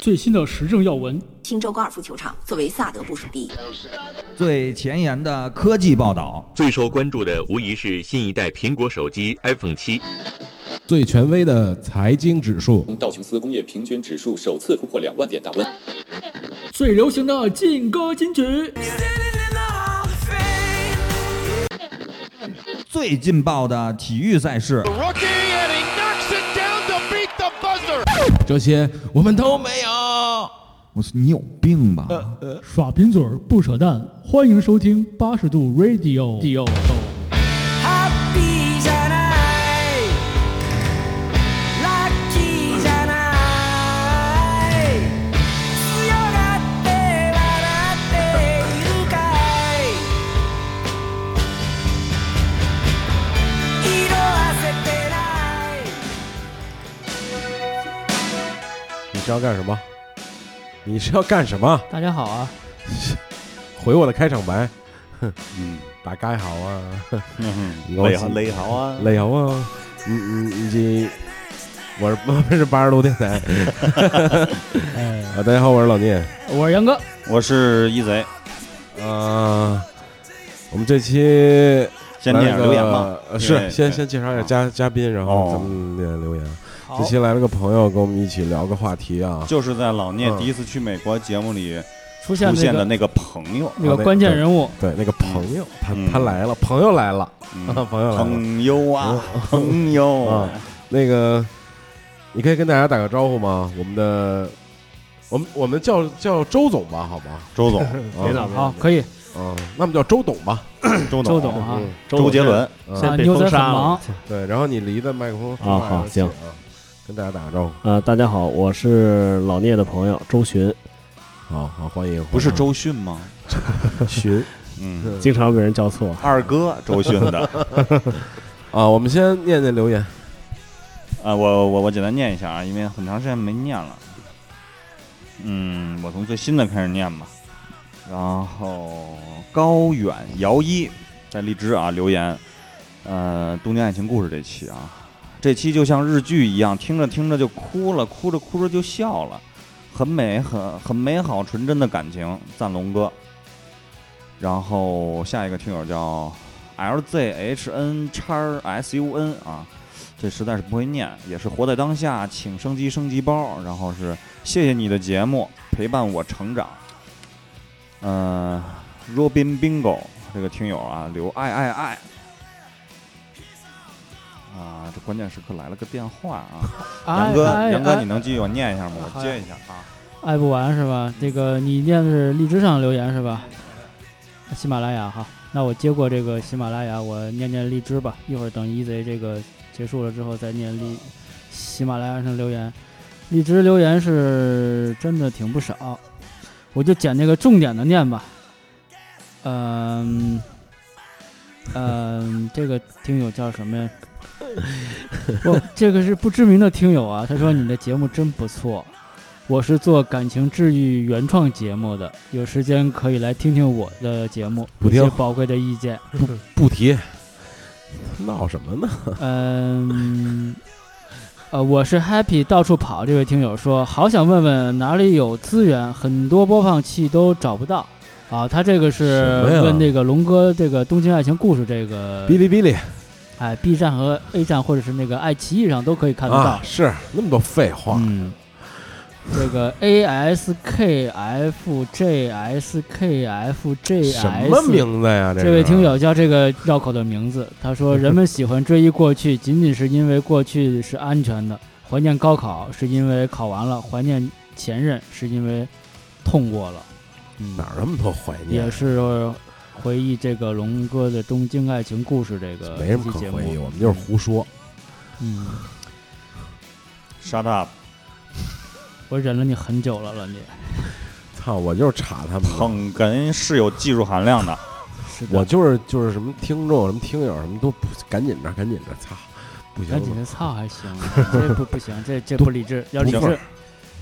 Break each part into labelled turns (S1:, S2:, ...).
S1: 最新的时政要闻，
S2: 新州高尔夫球场作为萨德部属地，
S3: 最前沿的科技报道，
S4: 最受关注的无疑是新一代苹果手机 iPhone 七。
S5: 最权威的财经指数，
S6: 道琼斯工业平均指数首次突破两万点大关。
S1: 最流行的劲歌金曲，
S3: 最劲爆的体育赛事，
S7: 呃
S8: Rookie, and he knocks it down to beat the buzzer.
S5: 这些我们都没有。
S3: 我说你有病吧？
S7: 呃
S1: 耍贫嘴儿不扯淡，欢迎收听八十度 Radio。
S9: Happy じゃないラッキーじゃない強がって笑っているかい色あせてない
S7: 你是要干什么？你是要干什么？
S10: 大家好啊，
S7: 回我的开场白。 嗯，大家好啊， 我是
S11: 你好啊，
S7: 你好啊，你你你这，我是 我是八十路电台。
S1: 哎，
S7: 啊，大家好，我是老聂。
S1: 我是杨哥，
S11: 我是一贼，
S7: 啊，我们这期
S11: 先
S7: 来
S11: 念
S7: 了
S11: 点
S7: 个
S11: 留言吧。
S7: 呃
S11: 因为
S7: 是先
S11: 对
S7: 先介绍一下
S11: 啊
S7: 嘉嘉宾，然后
S11: 哦
S7: 咱们念留言。
S10: 好
S7: 这，期来了个朋友，跟我们一起聊个话题啊，
S11: 就是在老聂
S7: 嗯
S11: 第一次去美国节目里
S10: 出现
S11: 出现的
S10: 那个
S11: 那个朋友，
S10: 那个关键人物，
S7: 对那个朋友，他
S11: 嗯
S7: 他来了，朋友来了，
S11: 嗯
S7: 朋友来了。
S11: 朋友啊，
S7: 嗯
S11: 朋友啊，
S7: 那个，你可以跟大家打个招呼吗？我们的，我们我们叫叫周总吧，好吗？
S11: 周总，
S7: 别
S10: 啊好，可以，
S7: 嗯，那我们叫周董吧。
S11: 周
S10: 周
S11: 董，
S10: 董啊，
S7: 嗯
S11: 周杰伦，
S10: 啊，牛仔很忙，
S7: 对，然后你离的麦克风
S12: 啊好行
S7: 啊，跟大家打个招呼。
S12: 呃，大家好，我是老聂的朋友周巡，
S7: 好好欢迎，
S11: 不是周 迅吗？
S7: 巡
S11: 嗯，
S12: 经常被人叫错。
S11: 二哥周迅的
S7: 啊。我们先念念留言，
S11: 啊，我我我简单念一下啊，因为很长时间没念了。嗯，我从最新的开始念吧。然后高远姚一在荔枝啊留言，呃，《东京爱情故事》这期啊，这期就像日剧一样，听着听着就哭了，哭着哭着就笑了，很美，很很美好纯真的感情，赞龙哥。然后下一个听友叫 LZHN 叉 SUN 啊，这实在是不会念，也是活在当下，请升级升级包，然后是谢谢你的节目陪伴我成长。嗯、r o b i n Bingo 这个听友啊，刘爱爱爱。啊，这关键时刻来了个电话啊！杨哥，
S10: 哎
S11: 杨哥，
S10: 哎
S11: 你能继续我念一下吗？我
S10: 好呀
S11: 接一下啊。
S10: 爱不完是吧？这个你念的是荔枝上留言是吧？喜马拉雅哈，那我接过这个喜马拉雅，我念念荔枝吧。一会儿等一贼这个结束了之后再念荔喜马拉雅上留言。荔枝留言是真的挺不少，我就捡那个重点的念吧。嗯、嗯、这个听友叫什么呀？我这个是不知名的听友啊，他说你的节目真不错，我是做感情治愈原创节目的，有时间可以来听听我的节目，
S7: 不
S10: 有
S7: 听
S10: 些宝贵的意见。
S7: 不提，闹什么呢？
S10: 嗯，呃，我是 Happy 到处跑这位听友说，好想问问哪里有资源，很多播放器都找不到啊。他这个是
S7: 什么呀
S10: 问这个龙哥这个《东京爱情故事》这个
S7: 哔，哩哔哩
S10: 哎，B 站和 A 站或者是那个爱奇艺上都可以看得到
S7: 啊，。是那么多废话，
S10: 嗯，这个 A S K F J S K F J
S7: 什
S10: S
S7: 么名字呀？
S10: 这位
S7: 是
S10: 听友叫这个绕口的名字，他 说：“人们喜欢追忆过去，仅仅是因为过去是安全的；怀念高考，是因为考完了；怀念前任，是因为痛过了。嗯
S7: 哪儿那么多怀念
S10: 也？是回忆这个龙哥的《东京爱情故事》这个
S7: 没什么
S10: 这期
S7: 可
S10: 节
S7: 回忆，
S10: 目
S7: 我们就是胡说。
S10: 嗯，
S11: Shut up，
S10: 我忍了你很久了，老聂。
S7: 操，我就是查他们的。
S11: 捧哏是有技术含量的。
S10: 是的，
S7: 我就是就是什么听众、什么听友、什么都不赶紧着，赶紧着，操，不行
S10: 赶紧
S7: 了，
S10: 的操还 行，这不不行，这这不理智，要理
S11: 不
S10: 智
S11: 是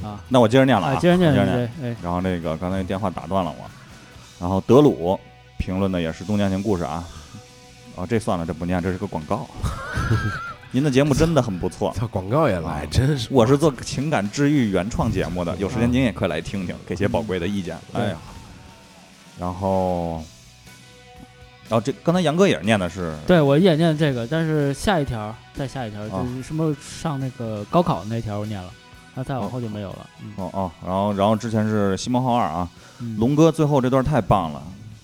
S10: 啊
S11: 那我接着念了
S10: 啊！
S11: 啊，
S10: 接着念，
S11: 我
S10: 接着
S11: 接着念。
S10: 念，哎，
S11: 然后这个刚才电话打断了我，然后德鲁哦评论的也是《东江行故事》啊，啊，这算了，这不念，这是个广告。您的节目真的很不错。
S7: 操，广告也
S10: 啊
S7: 来，真是。
S11: 我是做情感治愈原创节目的，有时间您也快来听听，给些宝贵的意见。
S7: 对
S11: 哎呀，然后，然后这刚才杨哥也是念的是
S10: 对我也念这个，但是下一条再下一条
S11: 啊
S10: 就是什么上那个高考那条我念了，那再往后就没有了。嗯，
S11: 哦哦，然后然后之前是西蒙号二啊，龙哥最后这段太棒了，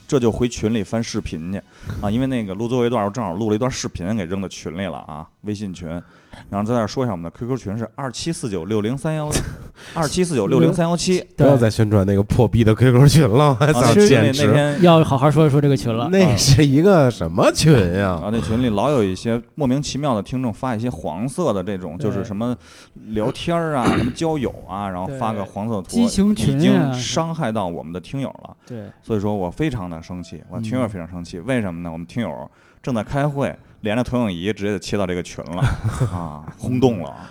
S11: 这就回群里翻视频去啊，因为那个录最后一段我正好录了一段视频给扔到群里了啊，微信群，然后在这儿说一下我们的 QQ 群是二七四九六零 三幺，二七四九六零三幺七，啊
S7: 不要再宣传那个破逼的 QQ 群了，还操，简直！
S10: 要好好说一说这个群了。啊
S7: 那是一个什么群呀、
S11: 然后啊那群里老有一些莫名其妙的听众发一些黄色的这种，
S10: 对
S11: 就是什么聊天儿啊、什么交友啊，然后发个黄色的图，
S10: 激情群啊
S11: 已经伤害到我们的听友了。
S10: 对，
S11: 所以说我非常的生气，我
S10: 嗯
S11: 听友非常生气。为什么呢？我们听友正在开会，连着投影仪直接就切到这个群 了啊，轰动了啊。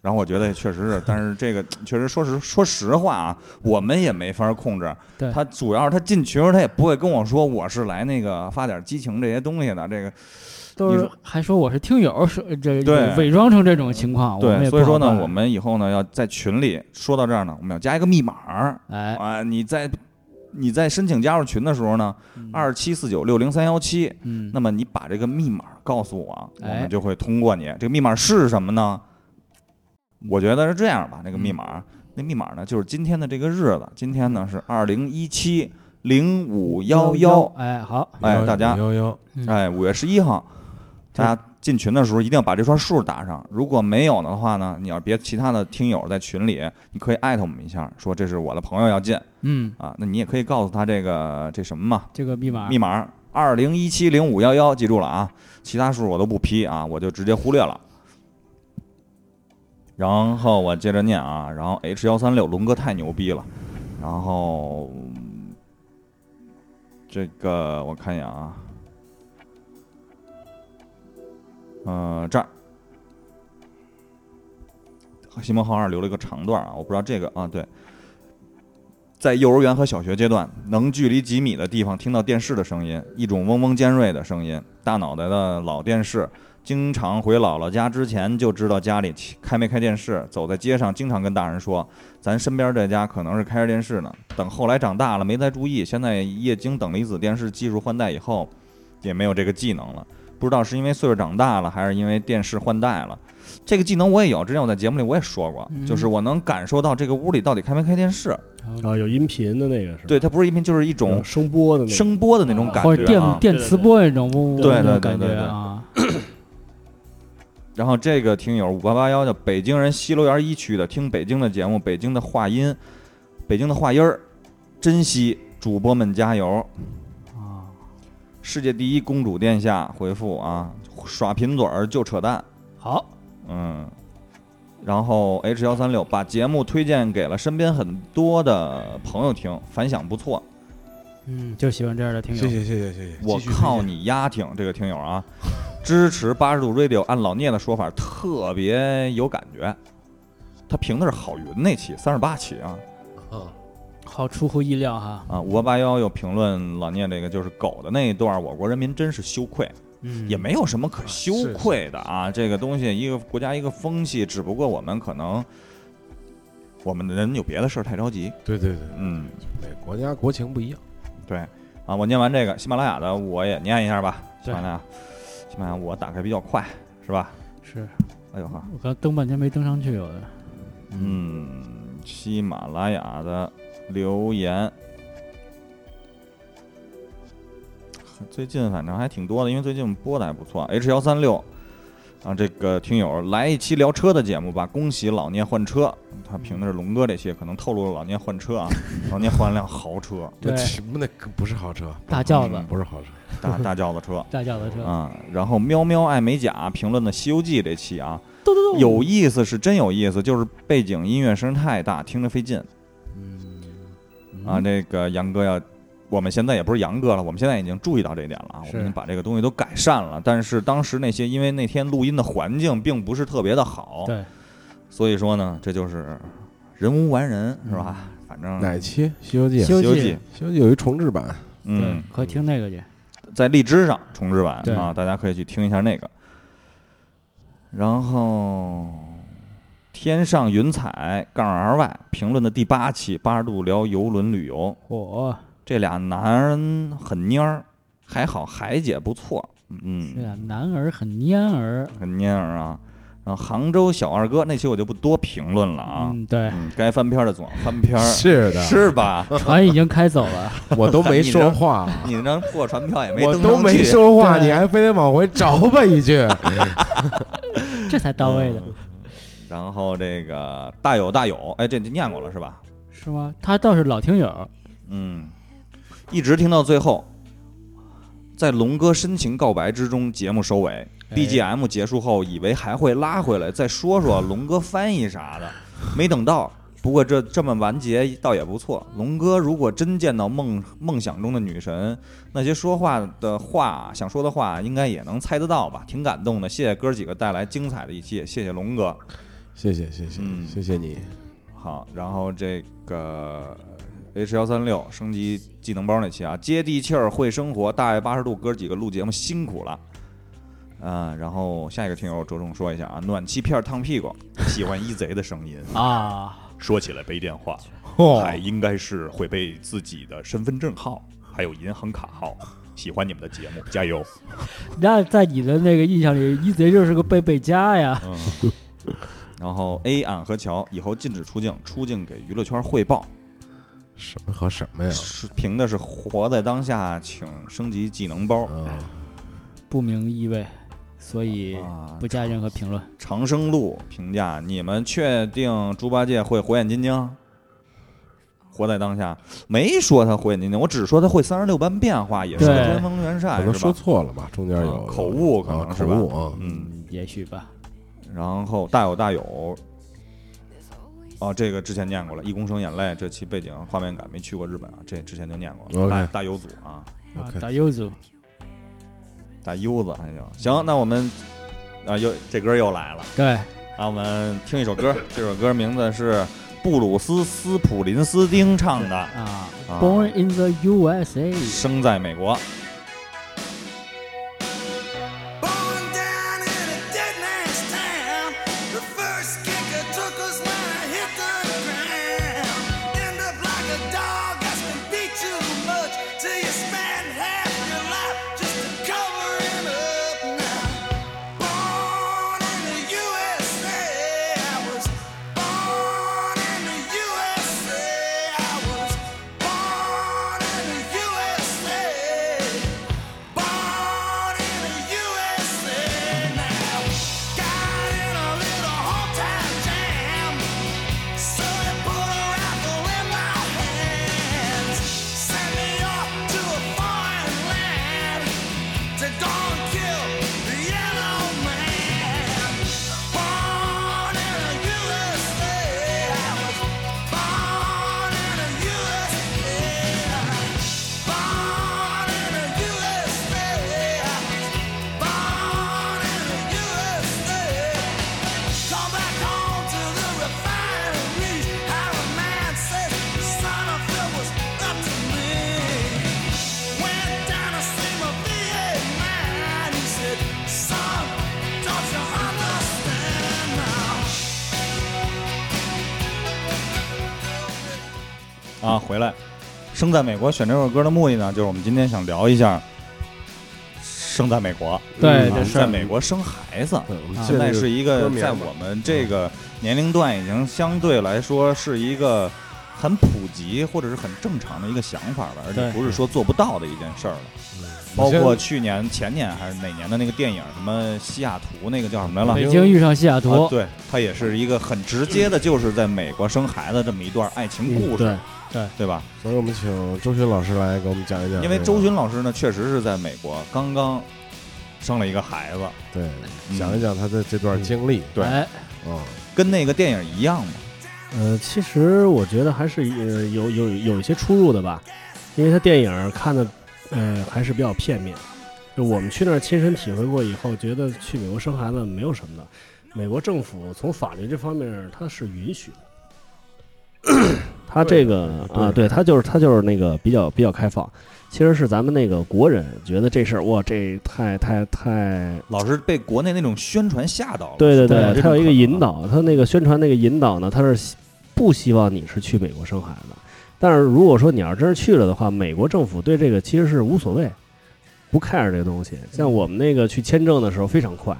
S11: 然后我觉得确实是，但是这个确实说实说实话啊，我们也没法控制。
S10: 对
S11: 他主要是他进群时候他也不会跟我说我是来那个发点激情这些东西的，这个
S10: 都
S11: 你
S10: 是
S11: 说
S10: 还说我是听友，说这
S11: 对
S10: 伪装成这种情况，我们
S11: 对，
S10: 也
S11: 所以
S10: 不好
S11: 说呢，
S10: 办
S11: 我们以后呢要在群里说到这儿呢，我们要加一个密码儿。
S10: 哎
S11: 啊，你在你在申请加入群的时候呢，二七四九六零三幺七，
S10: 嗯
S11: 那么你把这个密码告诉我，我
S10: 哎
S11: 们就会通过你。这个密码是什么呢？我觉得是这样吧，那个密码，那密码呢就是今天的这个日子，今天呢是二零一七零五幺幺，
S10: 哎，好，
S11: 哎，大家
S7: 幺幺，
S11: 哎，五月十一号，大家进群的时候一定要把这串数打上。如果没有的话呢，你要别其他的听友在群里，你可以艾特我们一下，说这是我的朋友要进
S10: 嗯，
S11: 啊。那你也可以告诉他这个这什么嘛，
S10: 这个密码
S11: 密码二零一七零五幺幺，记住了啊，其他数我都不批啊，我就直接忽略了。然后我接着念啊，然后 H 幺三六龙哥太牛逼了，然后嗯这个我看一眼啊，呃，这儿。西蒙浩二留了一个长段啊，我不知道这个啊，对，在幼儿园和小学阶段，能距离几米的地方听到电视的声音，一种嗡嗡尖锐的声音。大脑袋的老电视，经常回姥姥家之前就知道家里起开没开电视。走在街上，经常跟大人说，咱身边这家可能是开着电视呢。等后来长大了，没再注意。现在液晶等离子电视技术换代以后，也没有这个技能了。不知道是因为岁数长大了，还是因为电视换代了。这个技能我也有，之前我在节目里我也说过，就是我能感受到这个屋里到底开没开电视。
S12: 啊，有音频的那个是吧？
S11: 对，它不是音频，就是一种
S12: 声波的那种
S11: 声波的那种感觉、啊，
S10: 或者电电磁波那种嗡嗡
S11: 对
S10: 那种
S11: 对对
S10: 感
S11: 对
S10: 觉
S11: 对
S10: 啊，
S11: 然后这个听友五八八幺叫北京人西楼园一区的，听北京的节目，北京的话音，北京的话音儿，珍惜主播们加油啊！世界第一公主殿下回复啊，耍贫嘴儿就扯淡。
S10: 好，
S11: 嗯，然后 H 幺三六把节目推荐给了身边很多的朋友听，反响不错。
S10: 嗯，就喜欢这样的听友，
S7: 谢谢谢谢谢谢。
S11: 我
S7: 继续
S11: 靠你丫挺这个听友啊， 支持八十度 radio，按老聂的说法特别有感觉。他评的是郝云那期三十八期啊
S10: 好出乎意料哈，
S11: 啊，五八八幺又评论老聂这个就是狗的那一段，我国人民真是羞愧，
S10: 嗯
S11: 也没有什么可羞愧的啊。这个东西一个国家一个风气，只不过我们可能我们的人有别的事儿太着急，
S7: 对对对，
S11: 嗯，
S7: 每个国家国情不一样。
S11: 对，啊，我念完这个喜马拉雅的，我也念一下吧。喜
S10: 对
S11: 马拉雅，喜马拉雅我打开比较快，是吧？
S10: 是
S11: 哎呦哈，
S10: 我刚登半天没登上去，有的
S11: 嗯，喜马拉雅的留言，最近反正还挺多的，因为最近播的还不错。H 幺三六啊，这个听友来一期聊车的节目吧，恭喜老聂换车。他评的是龙哥这些，可能透露了老聂换车啊，老聂换了辆豪车，
S10: 对
S7: 什么 那个不是豪车，
S10: 大轿子，
S7: 不是豪车，
S11: 大大轿子车。
S10: 大轿子车，
S11: 啊、然后喵喵爱美甲评论的《西游记》这期啊，有意思是真有意思，就是背景音乐声太大，听着费劲。
S10: 嗯
S11: 啊，这个杨哥要，我们现在也不是杨哥了，我们现在已经注意到这一点了啊，我
S10: 是
S11: 们已经把这个东西都改善了。但是当时那些因为那天录音的环境并不是特别的好，
S10: 对，
S11: 所以说呢，这就是人无完人是吧？
S10: 嗯
S11: 反正
S7: 哪期《西游记》
S10: 西
S7: 啊？
S10: 游
S11: 《西游
S10: 记
S11: 记》
S7: 西游记有一重制版，
S11: 嗯
S10: 对，，可以听那个去，
S11: 在荔枝上重置版
S10: 对
S11: 啊，大家可以去听一下那个。然后天上云彩杠 ly 评论的第八期八十度聊游轮旅游，
S10: 嚯，
S11: 这俩男人很蔫儿，还好海姐不错，
S7: 啊
S11: 嗯，
S10: 对呀，男儿很蔫儿，
S11: 很蔫儿啊。然后杭州小二哥那期我就不多评论了啊，
S10: 嗯对
S11: 该翻篇儿的总要翻篇儿，
S7: 是的
S11: 是吧？，
S10: 船已经开走了
S11: 你那张破船票也没
S7: 我
S11: 登
S7: 都
S11: 上
S7: 没
S11: 去
S7: 说话，你还非得往回找吧一句。
S10: 这才到位的
S11: 嗯然后这个大有大有，哎，这这念过了是吧？
S10: 是吗？他倒是老听友，
S11: 嗯，一直听到最后，在龙哥深情告白之中，节目收尾，BGM 结束后，以为还会拉回来再说说龙哥翻译啥的，没等到。不过这这么完结倒也不错。龙哥如果真见到梦梦想中的女神，那些说话的话想说的话，应该也能猜得到吧？挺感动的，谢谢哥几个带来精彩的一期，谢谢龙哥。
S7: 谢谢谢谢
S11: 嗯
S7: 谢谢你。
S11: 好，然后这个 H 幺三六升级技能包那期啊，接地气儿会生活，大爱八十度哥几个录节目辛苦了。啊、然后下一个听友着重说一下啊，暖气片儿烫屁股，喜欢一贼的声音哦
S10: 啊。
S11: 说起来背电话，
S7: 哦
S11: 还应该是会背自己的身份证号，还有银行卡号。喜欢你们的节目，加油！
S10: 那在你的那个印象里，一贼就是个贝贝家呀。
S11: 嗯然后 A 俺和乔以后禁止出境，出境给娱乐圈汇报。
S7: 什么和什么呀？
S11: 是凭的是活在当下，请升级技能包。
S7: 啊
S10: 不明意味，所以
S11: 啊
S10: 不加任何评论。
S11: 长生路评价：你们确定猪八戒会火眼金睛？活在当下，没说他火眼金睛，我只说他会三十六般变化，也是个
S10: 对
S11: 天风元帅，
S7: 可能
S11: 是吧
S7: 说错了吧？中间有
S11: 啊口误，可
S7: 啊
S11: 能是
S7: 口
S11: 吧？
S7: 误啊。
S11: 嗯，
S10: 也许吧。
S11: 然后大有大有，哦，这个之前念过了，《一公升眼泪》这期背景画面感没去过日本啊，这之前就念过了。
S10: OK
S11: 大大有组啊，
S10: 啊打柚子，
S11: 大悠子还行。行，那我们啊，又这歌又来了。
S10: 对，
S11: 那我们听一首歌， 这首歌名字是布鲁斯·斯普林斯丁唱的
S10: 啊，
S11: 啊嗯
S10: Born in the USA》。
S11: 生在美国。
S9: To go and kill the yellow man. Born in a USA, I was born in a USA. Born in a USA, I was born in a USA. Come back home to the refineries. How a man says the son of Phil was up to me. Went down to see my VA man. He said, Son, don't you understand now?
S11: 啊，回来。生在美国选这首歌的目的呢，就是我们今天想聊一下生在美国，
S10: 对
S11: 嗯
S10: 哎这事儿
S11: 在美国生孩子
S10: 们，
S11: 现在
S10: 这个
S11: 是一个
S10: 歌名
S11: 在
S10: 嘛
S11: 我们这个年龄段已经相对来说是一个很普及或者是很正常的一个想法吧，而且
S10: 对
S11: 不是说做不到的一件事儿了。包括去年、前年还是哪年的那个电影，什么西雅图那个叫什么来了？
S10: 北京遇上西雅图
S11: 啊对，它也是一个很直接的，就是在美国生孩子这么一段爱情故
S12: 嗯
S11: 事。
S10: 对
S11: 对吧？
S7: 所以我们请周迅老师来给我们讲一讲，
S11: 因为周迅老师呢，确实是在美国刚刚生了一个孩子，
S7: 对
S11: 嗯
S7: 讲一讲他的这段经历。
S11: 对，
S10: 哎
S7: 嗯，
S11: 跟那个电影一样嘛。
S12: 呃，其实我觉得还是呃有有有一些出入的吧，因为他电影看的呃还是比较片面。就我们去那儿亲身体会过以后，觉得去美国生孩子没有什么的。美国政府从法律这方面它是允许的，他这个啊，对他就是他就是那个比较比较开放。其实是咱们那个国人觉得这事儿哇，这太太太
S13: 老是被国内那种宣传吓到了。
S12: 对对
S13: 是吧
S12: 对，他有一个
S13: 啊
S12: 引导，他那个宣传那个引导呢，他是希不希望你是去美国生孩子，但是如果说你要真是去了的话，美国政府对这个其实是无所谓，不 care 这个东西。像我们那个去签证的时候非常快，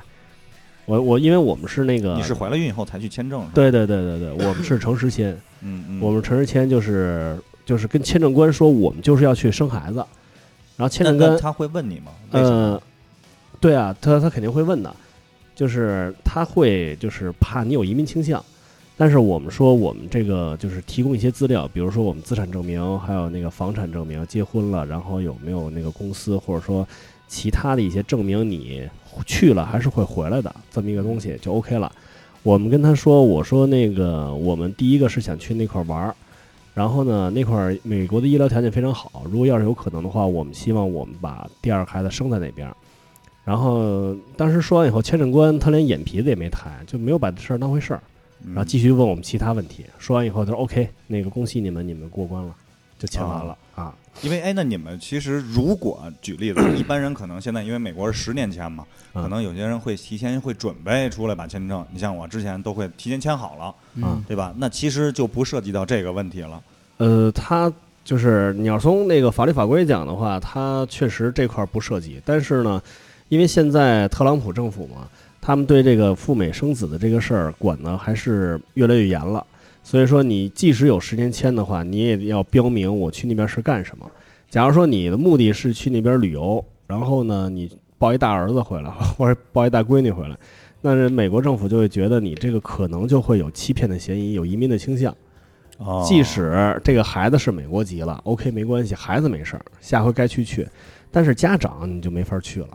S12: 我我因为我们是那个
S13: 你是怀了孕以后才去签证是吧？
S12: 对对对对对，我们是诚实签，
S13: 嗯嗯
S12: 我们诚实签就是就是跟签证官说我们就是要去生孩子，然后签
S13: 那
S12: 证
S13: 那
S12: 官
S13: 他会问你吗？为什么
S12: 呃，对啊，他他肯定会问的，就是他会就是怕你有移民倾向，但是我们说我们这个就是提供一些资料，比如说我们资产证明，还有那个房产证明，结婚了，然后有没有那个公司或者说其他的一些证明你去了还是会回来的这么一个东西就 OK 了。我们跟他说，我说那个我们第一个是想去那块儿玩儿。然后呢，那块儿美国的医疗条件非常好，如果要是有可能的话，我们希望我们把第二个孩子生在那边儿。然后当时说完以后，签证官他连眼皮子也没抬，就没有把这事儿当回事儿，
S11: 嗯
S12: 然后继续问我们其他问题。说完以后，他说 OK，那个恭喜你们，你们过关了，就签完了啊。
S11: 因为哎，那你们其实如果举例子，一般人可能现在因为美国是十年签嘛，
S12: 啊
S11: 可能有些人会提前会准备出来把签证。你像我之前都会提前签好了，
S12: 嗯
S11: 对吧？那其实就不涉及到这个问题了。
S12: 呃，他就是你要从那个法律法规讲的话，他确实这块儿不涉及。但是呢，因为现在特朗普政府嘛，他们对这个赴美生子的这个事儿管的还是越来越严了。所以说，你即使有十年签的话，你也要标明我去那边是干什么。假如说你的目的是去那边旅游，然后呢，你抱一大儿子回来，或者抱一大闺女回来，那这美国政府就会觉得你这个可能就会有欺骗的嫌疑，有移民的倾向。
S11: 哦
S12: 即使这个孩子是美国籍了，OK 没关系，孩子没事儿，下回该去去。但是家长你就没法去了，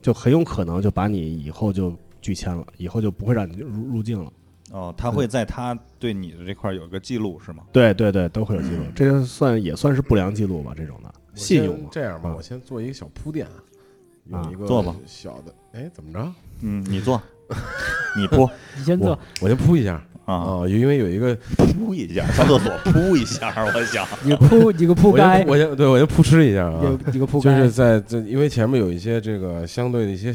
S12: 就很有可能就把你以后就拒签了，以后就不会让你入入境了。
S11: 哦，他会在他对你的这块儿有一个记录是吗？
S12: 对对对，都会有记录，这就算也算是不良记录吧，这种的
S7: 我
S12: 信
S7: 先
S12: 用嘛。
S7: 这样
S11: 嗯
S7: 吧，我先做一个小铺垫啊，
S12: 啊
S7: 有一个
S12: 做吧
S7: 小的，哎，怎么着？
S11: 嗯，你做， 你铺
S10: 你先做
S7: 我，我先铺一下啊，因为有一个
S11: 铺一下，上厕所铺一下，我想。
S10: 你铺你个铺
S7: 我
S10: 盖
S7: 先，我先对我先扑哧一下啊
S10: 有，几个铺
S7: 就
S10: 盖
S7: 是在这，因为前面有一些这个相对的一些，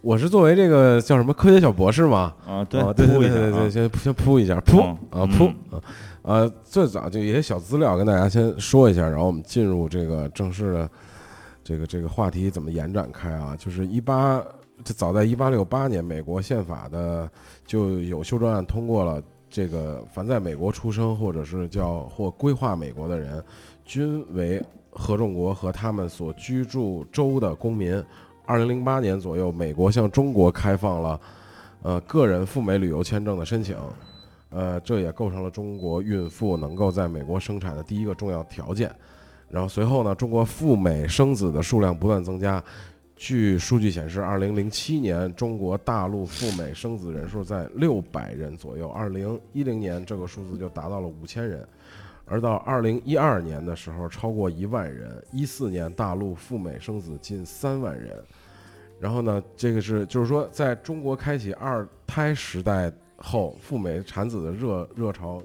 S7: 我是作为这个叫什么科学小博士嘛
S11: 啊，
S7: 对
S11: 对
S7: 哦对
S11: 铺
S7: 对
S11: 一下
S7: 对
S11: 啊
S7: 对，先先铺一下铺
S11: 嗯
S7: 啊铺
S11: 嗯
S7: 啊呃，最早就有一些小资料跟大家先说一下，然后我们进入这个正式的这个这个话题怎么延展开啊？就是一八，这早在一八六八年，美国宪法的就有修正案通过了，这个凡在美国出生或者是叫或规划美国的人，均为合众国和他们所居住州的公民。二零零八年左右，美国向中国开放了，呃，个人赴美旅游签证的申请。呃，这也构成了中国孕妇能够在美国生产的第一个重要条件。然后随后呢，中国赴美生子的数量不断增加。据数据显示，二零零七年中国大陆赴美生子人数在六百人左右，二零一零年这个数字就达到了五千人，而到二零一二年的时候超过一万人，一四年大陆赴美生子近三万人。然后呢，这个是就是说，在中国开启二胎时代后，赴美产子的热热潮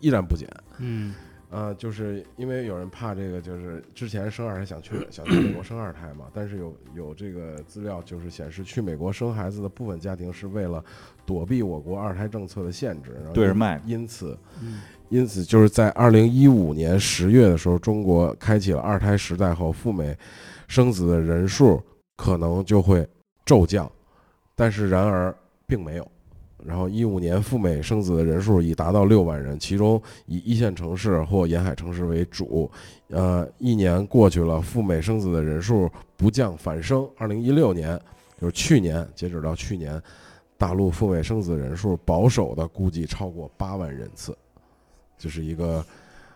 S7: 依然不减。
S10: 嗯，
S7: 呃，就是因为有人怕这个，就是之前生二胎想去想去美国生二胎嘛，但是有有这个资料就是显示，去美国生孩子的部分家庭是为了躲避我国二胎政策的限制，然后
S11: 对着
S7: 因
S11: 卖
S7: 因此。因此，就是在二零一五年十月的时候，中国开启了二胎时代后，赴美生子的人数可能就会骤降，但是然而并没有。然后一五年赴美生子的人数已达到六万人，其中以一线城市或沿海城市为主。呃，一年过去了，赴美生子的人数不降反升。二零一六年，就是去年，截止到去年，大陆赴美生子人数保守的估计超过八万人次，这是一个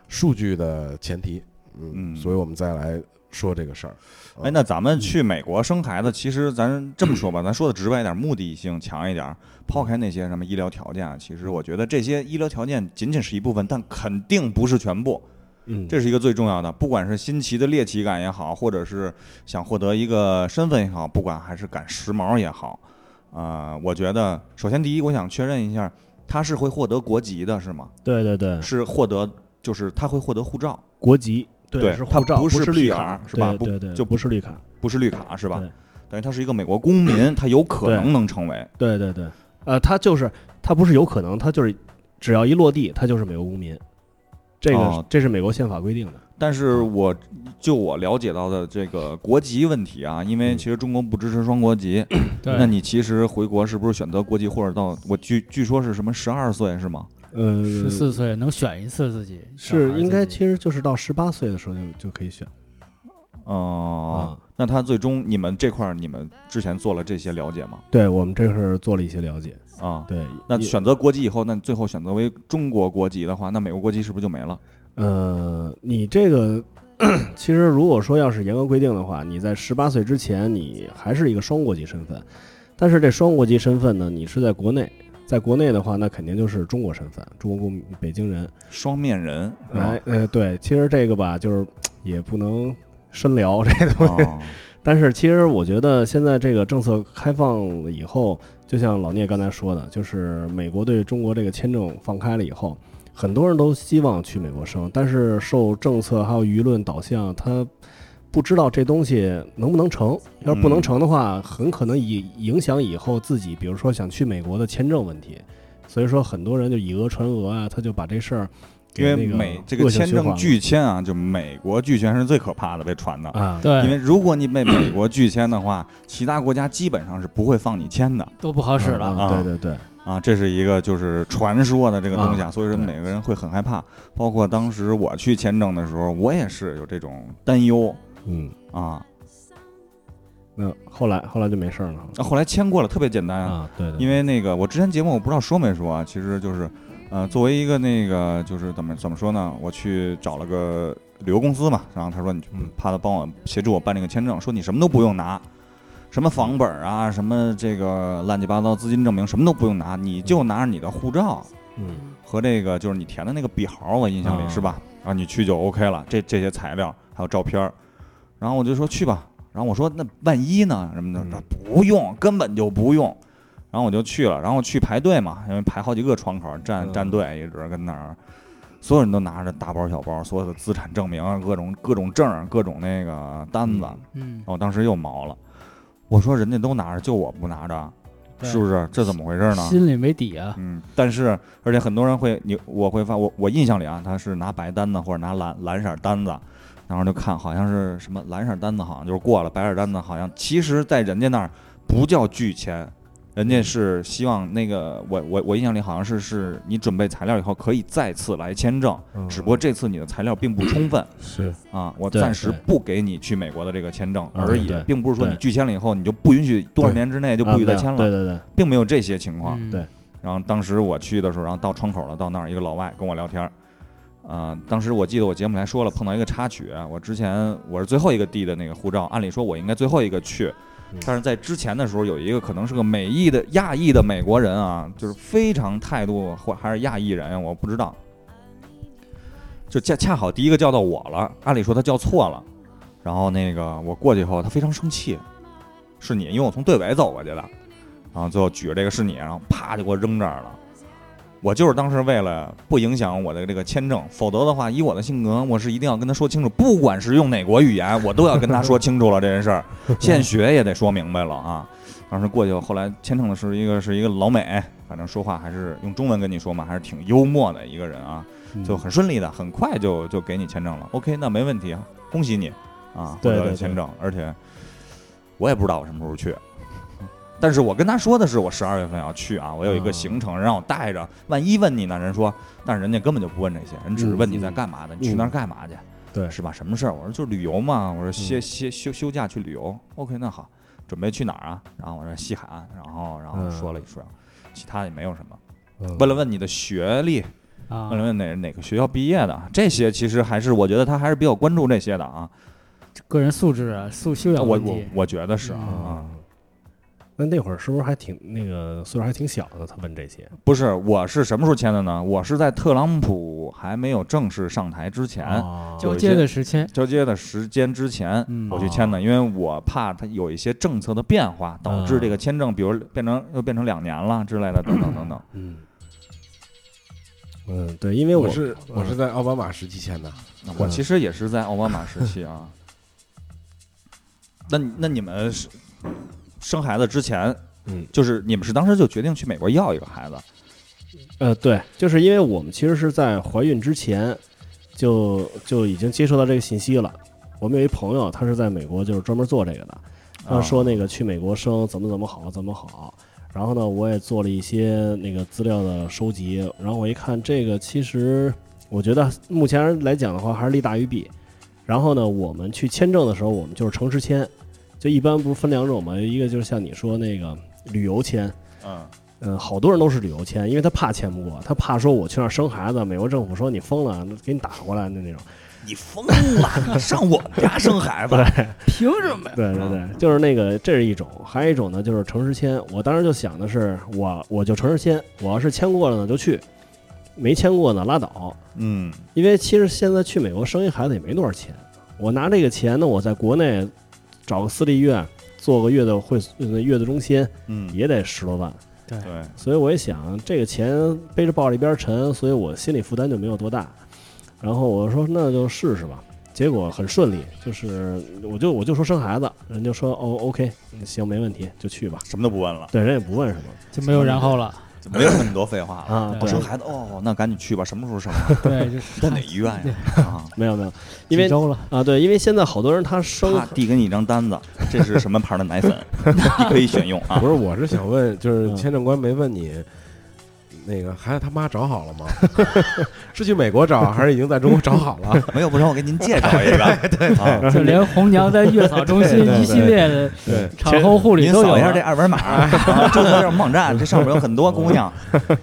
S7: 数据的前提。嗯，所以我们再来说这个事儿。
S11: 哎，那咱们去美国生孩子，其实咱这么说吧，咱说的直白一点，目的性强一点儿，抛开那些什么医疗条件啊，其实我觉得这些医疗条件仅仅是一部分，但肯定不是全部。
S12: 嗯
S11: 这是一个最重要的，不管是新奇的猎奇感也好，或者是想获得一个身份也好，呃不管还是赶时髦也好，啊、我觉得首先第一，我想确认一下，他是会获得国籍的，是吗？
S12: 对对对，
S11: 是获得，就是他会获得护照。
S12: 国籍
S11: 对，
S12: 是
S11: 他
S12: 护照，
S11: 不
S12: 是
S11: 绿
S12: 绿卡
S11: 是吧？
S12: 对对对，
S11: 就
S12: 不是绿卡，
S11: 不是绿卡是吧？等于他是一个美国公民，他有可能能成为。
S12: 对对对，呃，他就是他不是有可能，他就是只要一落地，他就是美国公民。这个、
S11: 哦
S12: 这是美国宪法规定的。
S11: 但是我就我了解到的这个国籍问题啊，因为其实中国不支持双国籍，
S12: 嗯对
S11: 那你其实回国是不是选择国籍，或者到我据据说是什么十二岁是吗？
S12: 呃，
S10: 十四岁能选一次自己
S12: 是应该其实就是到十八岁的时候就就可以选。
S11: 哦、
S12: 啊
S11: 那他最终你们这块儿你们之前做了这些了解吗？
S12: 对我们这是做了一些了解。
S11: 啊，
S12: 对，
S11: 那
S12: 嗯也
S11: 选择国籍以后，那最后选择为中国国籍的话，那美国国籍是不是就没了？
S12: 呃，你这个 其实如果说要是严格规定的话，你在十八岁之前你还是一个双国籍身份，但是这双国籍身份呢，你是在国内，在国内的话，那肯定就是中国身份，中国公民，北京人。
S11: 双面人，啊是吧
S12: 哎，呃，对，其实这个吧，就是也不能深聊这个东西。
S11: 哦
S12: 但是其实我觉得现在这个政策开放了以后，就像老聂刚才说的，就是美国对中国这个签证放开了以后，很多人都希望去美国生，但是受政策还有舆论导向，他不知道这东西能不能成。要是不能成的话，很可能以影响以后自己，比如说想去美国的签证问题。所以说，很多人就以讹传讹啊，他就把这事儿给
S11: 因为
S12: 那个
S11: 美这
S12: 恶
S11: 个
S12: 性
S11: 签
S12: 循环
S11: 证
S12: 了
S11: 拒签啊，就美国拒签是最可怕的被传的
S12: 啊
S10: 对
S11: 因为如果你被美国拒签的话，其他国家基本上是不会放你签的，
S10: 都不好使了。
S11: 啊
S12: 对对对，
S11: 啊，这是一个就是传说的这个东西啊，
S12: 啊
S11: 所以说每个人会很害怕。包括当时我去签证的时候，我也是有这种担忧，
S12: 嗯
S11: 啊，
S12: 那后来后来就没事儿了。
S11: 啊后来签过了，特别简单
S12: 啊对对
S11: 因为那个我之前节目我不知道说没说啊，其实就是，呃，作为一个那个就是怎么怎么说呢，我去找了个旅游公司嘛，然后他说你嗯怕他帮我协助我办这个签证，说你什么都不用拿，什么房本啊，什么这个乱七八糟资金证明什么都不用拿，你就拿着你的护照
S12: 嗯，
S11: 和这个就是你填的那个表，我印象里
S12: 啊
S11: 是吧？然后你去就 OK 了，这这些材料还有照片儿，然后我就说去吧，然后我说那万一呢什
S10: 嗯
S11: 么的，那不用，根本就不用。然后我就去了，然后去排队嘛，因为排好几个窗口站
S10: 嗯
S11: 站队，一直跟那儿，所有人都拿着大包小包，所有的资产证明、啊各种各种证儿、各种那个单子。
S10: 嗯嗯
S11: 然后我当时又毛了，我说人家都拿着，就我不拿着，
S10: 对
S11: 是不是？这怎么回事呢？
S10: 心里没底啊。
S11: 嗯，但是而且很多人会，你我会发我我印象里啊，他是拿白单子或者拿蓝蓝色单子，然后就看好像是什么蓝色单子好像就是过了，白色单子好像其实在人家那儿不叫拒签，人家是希望那个我我我印象里好像是是你准备材料以后可以再次来签证，只不过这次你的材料并不充分，
S12: 是
S11: 啊，我
S12: 对
S11: 暂时
S12: 对
S11: 不给你去美国的这个签证
S12: 嗯
S11: 而已
S12: 对，
S11: 并不是说你
S12: 对
S11: 拒签了以后你就不允许多少
S12: 对
S11: 年之内就
S12: 啊
S11: 不许再
S12: 没有
S11: 签了，
S12: 对对对，
S11: 并没有这些情况，
S10: 嗯
S12: 嗯对，
S11: 然后当时我去的时候，然后到窗口了，到那儿一个老外跟我聊天儿，啊、当时我记得我节目里还说了，碰到一个插曲，我之前我是最后一个递的那个护照，按理说我应该最后一个去，但是在之前的时候有一个可能是个美裔的亚裔的美国人啊，就是非常态度或还是亚裔人，我不知道，就恰恰好第一个叫到我了，按理说他叫错了，然后那个我过去以后，他非常生气，是你，因为我从队尾走过去的，然后最后举着这个是你，然后啪就给我扔这儿了。我就是当时为了不影响我的这个签证，否则的话，以我的性格，我是一定要跟他说清楚，不管是用哪国语言，我都要跟他说清楚了这件事儿，现学也得说明白了啊。当时过去，后来签证的是一个是一个老美，反正说话还是用中文跟你说嘛，还是挺幽默的一个人啊，
S12: 嗯
S11: 就很顺利的，很快就就给你签证了。OK，那没问题啊，恭喜你啊，获
S14: 对
S11: 得
S14: 对
S11: 了
S14: 对
S11: 签证，而且我也不知道我什么时候去。但是我跟他说的是，我十二月份要去啊，我有一个行程，让我带着。万一问你呢，人说，但是人家根本就不问这些，人只是问你在干嘛的，你去那儿干嘛去，
S12: 对，
S11: 是吧？什么事儿？我说就旅游嘛，我说歇歇休休假去旅游。OK，那好，准备去哪儿啊？然后我说西海岸，然后然后
S12: 嗯
S11: 说了一说，其他也没有什么
S12: 嗯。
S11: 问了问你的学历，
S10: 啊
S11: 问了问哪哪个学校毕业的，啊这些其实还是我觉得他还是比较关注这些的啊。
S10: 个人素质啊，素修养
S11: 我
S10: 问
S11: 我
S10: 题。嗯
S11: 我觉得是啊。
S12: 那那会儿是不是还挺那个岁数还挺小的？他问这些，
S11: 不是，我是什么时候签的呢？我是在特朗普还没有正式上台之前，
S10: 啊交接的时间，
S11: 交接的时间之前，啊
S10: 嗯
S12: 嗯
S11: 我去
S10: 啊
S11: 签的，因为我怕它有一些政策
S10: 嗯
S11: 的变化，导致这个签证，比如变成又变成两年了之类的，等等等等。
S12: 嗯，嗯，对，因为我
S7: 是
S12: 嗯
S7: 我是在奥巴马时期签的，
S15: 那我其实也是在奥巴马时期啊。那你那你们是生孩子之前，
S12: 嗯，
S15: 就是你们是当时就决定去美国要一个孩子，
S12: 呃，对，就是因为我们其实是在怀孕之前就就已经接收到这个信息了。我们有一朋友，他是在美国就是专门做这个的，他说那个去美国生怎么怎么好怎么好。然后呢，我也做了一些那个资料的收集。然后我一看，这个其实我觉得目前来讲的话，还是利大于弊。然后呢，我们去签证的时候，我们就是诚实签，就一般不是分两种嘛，一个就是像你说那个旅游签，
S15: 嗯，
S12: 嗯，好多人都是旅游签，因为他怕签不过，他怕说我去那儿生孩子，美国政府说你疯了，给你打过来的那种。
S15: 你疯了，上我们家生孩子，
S12: 凭什么呀？对对对，就是那个，这是一种，还有一种呢，就是诚实签。我当时就想的是，我我就诚实签，我要是签过了呢就去，没签过呢拉倒。
S11: 嗯，
S12: 因为其实现在去美国生一孩子也没多少钱，我拿这个钱呢，我在国内找个私立医院做个月的会呃月子中心，
S11: 嗯，
S12: 也得十多万。
S10: 对
S11: 对，
S12: 所以我也想，这个钱背着抱着一边沉，所以我心理负担就没有多大。然后我说那就试试吧，结果很顺利，就是我就我就说生孩子，人就说哦 OK 行没问题就去吧，
S11: 什么都不问了，
S12: 对，人也不问什么，
S10: 就没有然后 了，
S11: 就没有那么多废话了。
S12: 啊
S11: 我
S12: 对
S11: 生孩子哦，那赶紧去吧，什么时候生啊？
S10: 对 就是
S11: 在哪医院呀？啊，
S12: 没有没有，因为
S11: 几周了
S12: 啊对，因为现在好多人他生
S11: 他递给你一张单子，这是什么牌的奶粉， 你可以选用啊。
S7: 不是，我是想问，
S12: 嗯
S7: 就是签证官没问你，那个孩子他妈找好了吗？ 是去美国找，还是已经在中国找好 了？。
S11: 没有，不成，我给您介绍一个
S7: 对 对
S11: 啊
S7: 对
S10: 就连红娘在月嫂 中心
S11: 对对对
S10: 一系列的
S11: 对
S10: 产后护理
S11: 您
S10: 都有
S11: 扫
S10: 了。
S11: 一下这二维码， 啊注册这种网站，这上面有很多姑娘。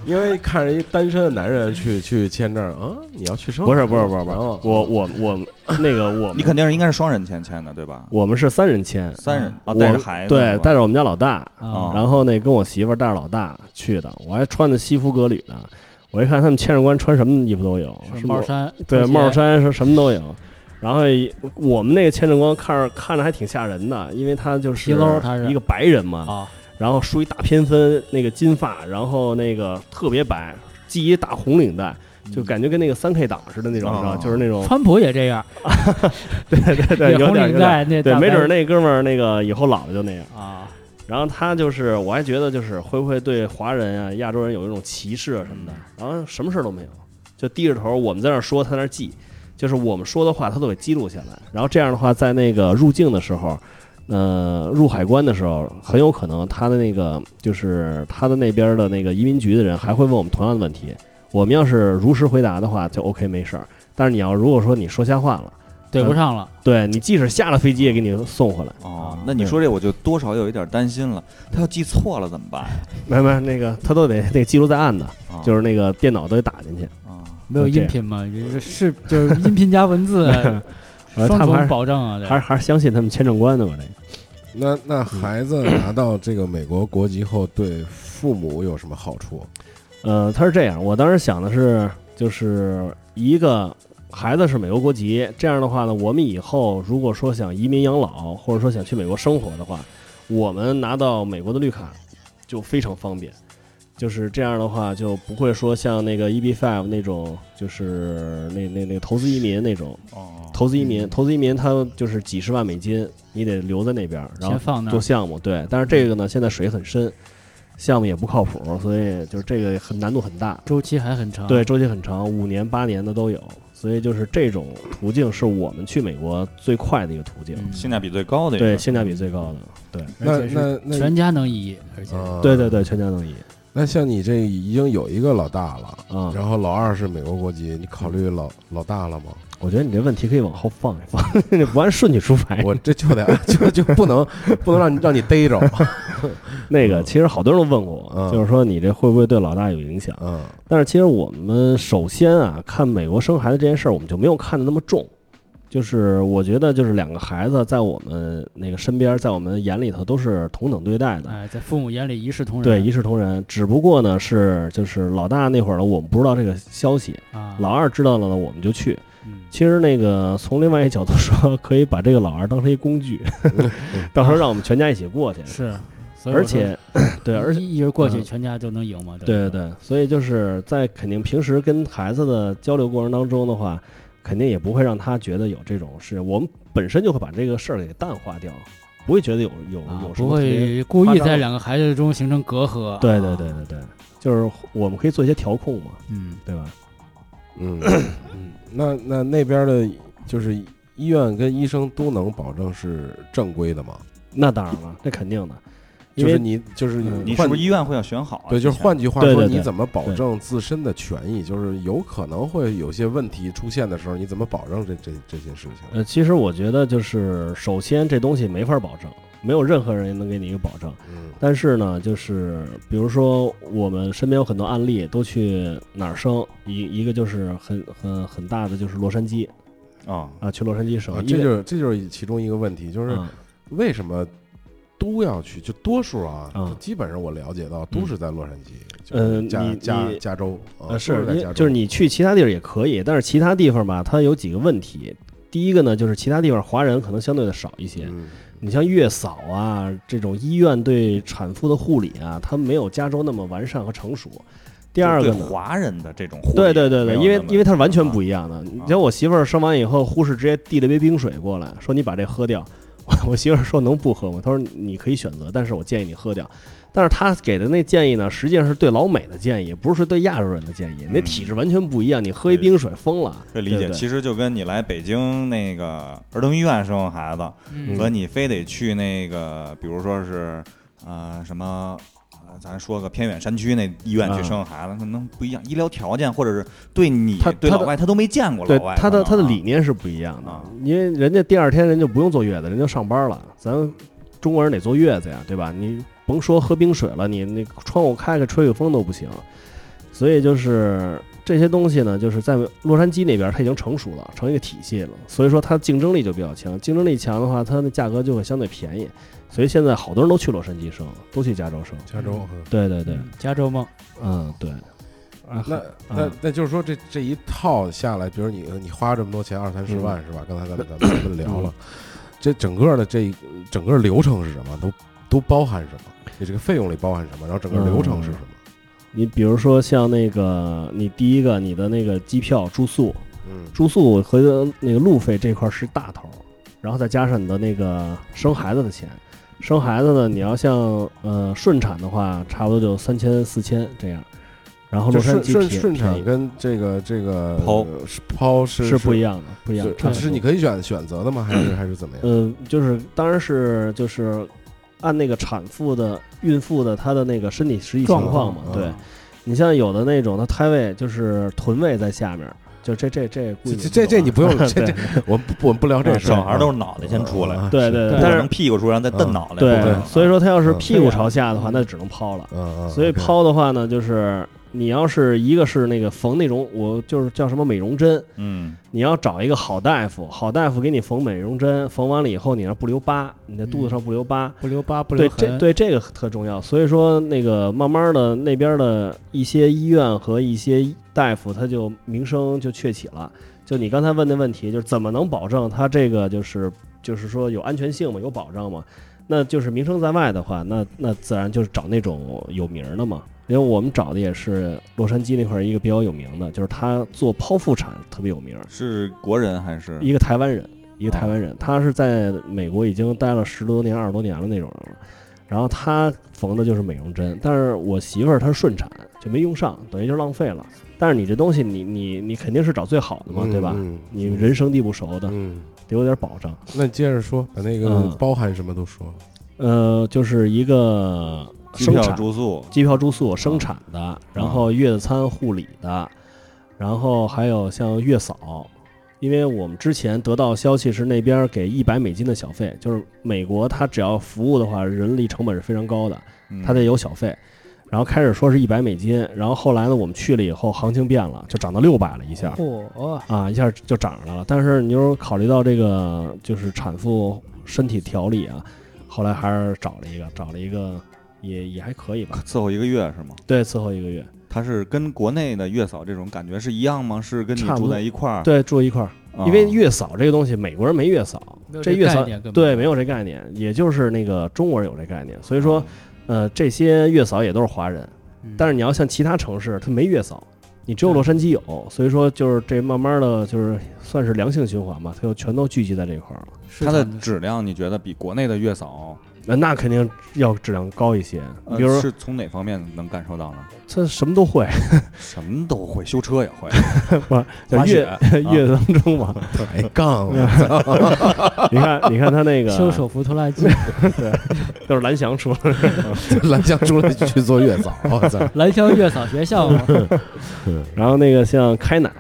S7: 因为看着一单身的男人去去签证啊，你要去生哦
S12: 不是不是不是不是
S7: 然后，
S12: 我我我那个我
S11: 哦你肯定是应该是双人签签的，对吧？
S12: 我们是三人签，
S11: 三人啊
S12: 我
S11: 带着孩子是
S12: 对
S11: 吧，
S12: 哦带着我们家老大，
S10: 啊
S11: 哦
S12: 然后那跟我媳妇儿带着老大去的，我还穿的西服革履呢。我一看他们签证官穿什么衣服都有，
S10: 是
S12: 什么
S10: 帽衫
S12: 对
S10: 拖鞋
S12: 帽衫是什么都有。然后我们那个签证官看着看着还挺吓人的，因为他就是
S10: 皮褛他是啊
S12: 一个白人嘛，然后梳一大偏分，那个金发，然后那个特别白，系一大红领带，
S10: 嗯
S12: 就感觉跟那个三 K 党似的那种，你知
S10: 哦
S12: 道，就是那种
S10: 川普也这样，
S12: 对对哦 对，有
S10: 红
S12: 点
S10: 领
S12: 有
S10: 带
S12: 点
S10: 那
S12: 对，
S10: 大
S12: 没
S10: 白
S12: 准儿那哥们儿那个以后老了就那样
S10: 啊。
S12: 然后他就是，我还觉得就是会不会对华人啊、亚洲人有一种歧视啊什么的，然后什么事儿都没有，就低着头，我们在那儿说，他在那儿记，就是我们说的话，他都给记录下来。然后这样的话，在那个入境的时候，呃，入海关的时候，很有可能他的那个就是他的那边的那个移民局的人还会问我们同样的问题，我们要是如实回答的话，就 OK 没事儿。但是你要如果说你说瞎话了，
S10: 对不上了，
S12: 对你即使下了飞机也给你送回来。
S11: 哦，那你说这我就多少有一点担心了，他要记错了怎么办？
S12: 没没那个他都得那个记录在案的，就是那个电脑都得打进去。，
S11: 嗯
S10: 没有音频嘛，也是就是音频加文字
S12: 呃，
S10: 双
S12: 他们还
S10: 重
S12: 是
S10: 保障啊，这
S12: 还是还是相信他们签证官的吧？这个
S7: 那那孩子
S12: 嗯
S7: 拿到这个美国国籍后，对父母有什么好处？
S12: 呃，他是这样，我当时想的是，就是一个孩子是美国国籍，这样的话呢，我们以后如果说想移民养老，或者说想去美国生活的话，我们拿到美国的绿卡就非常方便。就是这样的话，就不会说像那个 EB Five 那种，就是那那那个投资移民那种，投资移民，投资移民它就是几十万美金，你得留在那边儿，然
S10: 先放那儿
S12: 后做项目，对。但是这个呢，现在水很深，项目也不靠谱，所以就是这个很难度很大，
S10: 周期还很长。
S12: 对，，周期很长，五年八年的都有。所以就是这种途径是我们去美国最快的一个途径，
S11: 性价比最高的一个
S12: 对，性价比最高的，对。
S7: 那那那
S10: 全家能移，而且
S7: 啊
S12: 对对对，全家能移。
S7: 那像你这已经有一个老大了，
S12: 嗯
S7: 然后老二是美国国籍，你考虑老老大了吗？
S12: 我觉得你这问题可以往后放一放，你不按顺序出牌。
S7: 我这就得 就就不能不能让你让你逮着。
S12: 那个其实好多人都问过我，就是说你这会不会对老大有影响？
S7: 嗯，
S12: 但是其实我们首先啊，看美国生孩子这件事儿，我们就没有看得那么重。就是我觉得，就是两个孩子在我们那个身边，在我们眼里头都是同等对待的，
S10: 哎，在父母眼里一视同仁。
S12: 对，一视同仁。只不过呢，是就是老大那会儿呢，我们不知道这个消息，
S10: 啊嗯
S12: 老二知道了呢，我们就去。其实那个从另外一 角度说，可以把这个老二当成一工具，到时候让我们全家一起过去。
S10: 是，所以我
S12: 而
S10: 说
S12: 且对，而且
S10: 一一人过去
S12: 嗯
S10: 全家就能赢嘛，对吧
S12: 对对对，所以就是在肯定平时跟孩子的交流过程当中的话，肯定也不会让他觉得有这种事，我们本身就会把这个事儿给淡化掉，不会觉得有有、有什
S10: 啊不
S12: 么特别
S10: 会啊故
S12: 夸
S10: 意
S12: 张的
S10: 在两个孩子中形成隔阂。
S12: 对对对对对，就是我们可以做一些调控嘛，
S10: 嗯，
S12: 对吧？
S7: 嗯，嗯那那那边的，就是医院跟医生都能保证是正规的吗？
S12: 那当然了，那肯定的，因
S7: 就
S12: 为
S7: 是你就是
S12: 嗯
S7: 换
S11: 啊
S7: 对，就是换句话
S12: 对
S7: 说，
S12: 对
S7: 你
S12: 对
S7: 怎么保
S12: 对
S7: 证自身的权益？就是有可能会有些问题出现的时候，你怎么保证这这这些事情？啊
S12: 呃，其实我觉得就是，首先这东西没法保证，没有任何人能给你一个保证。
S7: 嗯，
S12: 但是呢，就是比如说我们身边有很多案例，都去哪儿生一一个就是很很很大的就是洛杉矶
S11: 啊
S12: 啊，去洛杉矶生，
S7: 啊，
S12: 因
S7: 这
S12: 为
S7: 就是这就是其中一个问题，就是
S12: 嗯
S7: 为什么都要去？就多数啊，
S12: 嗯
S7: 就基本上我了解到都是在洛杉矶，就是
S12: 嗯，
S7: 加
S12: 你
S7: 加
S12: 你
S7: 加州啊，
S12: 呃，
S7: 都
S12: 是
S7: 在
S12: 因
S7: 加州，嗯
S12: 就是你去其他地儿也可以，但是其他地方吧，它有几个问题。第一个呢，就是其他地方华人可能相对的少一
S7: 嗯
S12: 些，你像月嫂啊这种医院对产妇的护理啊，它没有加州那么完善和成熟。第二个
S11: 对
S12: 呢，
S11: 华人的这种护理
S12: 对对对
S11: 没
S12: 对，
S11: 有
S12: 因为
S11: 那么啊
S12: 因为它是完全不一样的。你像我媳妇儿生完以后，护士直接递了一杯冰水过来，说你把这喝掉。 我我媳妇儿说能不喝吗？她说你可以选择，但是我建议你喝掉。但是她给的那建议呢，实际上是对老美的建议，不是对亚洲人的建议。那体质完全不一样，你喝一冰水疯了。
S11: 这嗯理
S12: 对
S11: 解
S12: 不对
S11: 其实就跟你来北京那个儿童医院生孩子，
S12: 嗯
S11: 和你非得去那个，比如说是呃什么。呃咱说个偏远山区那医院去
S12: 嗯
S11: 生孩子，可能不一样，医疗条件或者是对你对
S12: 他
S11: 老
S12: 的
S11: 外他都没见过
S12: 对
S11: 老外，
S12: 他的
S11: 可
S12: 他
S11: 能
S12: 的
S11: 啊
S12: 理念是不一样的，啊因为人家第二天人就不用坐月子，人就上班了。咱中国人得坐月子呀，对吧？你甭说喝冰水了，你那窗户开开吹吹风都不行。所以就是这些东西呢，就是在洛杉矶那边它已经成熟了，成一个体系了，所以说它竞争力就比较强。竞争力强的话，它的价格就会相对便宜。所以现在好多人都去洛杉矶生，都去加州生。
S7: 加州嗯
S12: 对对对，
S10: 加州梦。
S12: 嗯，对。啊
S7: 那那
S12: 嗯
S7: 那就是说这，这一套下来，比如你你花这么多钱，二三十万
S12: 嗯
S7: 是吧？刚才咱们咱们咱们聊了，这整个的这整个流程是什么？都都包含什么？你这个费用里包含什么？然后
S12: 嗯
S7: 整个流程是什么？
S12: 你比如说像那个，你第一个你的那个机票、住宿，
S7: 嗯
S12: 住宿和那个路费这块儿是大头儿，然后再加上你的那个生孩子的钱，生孩子呢，你要像呃顺产的话，差不多就三千四千这样，然后
S7: 就
S12: 洛
S7: 顺
S12: 杉矶
S7: 顺
S12: 便宜
S7: 顺产
S12: 便宜
S7: 跟这个这个
S12: 抛
S7: 是抛是
S12: 是不一样的不一样的差
S7: 是
S12: 不多
S7: 是你可以选选择的吗？还 是还是怎么样？
S12: 呃，就是当然是就是按那个产妇的、孕妇的她的那个身体实际情况
S7: 状
S12: 嘛
S7: 况。
S12: 对
S7: 啊，
S12: 你像有的那种，她胎位就是臀位在下面儿，就这这这估
S7: 这
S12: 计
S7: 这这这你不用， 这这我们不我们不聊这事儿，
S12: 啊
S11: 小孩都是脑袋先出来
S7: 啊，
S12: 对对，
S11: 但
S12: 嗯但
S11: 是
S12: 是嗯
S11: 屁股出来然后再蹬脑袋，
S12: 对
S11: 不可能
S12: 所以说他要是
S11: 嗯
S12: 屁股朝下的话，那只能抛了。
S7: 嗯
S12: 所以抛的话呢，就是你要是一个是那个缝那种，我就是叫什么美容针，
S11: 嗯，
S12: 你要找一个好大夫，好大夫给你缝美容针，缝完了以后你那不留疤，你的肚子上不留疤，
S10: 不留疤不留
S12: 对，
S10: 痕
S12: 这对这个特重要。所以说那个慢慢的那边的一些医院和一些大夫，他就名声就鹊起了。就你刚才问的问题，就是怎么能保证他这个就是就是说有安全性嘛，有保障嘛？那就是名声在外的话，那那自然就是找那种有名儿的嘛。因为我们找的也是洛杉矶那块儿一个比较有名的，就是他做剖腹产特别有名儿，
S11: 是国人还是
S12: 一个台湾人，一个台
S7: 啊
S12: 湾人，他是在美国已经待了十多年、二十多年了那种人了。然后他缝的就是美容针，但是我媳妇儿她是顺产，就没用上，等于就浪费了。但是你这东西你，你你肯定是找最好的嘛，
S7: 嗯
S12: 对吧？
S7: 嗯
S12: 你人生地不熟的，得有点保障。
S7: 那你接着说，把那个
S12: 嗯
S7: 包含什么都 说。
S12: 呃，就是一个
S7: 机
S12: 生
S7: 票
S12: 产
S7: 住宿
S12: 机票住宿生产的，然后月子餐护理的，然后还有像月嫂，因为我们之前得到消息是那边给一百美金的小费，就是美国它只要服务的话，人力成本是非常高的，它得有小费。然后开始说是一百美金，然后后来呢，我们去了以后，行情变了，就涨到六百了一
S10: 哦
S12: 下。
S10: 嚯
S12: 啊，一下就涨上来了。但是你就是考虑到这个就是产妇身体调理啊，后来还是找了一个，找了一个也也还可以吧。
S11: 伺候一个月是吗？
S12: 对，伺候一个月，
S11: 它是跟国内的月嫂这种感觉是一样吗？是跟你
S12: 差不
S11: 住
S12: 多
S11: 在一块儿？
S12: 对，住一块儿。
S11: 啊
S12: 因为月嫂这个东西，美国人没月嫂
S10: 没有，这
S12: 月
S10: 概
S12: 嫂
S10: 念根本
S11: 啊
S12: 对没有这概念，也就是那个中国人有这概念，所以说呃，这些月嫂也都是华人，
S10: 嗯
S12: 但是你要像其他城市，它没月嫂，你只有洛杉矶有，所以说就是这慢慢的就是算是良性循环吧，它就全都聚集在这一块儿了。
S11: 它的质量你觉得比国内的月嫂，
S12: 那呃那肯定要质量高一些，
S11: 呃
S12: 比如说
S11: 是从哪方面能感受到呢？
S12: 他什么都会，，
S11: 什么都会，修车也会
S12: 不是在
S11: 滑雪
S12: 乐乐
S11: 啊
S12: 当中嘛，
S11: 抬杠
S7: 啊
S11: 了
S12: 你看，你看他那个
S10: 修手扶拖拉机，
S12: 对，都是蓝翔出来
S10: 蓝翔出来
S12: 去做月 嫂
S10: 我操蓝翔月嫂学校 嘛
S12: 然后那个像开奶，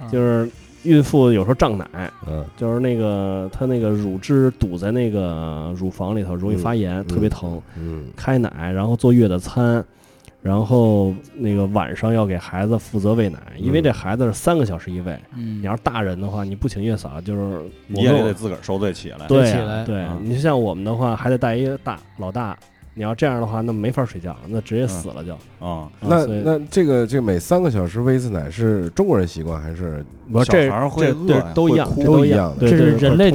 S11: 嗯
S12: 就是孕妇有时候胀奶，
S7: 嗯
S12: 就是那个她那个乳汁堵在那个乳房里头，容易发炎，
S3: 嗯
S12: 特别疼。
S3: 嗯
S12: 开奶，然后坐月的餐，然后那个晚上要给孩子负责喂奶，因为这孩子是三个小时一喂。
S10: 嗯
S12: 你要是大人的话，你不请月嫂，就是
S11: 你也得自个儿受罪起来。
S12: 对
S11: 起
S12: 啊、对，你像我们的话，还得带一个大老大。你要这样的话，那没法睡觉，那直接死了就。
S11: 啊
S7: 那
S12: 所以
S7: 那这个这个每三个小时喂一次奶是中国人习惯还是
S12: 我这这对都一样，这都
S7: 一
S12: 一
S7: 样
S12: 样，
S7: 的，
S12: 对对对
S7: 都一样都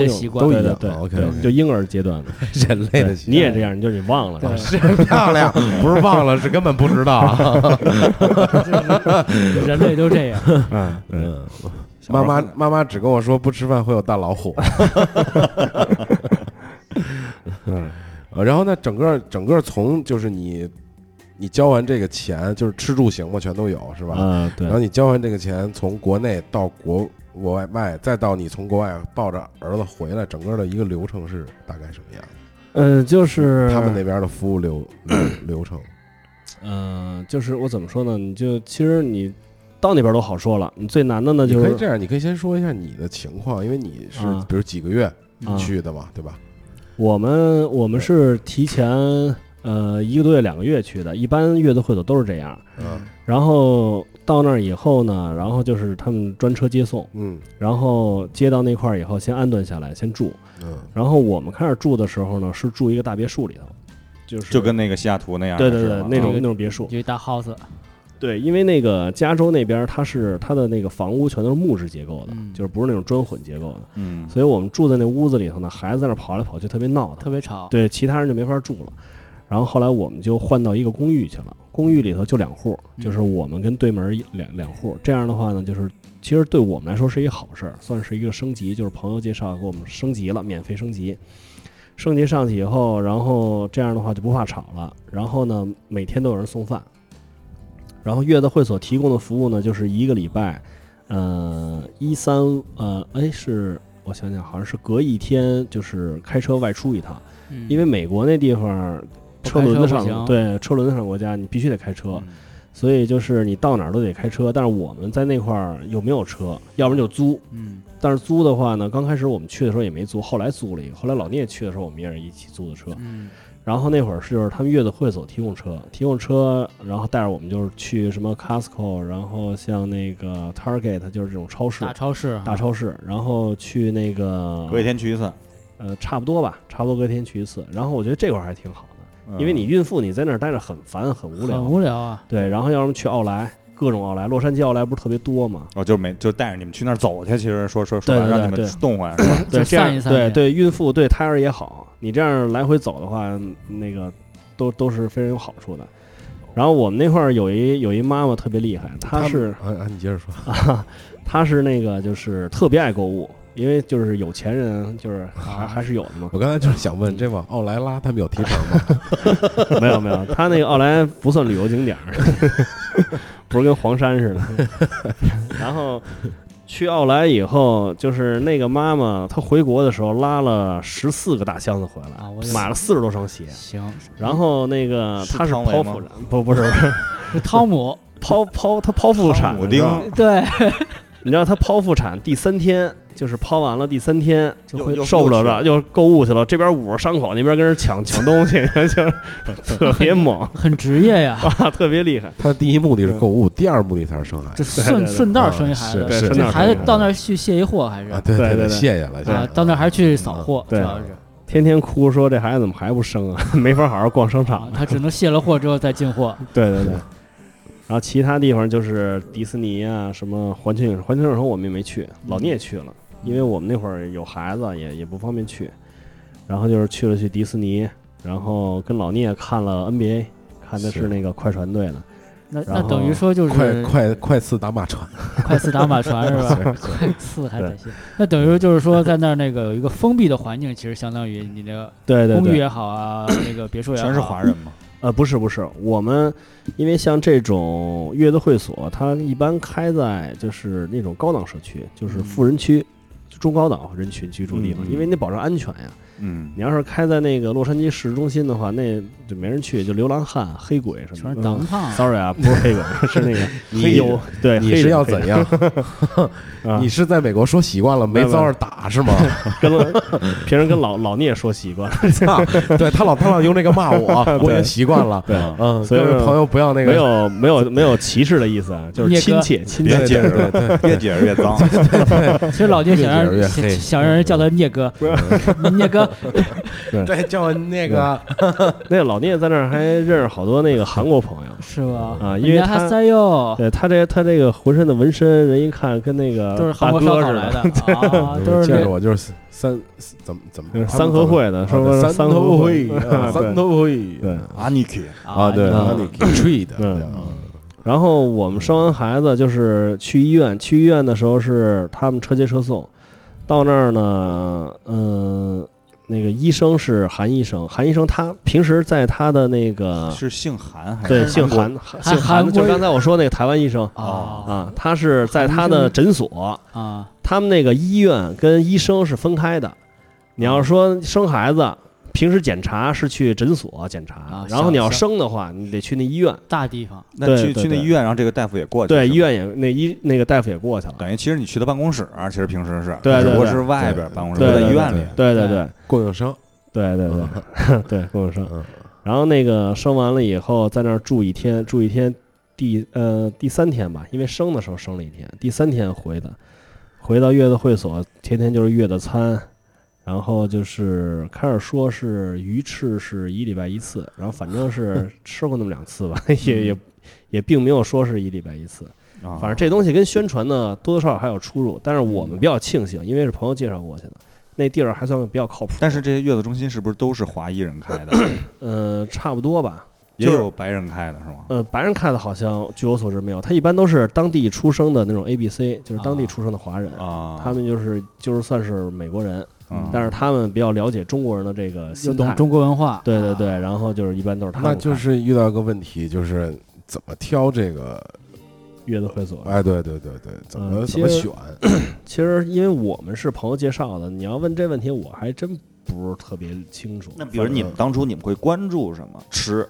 S12: 都
S7: 一
S12: 一
S7: 样
S12: 样。对
S7: 啊，OK，
S12: 对就婴儿阶段的
S7: 人类的
S12: 对
S7: 习惯
S12: 你也这样，你就你忘了，
S7: 是漂 亮，不是忘了，是根本不知道啊
S12: 就是。人类都 这样
S7: 嗯嗯，妈妈妈妈只跟我说不吃饭会有大老 虎。嗯，呃然后呢，整个整个从就是你你交完这个钱，就是吃住行嘛，全都有是吧？
S12: 啊对
S7: 然后你交完这个钱，从国内到国国外卖，再到你从国外抱着儿子回来，整个的一个流程是大概什么样？
S12: 呃，就是
S7: 他们那边的服务流流流程。
S12: 嗯，就是我怎么说呢？你就其实你到那边都好说了，你最难的呢就
S7: 你
S12: 是
S7: 可以这样，你可以先说一下你的情况，因为你是
S12: 啊
S7: 比如几个月
S12: 啊
S7: 去的嘛，对吧？
S12: 我们我们是提前呃一个多月两个月去的，一般月子会所都是这样。
S7: 嗯，
S12: 然后到那儿以后呢，然后就是他们专车接送，
S7: 嗯，
S12: 然后接到那块儿以后，先安顿下来，先住。
S7: 嗯，
S12: 然后我们开始住的时候呢，是住一个大别墅里头，就是
S11: 就跟那个西雅图那样的
S12: 对
S11: 是
S12: 对
S11: 吗，
S12: 对，那种那种别墅，
S10: 有一大 house，
S12: 对，因为那个加州那边儿它是它的那个房屋全都是木质结构的，就是不是那种砖混结构的，
S11: 嗯，
S12: 所以我们住在那屋子里头呢，孩子在那儿跑来跑去，特别闹腾，
S10: 特别吵。
S12: 对，其他人就没法住了。然后后来我们就换到一个公寓去了，公寓里头就两户，就是我们跟对门儿一两两户。这样的话呢，就是其实对我们来说是一个好事儿，算是一个升级，就是朋友介绍给我们升级了，免费升级。升级上去以后，然后这样的话就不怕吵了。然后呢，每天都有人送饭。然后月子会所提供的服务呢，就是一个礼拜，呃，一三呃，哎，是我想想，好像是隔一天就是开车外出一趟，
S10: 嗯
S12: 因为美国那地方
S10: 不
S12: 车
S10: 开
S12: 轮
S10: 车不
S12: 子上
S10: 行嗯
S12: 对车轮子上国家，你必须得开车。所以就是你到哪儿都得开车，但是我们在那块儿又没有车，要不然就租。
S10: 嗯，
S12: 但是租的话呢，刚开始我们去的时候也没租，后来租了一个。后来老聂去的时候，我们也是一起租的车。
S10: 嗯，
S12: 然后那会儿是就是他们月子会所提供车，提供车，然后带着我们就是去什么 Costco，然后像那个 Target，就是这种超市，
S10: 大超市啊
S12: 大超市，然后去那个
S11: 隔一天去一次，
S12: 呃，差不多吧，差不多隔一天去一次。然后我觉得这块儿还挺好的，因为
S10: 嗯
S12: 你孕妇你在那儿待着很烦，很无聊，
S10: 很无聊啊。
S12: 对，然后要么去奥莱，各种奥莱，洛杉矶奥莱不是特别多嘛？
S11: 哦，就没就带着你们去那儿走去，其实说说说
S12: 对
S11: 白
S12: 对
S11: 了
S12: 对
S11: 让你
S12: 对？
S11: 们动换是吧
S12: 对，这样对对，孕妇对胎儿也好，你这样来回走的话，嗯那个都都是非常有好处的。然后我们那块儿有一有一妈妈特别厉害，
S7: 他
S12: 她
S7: 们
S12: 是
S7: 啊啊，你接着说。
S12: 啊，她是那个就是特别爱购物，因为就是有钱人就是还还是有的嘛。？
S7: 我刚才就是想问，这往奥莱拉他们有提成吗
S12: 没有没有，他那个奥莱不算旅游景点儿， 不是跟黄山似的。 然后去奥莱以后，就是那个妈妈，她回国的时候拉了十四个大箱子回来，
S10: 啊我就
S12: 买了四十多双鞋。
S10: 行，
S12: 然后那个
S10: 是
S12: 她是
S10: 汤唯
S12: 剖
S10: 吗
S12: 腹产，不不是 不是，
S10: 是汤姆
S12: 剖剖她剖腹产的时候，
S10: 对，
S12: 你知道她剖腹产第三天，就是剖完了第三天就
S10: 又又
S12: 受不了
S10: 又去
S12: 了，又购物去了。这边捂着伤口，那边跟人抢抢东西， 就是特别猛，
S10: 很职业 呀。
S12: 啊，特别厉害。
S7: 他第一目的是购物，第二目的才是生孩子，
S10: 这顺顺道生一孩子，
S7: 啊是
S10: 这孩子到那儿去卸一货还是？
S7: 啊对对对对谢谢了谢谢
S10: 啊，到那儿还去扫货，主
S12: 对
S10: 要是，
S12: 天天哭说这孩子怎么还不生啊？ 没法好好逛商场。
S10: 啊
S12: 啊
S10: 他只能卸了货之后再进货。
S12: 对对对。然后其他地方就是迪士尼啊，什么环球影城，环球影城我们也没去，老聂去了，啊因为我们那会儿有孩子，也也不方便去。然后就是去了去迪士尼，然后跟老聂看了 NBA，看的是
S10: 是
S12: 那个快船队的。
S10: 那
S12: 然
S10: 那
S12: 后
S10: 等于说就是
S7: 快快快刺打马船，
S10: 快刺打马船是吧？
S7: 是
S10: 快刺还得行。那等于就是说，在那儿那个有一个封闭的环境，其实相当于你的
S12: 对对对
S10: 公寓也好啊，那个别墅也好，？
S11: 吗？
S12: 呃，不是不是，我们因为像这种乐的会所，它一般开在就是那种高档社区，就是富人区、中高档人群居住地方，
S16: 嗯嗯
S12: 因为你得保证安全呀。
S11: 嗯，
S12: 你要是开在那个洛杉矶市中心的话，那就没人去，就流浪汉、黑鬼什么的。全
S10: 是党胖
S12: Sorry 啊，不是黑鬼，是那个
S7: 你
S12: 有对，
S7: 你
S12: 黑
S7: 是
S12: 人
S7: 要
S12: 黑人
S7: 怎样
S12: 啊？
S7: 你是在美国说习惯了，没遭着打 是吗？
S12: 跟老 平时跟老老聂说习惯，
S7: 操对哎他老他老用那个骂 我
S12: 对
S7: 我也习惯了
S12: 对，
S7: 嗯
S12: 所以
S7: 各位
S12: 说
S7: 朋友不 要那个
S12: 没 有没有没有歧视的意思啊，就是
S10: 聂
S12: 亲
S10: 哥
S12: 切亲切，
S10: 别解释
S7: 了对对越解释越 脏对对对
S10: 其实老聂想
S7: 越解
S10: 让
S7: 释越黑
S10: 想想让人叫他聂哥， 聂哥，
S7: 对，叫我那
S12: 个，那老聂在那儿还认识好多那个韩国朋友，
S10: 是吧？
S12: 啊，因为
S10: 人家
S12: 他
S10: 还塞哟
S12: 对他这他这个浑身的纹身，人一看跟那个
S10: 都是韩国
S12: 呃大哥
S10: 烧烤
S12: 似
S10: 来
S12: 的
S10: 的啊，都是
S7: 见着
S10: 那
S7: 我就是三怎么怎么
S12: 就是三合会的，说
S7: 啊
S12: 说
S7: 对
S12: 三
S7: 三
S12: 合
S7: 合
S12: 会
S7: 会，
S12: 啊
S7: 啊三合会，
S12: 对
S11: 阿尼克
S7: 啊，对，
S12: 啊
S7: 阿尼克 tree 的，
S12: 嗯。然后我们生完孩子就是去医院，去医院的时候是他们车接车送，到那儿呢，嗯、那个医生是韩医生，韩医生他平时在他的那个
S11: 是姓韩还是
S12: 对姓韩
S11: 韩
S12: 姓韩的，就是刚才我说那个台湾医生啊、他是在他的诊所
S10: 哦啊，
S12: 他们那个医院跟医生是分开的。你要说生孩子，平时检查是去诊所检查，然后你要生的话，你得去那医院
S10: 大地方。
S11: 那
S12: 对
S11: 去
S12: 对
S11: 去那
S12: 对
S11: 医院，然后这个大夫也过去，
S12: 对
S11: 是吗
S12: 医院也那医那个大夫也过去了，
S11: 等于其实你去的办公室，啊其实平时是，
S12: 对对
S11: 只
S12: 对，
S11: 不过是外边办公室，
S12: 对
S11: 不在
S12: 对
S11: 医院里，
S12: 对对对，
S7: 供应商，
S12: 对对对对供应
S7: 嗯
S12: 商。然后那个生完了以后，在那儿住一天，住一天，第呃第三天吧，因为生的时候生了一天，第三天回的，回到月子会所，天天就是月的餐，然后就是开始说是鱼翅是一礼拜一次，然后反 正是吃过那么两次
S11: 嗯
S12: 吧，也也也并没有说是一礼拜一次。
S11: 啊嗯
S12: 反正这东西跟宣传呢多多少少还有出入，但是我们比较庆幸，因为是朋友介绍过去的，那地儿还算比较靠谱。
S11: 但是这些月子中心是不是都是华裔人 开的？
S12: 呃，差不多吧，
S11: 也
S12: 就是
S11: 有白人开的是吗？
S12: 呃，白人开的好像据我所知没有，他一般都是当地出生的那种 A B C，就是当地出生的华人
S11: 啊，
S12: 呃他们就是就是算是美国人
S11: 嗯，
S12: 但是他们比较了解中国人的这个
S10: 又
S12: 心态
S10: 懂，中国文化，
S12: 对
S11: 啊
S12: 对对，然后就是一般都是他们
S7: 那
S12: 开，
S7: 就是遇到一个问题，就是怎么挑这个，
S12: 月子会所，
S7: 哎，对对对对，怎么
S12: 嗯
S7: 怎么
S12: 其实
S7: 选？
S12: 其实因为我们是朋友介绍的，你要问这问题，我还真不是特别清楚。
S11: 那比如你
S12: 呃
S11: 们当初你们会关注什么？吃、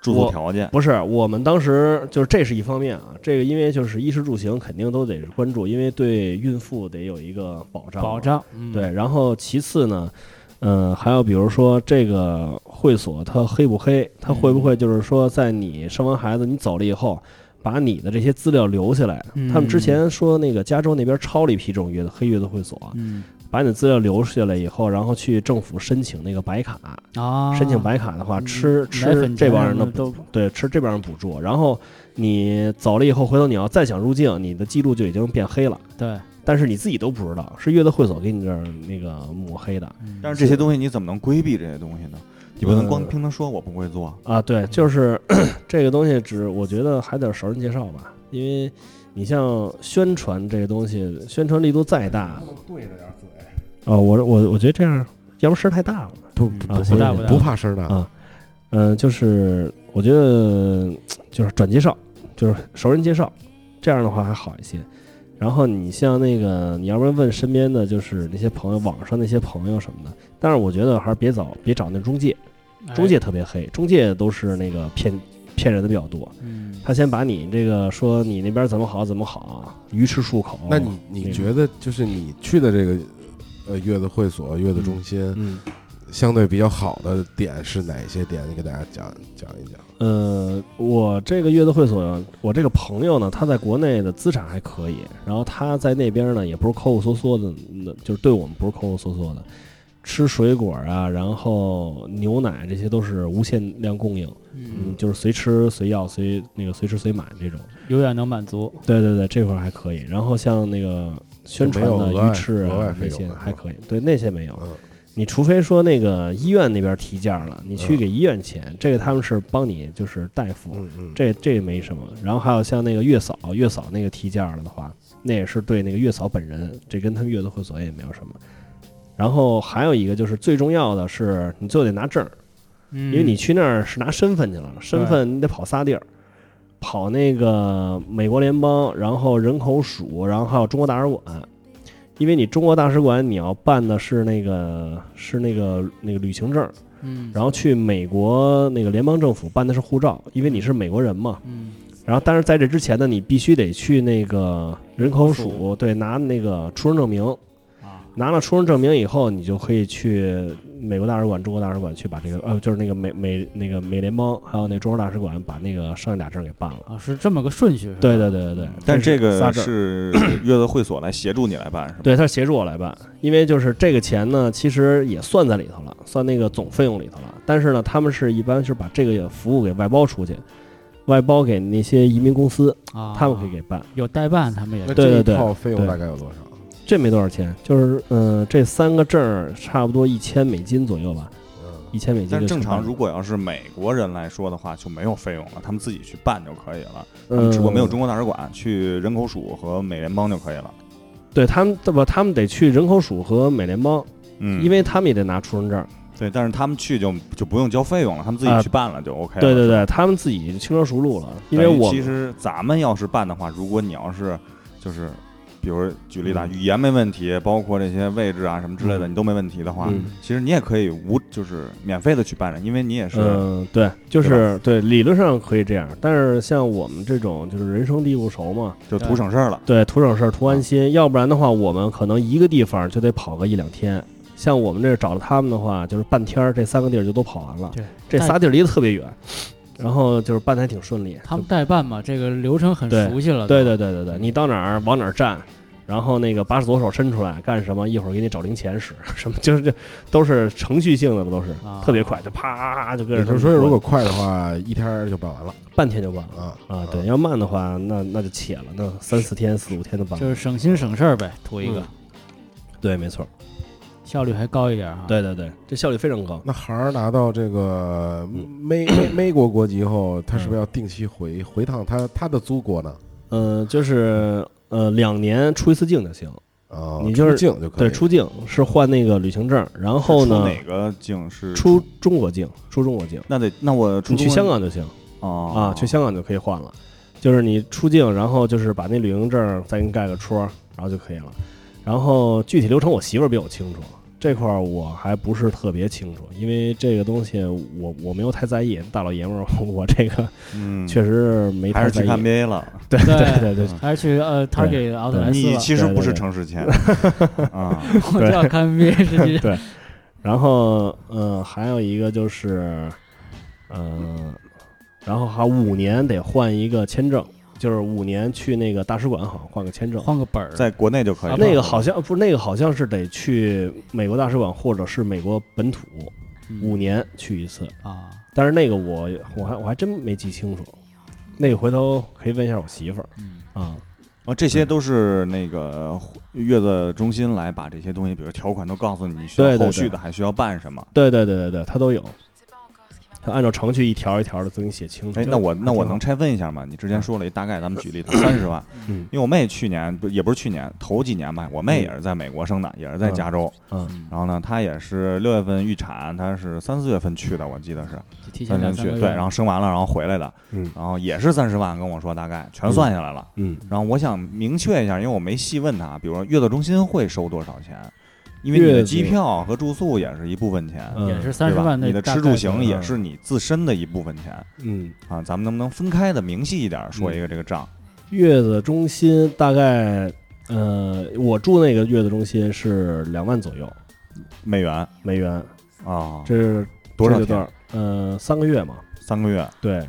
S11: 住
S12: 我
S11: 宿条件，
S12: 不是，我们当时就是这是一方面啊，这个因为就是衣食住行肯定都得关注，因为对孕妇得有一个保障嘛。
S10: 保障嗯
S12: 对，然后其次呢，嗯、还有比如说这个会所它黑不黑，它会不会就是说在你生完孩子你走了以后。把你的这些资料留下来，
S10: 嗯
S12: 他们之前说那个加州那边抄了一批这种月子黑月子会所，
S10: 嗯
S12: 把你的资料留下来以后，然后去政府申请那个白卡，
S10: 啊，
S12: 申请白卡的话，吃
S10: 奶
S12: 吃
S10: 粉
S12: 这
S10: 钱
S12: 帮
S10: 什
S12: 人
S10: 么
S12: 的
S10: 的都
S12: 补对，吃这帮人补助。然后你走了以后，回头你要再想入境，你的记录就已经变黑了。
S10: 对，
S12: 但是你自己都不知道，是月子会所给你这儿那个抹黑的。
S11: 但是这些东西你怎么能规避这些东西呢？你不能光
S12: 呃
S11: 听他说我不会做，
S12: 啊，对，就是 这个东西只，我觉得还得熟人介绍吧，因为你像宣传这个东西，宣传力度再大，
S7: 哦对着点嘴。
S12: 啊，我我我觉得这样，要不声儿太大了，
S7: 不
S12: 啊
S7: 不
S12: 行
S7: 大
S12: 行
S7: 不大不怕声儿大
S12: 啊，嗯，就是我觉得就是转介绍，就是熟人介绍，这样的话还好一些。然后你像那个，你要不然问身边的就是那些朋友，网上那些朋友什么的，但是我觉得还是别找别找那中介，
S10: 哎
S12: 中介特别黑，中介都是那个骗骗人的比较多。
S10: 嗯，
S12: 他先把你这个说你那边怎么好怎么好，鱼吃漱口。
S7: 那你
S12: 那
S7: 你
S12: 个
S7: 觉得就是你去的这个呃月子会所、月子中心，
S12: 嗯
S7: 相对比较好的点是哪些点？你给大家讲讲一讲。
S12: 呃，我这个月子会所，我这个朋友呢，他在国内的资产还可以，然后他在那边呢，也不是抠抠缩缩的，嗯就是对我们不是抠抠缩缩的，吃水果啊，然后牛奶这些都是无限量供应，
S10: 嗯
S12: 就是随吃随要随那个随吃随买这种。
S10: 哎永远能满足。
S12: 对对对，这块儿还可以。然后像那个宣传
S10: 就没
S12: 的
S10: 有额外
S12: 鱼翅
S10: 额外
S12: 啊
S10: 费
S12: 那
S10: 用嗯
S12: 些
S10: 了
S12: 还可以，对那些没有。你除非说那个医院那边提价了，你去给医院钱，这个他们是帮你就是代付，
S10: 嗯
S12: 这这没什么。然后还有像那个月嫂，月嫂那个提价了的话，那也是对那个月嫂本人，这跟他们月子会所也没有什么。然后还有一个就是最重要的是，你最后得拿证儿，
S10: 嗯
S12: 因为你去那儿是拿身份去了，身份你得跑仨地儿，跑那个美国联邦，然后人口署，然后还有中国大使馆，因为你中国大使馆你要办的是那个是那个那个旅行证，
S10: 嗯
S12: 然后去美国那个联邦政府办的是护照，因为你是美国人嘛，
S10: 嗯，
S12: 然后但是在这之前呢，你必须得去那个人口
S10: 人口
S12: 署对拿那个出生证明。拿了出生证明以后，你就可以去美国大使馆、中国大使馆去把这个呃，就是那个美美那个美联邦还有那中国大使馆把那个剩下俩证给办了。
S10: 啊，是这么个顺序是吧？
S12: 对对对对对，
S11: 但这
S12: 仨
S11: 个
S12: 证
S11: 是 月子会所来协助你来办是吧？
S12: 对，他是协助我来办，因为就是这个钱呢，其实也算在里头了，算那个总费用里头了。但是呢，他们是一般是把这个服务给外包出去，外包给那些移民公司，
S10: 啊
S12: 他们可以给办。
S10: 有代办，他们也
S12: 对对对，对
S7: 有多少？
S12: 这没多少钱，就是嗯、呃这三个证儿差不多一千美金左右吧，
S7: 嗯
S12: 一千美金就
S11: 但是
S12: 行
S11: 正常，
S12: 了
S11: 如果要是美国人来说的话，就没有费用了，他们自己去办就可以了。他
S12: 嗯
S11: 们只不过没有中国大使馆，去人口署和美联邦就可以了。
S12: 对他们不，他们得去人口署和美联邦，
S11: 嗯
S12: 因为他们也得拿出生证儿。
S11: 对，但是他们去就就不用交费用了，他们自己
S12: 啊
S11: 去办了就 OK 了。
S12: 对对
S11: 是吧
S12: 对，他们自己轻车熟路了，因为
S11: 等于
S12: 我
S11: 其实咱们要是办的话，如果你要是就是，比如举例子啊，
S12: 嗯
S11: 语言没问题，包括这些位置啊什么之类的，你都没问题的话
S12: 嗯，
S11: 其实你也可以无就是免费的去办了，因为你也是
S12: 嗯，对，就
S11: 对
S12: 是对理论上可以这样，但是像我们这种就是人生地不熟嘛，
S11: 就图省事儿了。
S12: 对，图省事儿，图安心。要不然的话，我们可能一个地方就得跑个一两天。像我们这找了他们的话，就是半天儿，这三个地儿就都跑完了。
S10: 对
S12: 这
S10: 但
S12: 仨地儿离得特别远，然后就是办的还挺顺利。
S10: 他们代办嘛，这个流程很
S12: 对
S10: 熟悉了。
S12: 对对对对对，你到哪儿往哪儿站，然后那个把左手伸出来干什么，一会儿给你找零钱使， 什么就是这都是程序性的了，都是、特别快，就啪就跟
S7: 也
S12: 着
S7: 就是说，如果快的话，一天儿就办完了。
S12: 半天就办了啊对，要慢的话，那那就且了，那三四天、四五天就办了，
S10: 就是省心省事儿呗，图一个、
S12: 嗯对，没错，
S10: 效率还高一点哈。
S12: 对对对，这效率非常高。
S7: 那孩儿拿到这个
S12: 嗯
S7: 美 美美国国籍后，他是不是要定期回回趟他他的租国呢？
S12: 嗯，就是呃，两年出一次境就行。
S7: 哦
S12: 你就是
S7: 出境就可以
S12: 对出境是换那个旅行证，然后
S11: 出
S12: 呢，
S11: 哪个境是
S12: 出中国境，出中国境。
S11: 那得那我出
S12: 你去
S11: 中
S12: 香
S11: 国
S12: 港就行
S11: 哦
S12: 啊，去香港就可以换了，就是你出境，然后就是把那旅行证再给你盖个戳，然后就可以了。然后具体流程我媳妇儿比我清楚，这块儿我还不是特别清楚，因为这个东西我我没有太在意。大老爷们儿， 我这个
S11: 嗯
S12: 确实没
S11: 还
S12: 太
S11: 是去
S12: 在意。
S11: 看嗯 NBA 了
S12: 对
S10: 对
S12: 对对，
S10: 还是去呃
S12: 他
S10: ，Target 奥特莱斯
S11: 你
S10: 了
S11: 其实
S12: 对对
S11: 不是
S12: 对
S11: 城市签 啊，
S10: 我就要看 NBA 实际上
S12: 对，然后呃，还有一个就是，呃，然后还五年得换一个签证，就是五年去那个大使馆好像换个签证，
S10: 换个本儿
S11: 在国内就可以了
S12: 那个好像不是那个好像是得去美国大使馆或者是美国本土，五年去一次
S10: 啊。
S12: 但是那个我我还我还真没记清楚，那个回头可以问一下我媳妇儿啊。
S11: 哦，这些都是那个月子中心来把这些东西，比如条款都告诉你，你需
S12: 对
S11: 要
S12: 对
S11: 后续
S12: 对
S11: 的还需要办什么。
S12: 对对对对对，他都有，他按照程序一条一条的都给你写清楚。
S11: 哎，那我那我能
S12: 拆。
S11: 拆分一下吗？你之前说了一大概，咱们举例子，三十万。
S12: 嗯
S11: 因为我妹去年不也不是去年，头几年吧，我妹也是在美国生的，也是在加州。
S12: 嗯，
S11: 然后呢，她也是六月份预产，她是三四月份去的，我记得是
S10: 提前
S11: 三
S10: 两
S11: 月
S10: 三
S11: 去，
S10: 个月
S11: 对，然后生完了，然后回来的，
S12: 嗯，
S11: 然后也是三十万，跟我说大概全算下来了。
S12: 嗯，
S11: 然后我想明确一下，因为我没细问她，比如说月子中心会收多少钱？因为你
S12: 月
S11: 的
S12: 子嗯
S11: 机票和住宿也是一部分钱，
S10: 嗯也是
S11: 对
S10: 30
S11: 吧
S10: 万那
S11: 你的
S10: 大
S11: 吃
S10: 概
S11: 住
S10: 的
S11: 行也
S10: 嗯
S11: 是你自身的一部分钱。
S12: 嗯，
S11: 啊，咱们能不能分开的明细一点儿说一个这个账？
S12: 月子中心大概，呃，我住那个月子中心是两万左右，
S11: 美元，
S12: 美元
S11: 啊，
S12: 这是
S11: 多少
S12: 这就
S11: 天
S12: 多少？呃，三个月嘛，
S11: 三个月。
S12: 对，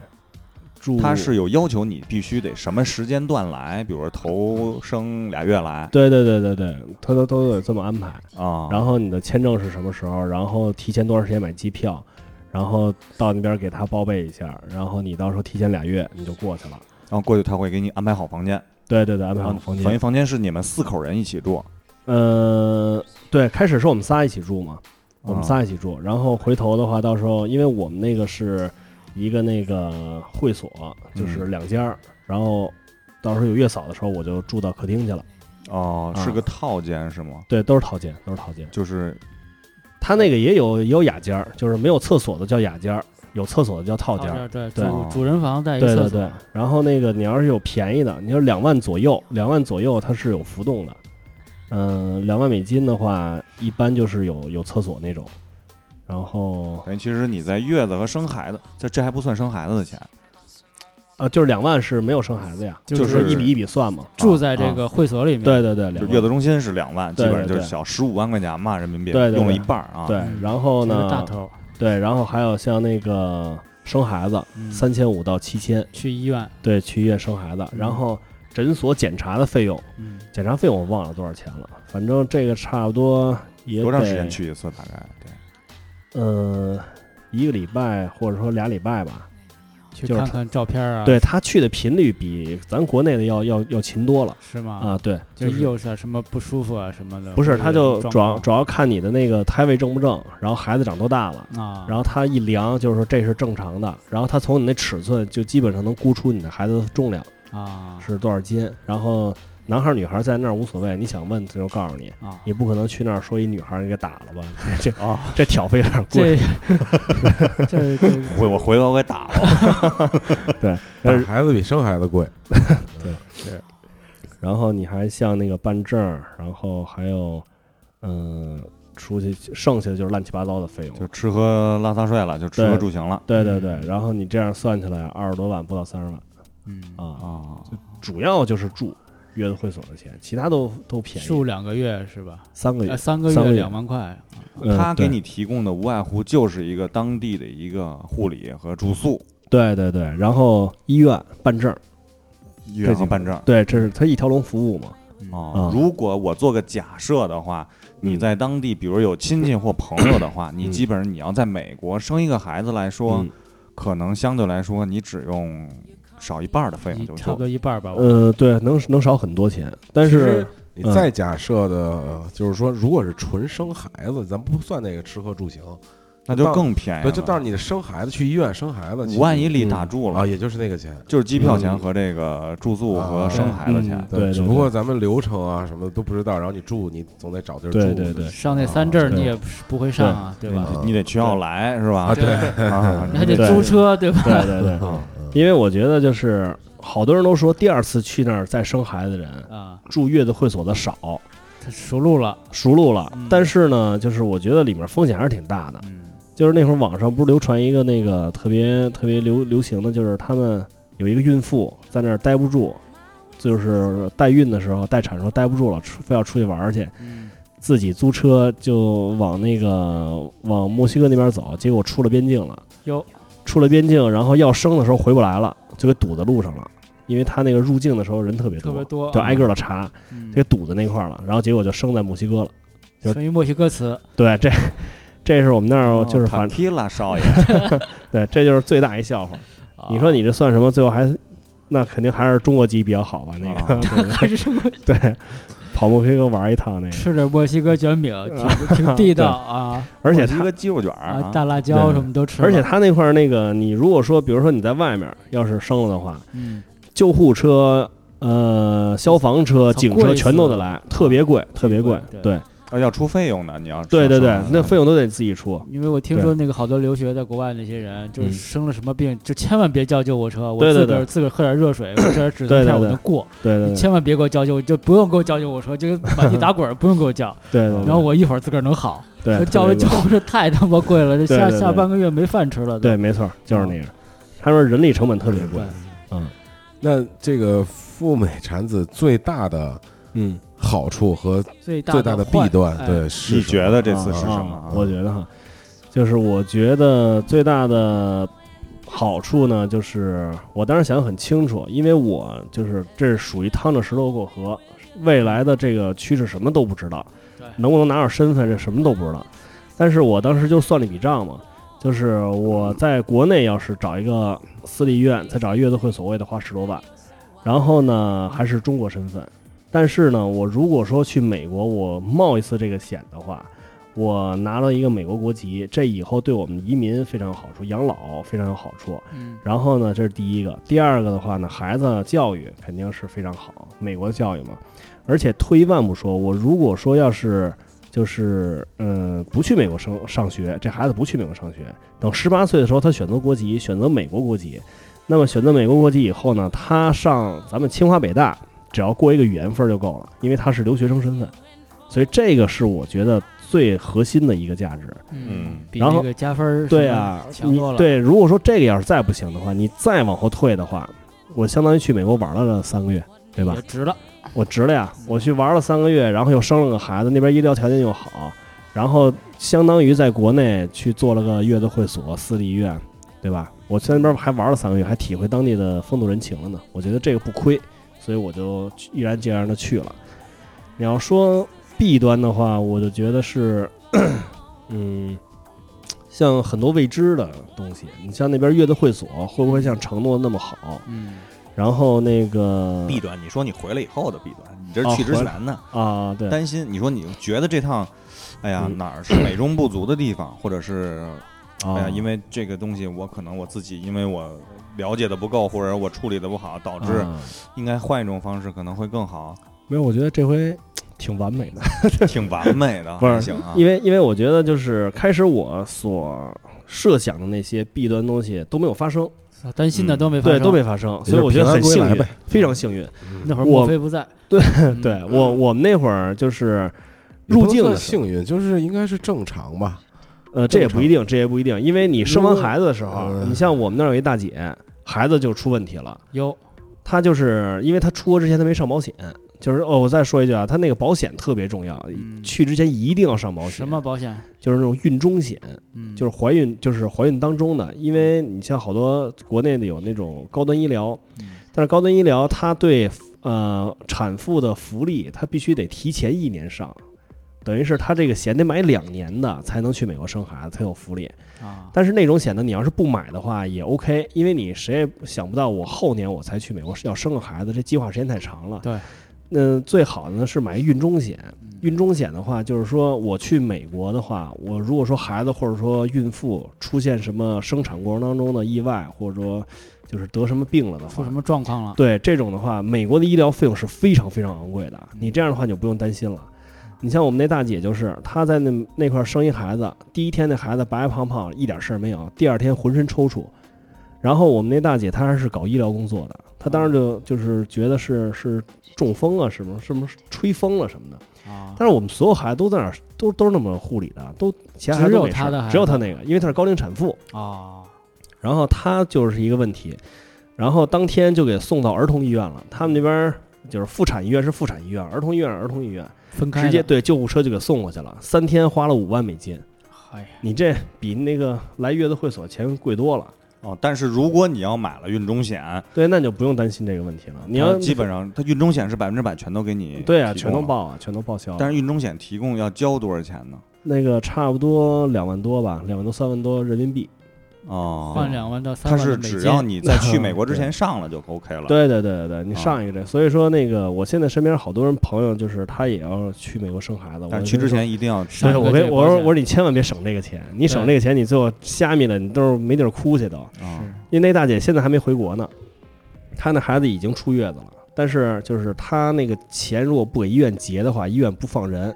S12: 住
S11: 它是有要求，你必须得什么时间段来，比如说头生俩月来，
S12: 对对对对对，他都都得这么安排
S11: 啊。
S12: 然后你的签证是什么时候？然后提前多长时间买机票？然后到那边给他报备一下，然后你到时候提前俩月你就过去了。
S11: 然后过去他会给你安排好房间。啊
S12: 对对对，安排好哦房间
S11: 等于房间是你们四口人一起住，
S12: 呃，对，开始是我们仨一起住嘛，我们仨一起住。然后回头的话，到时候因为我们那个是一个那个会所，就是两间儿，然后到时候有月嫂的时候，我就住到客厅去了。
S11: 哦，是
S12: 啊
S11: 个套间是吗？
S12: 对，都是套间，都是套间。
S11: 就是
S12: 他那个也有也有雅间儿，就是没有厕所的叫雅间儿，有厕所的叫套间
S10: 套间
S12: 儿
S10: 儿。哦对
S12: 对啊
S10: 主，主人房带一
S12: 对
S10: 厕
S12: 对
S10: 所
S12: 对。然后那个你要是有便宜的，你要是两万左右，两万左右它是有浮动的。嗯、两万美金的话，一般就是有有厕所那种。然后
S11: 等于其实你在月子和生孩子，这这还不算生孩子的钱，
S12: 啊，就是两万是没有生孩子呀，
S11: 就是
S12: 一笔一笔算嘛。
S10: 住在这个
S12: 啊
S10: 会所里面
S12: 对对对，
S11: 就
S12: 两
S11: 月子中心是两万，基
S12: 对
S11: 本上
S12: 对
S11: 就是
S12: 对
S11: 小十五万块钱嘛，人民币
S12: 对对对
S11: 用了一半儿啊。
S12: 对，然后
S10: 嗯这
S12: 呢？
S10: 是大头。
S12: 对，然后还有像那个生孩子，三千五到七千，
S10: 嗯去医院。
S12: 对，去医院生孩子，然后诊所检查的费用，
S10: 嗯
S12: 检查费用我忘了多少钱了，反正这个差不多也
S11: 多长
S12: 得
S11: 时间？去一次？大概对，
S12: 嗯、一个礼拜或者说俩礼拜吧。
S10: 去
S12: 就是
S10: 看
S12: 他
S10: 看照片啊
S12: 对他去的频率比咱国内的要要要勤多了，
S10: 是吗？
S12: 啊，对，
S10: 就是一有啥什么不舒服啊什么的，
S12: 不
S10: 或者
S12: 是，他就
S10: 状
S12: 主要
S10: 况
S12: 主要看你的那个胎位正不正，然后孩子长多大了
S10: 啊
S12: 然后他一量就是说这是正常的，然后他从你那尺寸就基本上能估出你的孩子的重量
S10: 啊
S12: 是多少斤，然后男孩儿女孩儿在那儿无所谓，你想问他就告诉你
S10: 啊，
S12: 你不可能去那儿说一女孩儿你给打了吧， 这
S11: 啊
S12: 这挑费有点贵
S10: 这，这这
S11: 回我回头给打了。
S12: 对，
S7: 打孩子比生孩子贵，
S12: 对是。然后你还像那个办证儿，然后还有，嗯、出去剩下的就是乱七八糟的费用，
S11: 就吃喝拉撒睡了，就吃喝
S12: 对
S11: 住行了。
S12: 对对对，然后你这样算起来二十多万不到三十万，
S10: 嗯
S12: 啊啊，就主要就是住月子会所的钱，其他都都便宜。
S10: 住两个月是吧？
S12: 三个月
S10: 呃三个
S12: 三个
S10: 月
S12: 月
S10: 两万块，
S12: 嗯
S11: 他给
S12: 对
S11: 你提供的无外乎就是一个当地的一个护理和住宿，
S12: 对对对，然后医院办证儿，
S11: 医院
S12: 这几
S11: 和
S12: 个
S11: 办证儿
S12: 对，这是它一条龙服务嘛。
S7: 嗯
S11: 哦，如果我做个假设的话，你在当地，比如有亲戚或朋友的话，你基本上你要在美国生一个孩子来说，可能相对来说你只用少一半儿的费用就
S10: 差不
S11: 够
S10: 多。一半儿吧。我
S12: 呃，对，能能少很多钱，但
S7: 其
S12: 是
S7: 实你
S12: 嗯
S7: 再假设的，呃就是说，如果是纯生孩子，咱不算那个吃喝住行，
S11: 那就
S7: 到
S11: 更便宜
S7: 对，
S11: 了
S7: 就到你生孩子去医院生孩子，其
S11: 哎五
S7: 实
S11: 万一例
S7: 嗯
S11: 打住了
S7: 啊，也就是那个钱，
S11: 就是机票钱
S7: 嗯
S11: 和这个住宿和
S7: 啊
S11: 生孩子钱。
S7: 对，只不过咱们流程啊什么的都不知道，然后你住，你总得找地儿住。
S12: 对对啊对
S10: 上那三证儿你也不是不会上啊，对吧？
S11: 嗯你得去奥莱是吧？
S12: 啊对
S11: 啊
S10: 你还得租车对 吧？
S12: 对对对，因为我觉得就是好多人都说第二次去那儿再生孩子的人
S10: 啊，
S12: 住月子会所的少，
S10: 他熟路了，
S12: 熟路了。但是呢，就是我觉得里面风险还是挺大的。就是那会儿网上不是流传一个那个特别特别流流行的，就是他们有一个孕妇在那儿待不住，就是代孕的时候待产的时候待不住了，出非要出去玩儿去。自己租车就往那个往墨西哥那边走，结果出了边境了。
S10: 哟，
S12: 出了边境，然后要生的时候回不来了，就给堵在路上了。因为他那个入境的时候人特别多，
S10: 特别多
S12: 就挨个的查，
S10: 嗯
S12: 就给堵在那块儿了。然后结果就生在墨西哥了。就
S10: 生于墨西哥词，
S12: 对，这这是我们那儿
S10: 哦
S12: 哦就是
S11: 塔
S12: 反
S11: 皮拉少 爷，
S12: 对，这就是最大一笑话。
S10: 啊哦
S12: 你说你这算什么？最后还那肯定还是中国籍比较好吧？那个
S10: 还是什么
S12: 对，跑墨西哥玩一趟那个。。
S10: 吃点墨西哥卷饼，挺挺地道啊
S12: 而且
S11: 一
S12: 他
S11: 个鸡肉卷儿
S10: 啊，大辣椒什么都吃了，
S12: 而且他那块儿那个，你如果说，比如说你在外面要是生了的话，
S10: 嗯，
S12: 救护车、呃，消防车、
S11: 操
S12: 警
S11: 贵
S12: 车
S11: 死
S12: 全都得
S11: 了
S12: 来，特别贵，特别贵。对
S11: 啊，要出费用的，你要嗯
S12: 对对对
S11: 上，
S12: 那费用都得自己出。
S10: 因为我听说那个好多留学在国外那些人，就是
S12: 嗯
S10: 生了什么病，就千万别叫救护车，我
S12: 对对
S10: 自个儿
S12: 对
S10: 自个儿喝点热 水，我这点止
S12: 对
S10: 痛
S12: 对
S10: 片我
S12: 对
S10: 能过。
S12: 对对
S10: 你
S12: 对
S10: 千万别给我叫救，就不用给我叫救护车， 就满地打滚儿，不用给我叫。
S12: 对对对
S10: 然后我一会儿自个儿能好。
S12: 对
S10: 说
S12: 特
S10: 叫了
S12: 别
S10: 救
S12: 贵
S10: 护车太他妈贵了，这
S12: 对
S10: 下
S12: 对对
S10: 下半个月没饭吃了都。
S12: 对，嗯没错，就是那样。他说人力成本特别贵
S10: 对。
S12: 嗯，
S7: 那这个赴美产子最大的
S12: 嗯
S7: 好处和
S10: 最大
S7: 大
S10: 的
S7: 的
S10: 坏
S7: 弊端，
S10: 哎
S7: 对，是
S11: 你
S7: 什
S11: 觉
S7: 么
S11: 得这次是
S7: 啊
S11: 什么
S12: 啊？我觉得哈，就是我觉得最大的好处呢，就是我当时想得很清楚，因为我就是这是属于趟着石头过河，未来的这个趋势什么都不知道，能不能拿到身份这什么都不知道。但是我当时就算了一笔账嘛，就是我在国内要是找一个私立医院，再找一个月子会所，我也得花十多万。然后呢，还是中国身份。但是呢，我如果说去美国，我冒一次这个险的话，我拿了一个美国国籍，这以后对我们移民非常有好处，养老非常有好处。
S10: 嗯
S12: 然后呢，这是第一个。第二个的话呢，孩子教育肯定是非常好，美国的教育嘛。而且退一万步说，我如果说要是就是呃不去美国上上学，这孩子不去美国上学，等十八岁的时候他选择国籍，选择美国国籍，那么选择美国国籍以后呢，他上咱们清华北大，只要过一个语言分儿就够了，因为他是留学生身份，所以这个是我觉得最核心的一个价值。
S10: 嗯，比
S12: 然
S10: 那
S12: 后
S10: 个加分儿
S12: 对
S10: 什么
S12: 啊，
S10: 强
S12: 你
S10: 多了。
S12: 对，如果说这个要是再不行的话，你再往后退的话，我相当于去美国玩了三个月，对吧
S10: 也？值了。
S12: 我值了呀，我去玩了三个月，然后又生了个孩子，那边医疗条件又好，然后相当于在国内去做了个月子会所、私立医院，对吧？我在那边还玩了三个月，还体会当地的风土人情了呢。我觉得这个不亏，所以我就毅然决然的去了。你要说弊端的话，我就觉得是，嗯，像很多未知的东西。你像那边月子会所，会不会像承诺那么好？
S10: 嗯。
S12: 然后那个
S16: 弊端，你说你回来以后的弊端，你这是去之前呢
S12: 啊，哦对，
S16: 担心你说你觉得这趟，哎呀
S12: 嗯
S16: 哪儿是美中不足的地方，或者是，
S12: 哦
S16: 哎呀，因为这个东西我可能我自己因为我了解的不够，或者我处理的不好，导致
S12: 啊
S16: 应该换一种方式可能会更 好，
S12: 没有，我觉得这回挺完美的，
S16: 挺完美的
S12: 不
S16: 还
S12: 是
S16: 行啊
S12: 因为因为我觉得就是开始我所设想的那些弊端东西都没有发生，
S10: 担心的都没发
S12: 嗯对
S10: 生，
S12: 都没发生，所以我觉得很幸运，非常幸运。
S10: 那会儿
S12: 我
S10: 莫非不在， 嗯
S12: 对对，我我们那会儿就是
S7: 也不
S12: 入
S7: 能
S12: 境
S7: 算
S12: 的时候
S7: 幸运，就是应该是正常吧。
S12: 呃，这也不一
S7: 定。
S12: 定，这也不一定，因为你生完孩子的时候，
S7: 嗯
S12: 你像我们那儿有一大姐，孩子就出问题了。
S10: 哟，
S12: 她就是因为她出国之前她没上保险，就是哦，我再说一句啊，她那个保险特别重要，去之前一定要上保险。
S10: 什么保险？
S12: 就是那种孕中险，
S10: 嗯
S12: 就是怀孕，就是怀孕当中的，因为你像好多国内的有那种高端医疗，但是高端医疗它对呃产妇的福利，它必须得提前一年上，等于是它这个险得买两年的才能去美国生孩子才有福利
S10: 啊。
S12: 但是那种险呢，你要是不买的话也 OK，因为你谁也想不到我后年我才去美国要生个孩子，这计划时间太长了。
S10: 对，嗯
S12: 那最好的呢是买孕中险。孕中险的话，就是说我去美国的话，我如果说孩子或者说孕妇出现什么生产过程当中的意外，或者说就是得什么病了的
S10: 出
S12: 话
S10: 什，么状况了？
S12: 对这种的话，美国的医疗费用是非常非常昂贵的。
S10: 嗯
S12: 你这样的话，你就不用担心了。你像我们那大姐，就是她在那那块儿生一孩子，第一天那孩子白白胖胖，一点事儿没有，第二天浑身抽搐。然后我们那大姐她还是搞医疗工作的，她当时
S10: 嗯
S12: 就就是觉得是是中风啊，什么什么吹风了什么的。
S10: 啊，
S12: 但是我们所有孩子都在那儿都都是那么护理的，都其他孩子
S10: 只有
S12: 都没事
S10: 她的孩子
S12: 只有她那个，因为她是高龄产妇。
S10: 啊，
S12: 然后他就是一个问题，然后当天就给送到儿童医院了。他们那边儿就是妇产医院是妇产医院，儿童医院是儿童医院，
S10: 分开的
S12: 直接对救护车就给送过去了。三天花了五万美金，
S10: 哎呀，
S12: 你这比那个来月子会所钱贵多了。
S16: 哦，但是如果你要买了孕中险，
S12: 对，那你就不用担心这个问题了。你要
S16: 它啊基本上它孕中险是百分之百全都给你，
S12: 对啊，全都，报啊，全都报销了。
S16: 但是孕中险提供要交多少钱呢？
S12: 那个差不多两万多吧，两万多三万多人民币。
S16: 哦，
S10: 换两万到三
S16: 它
S10: 万的
S16: 是
S10: 美
S16: 只
S10: 金
S16: 要你在去美国之
S12: 对
S16: 前上了就 OK 了。
S12: 对对对对对，你
S16: 啊
S12: 上一个这，所以说那个我现在身边好多人朋友就是他也要去美国生孩子，
S16: 但
S12: 我
S16: 是去
S12: 就
S16: 之
S12: 说
S16: 前一定要
S12: 对，我跟我说我说
S16: 你
S12: 你千万别省这个钱，你省
S16: 对
S12: 这个钱你最后瞎咪了，你都是没地儿哭去都。
S11: 啊
S12: 因为那大姐现在还没回国呢，她那孩子已经出月子了，但是就是她那个钱如果不给医院结的话，医院不放人。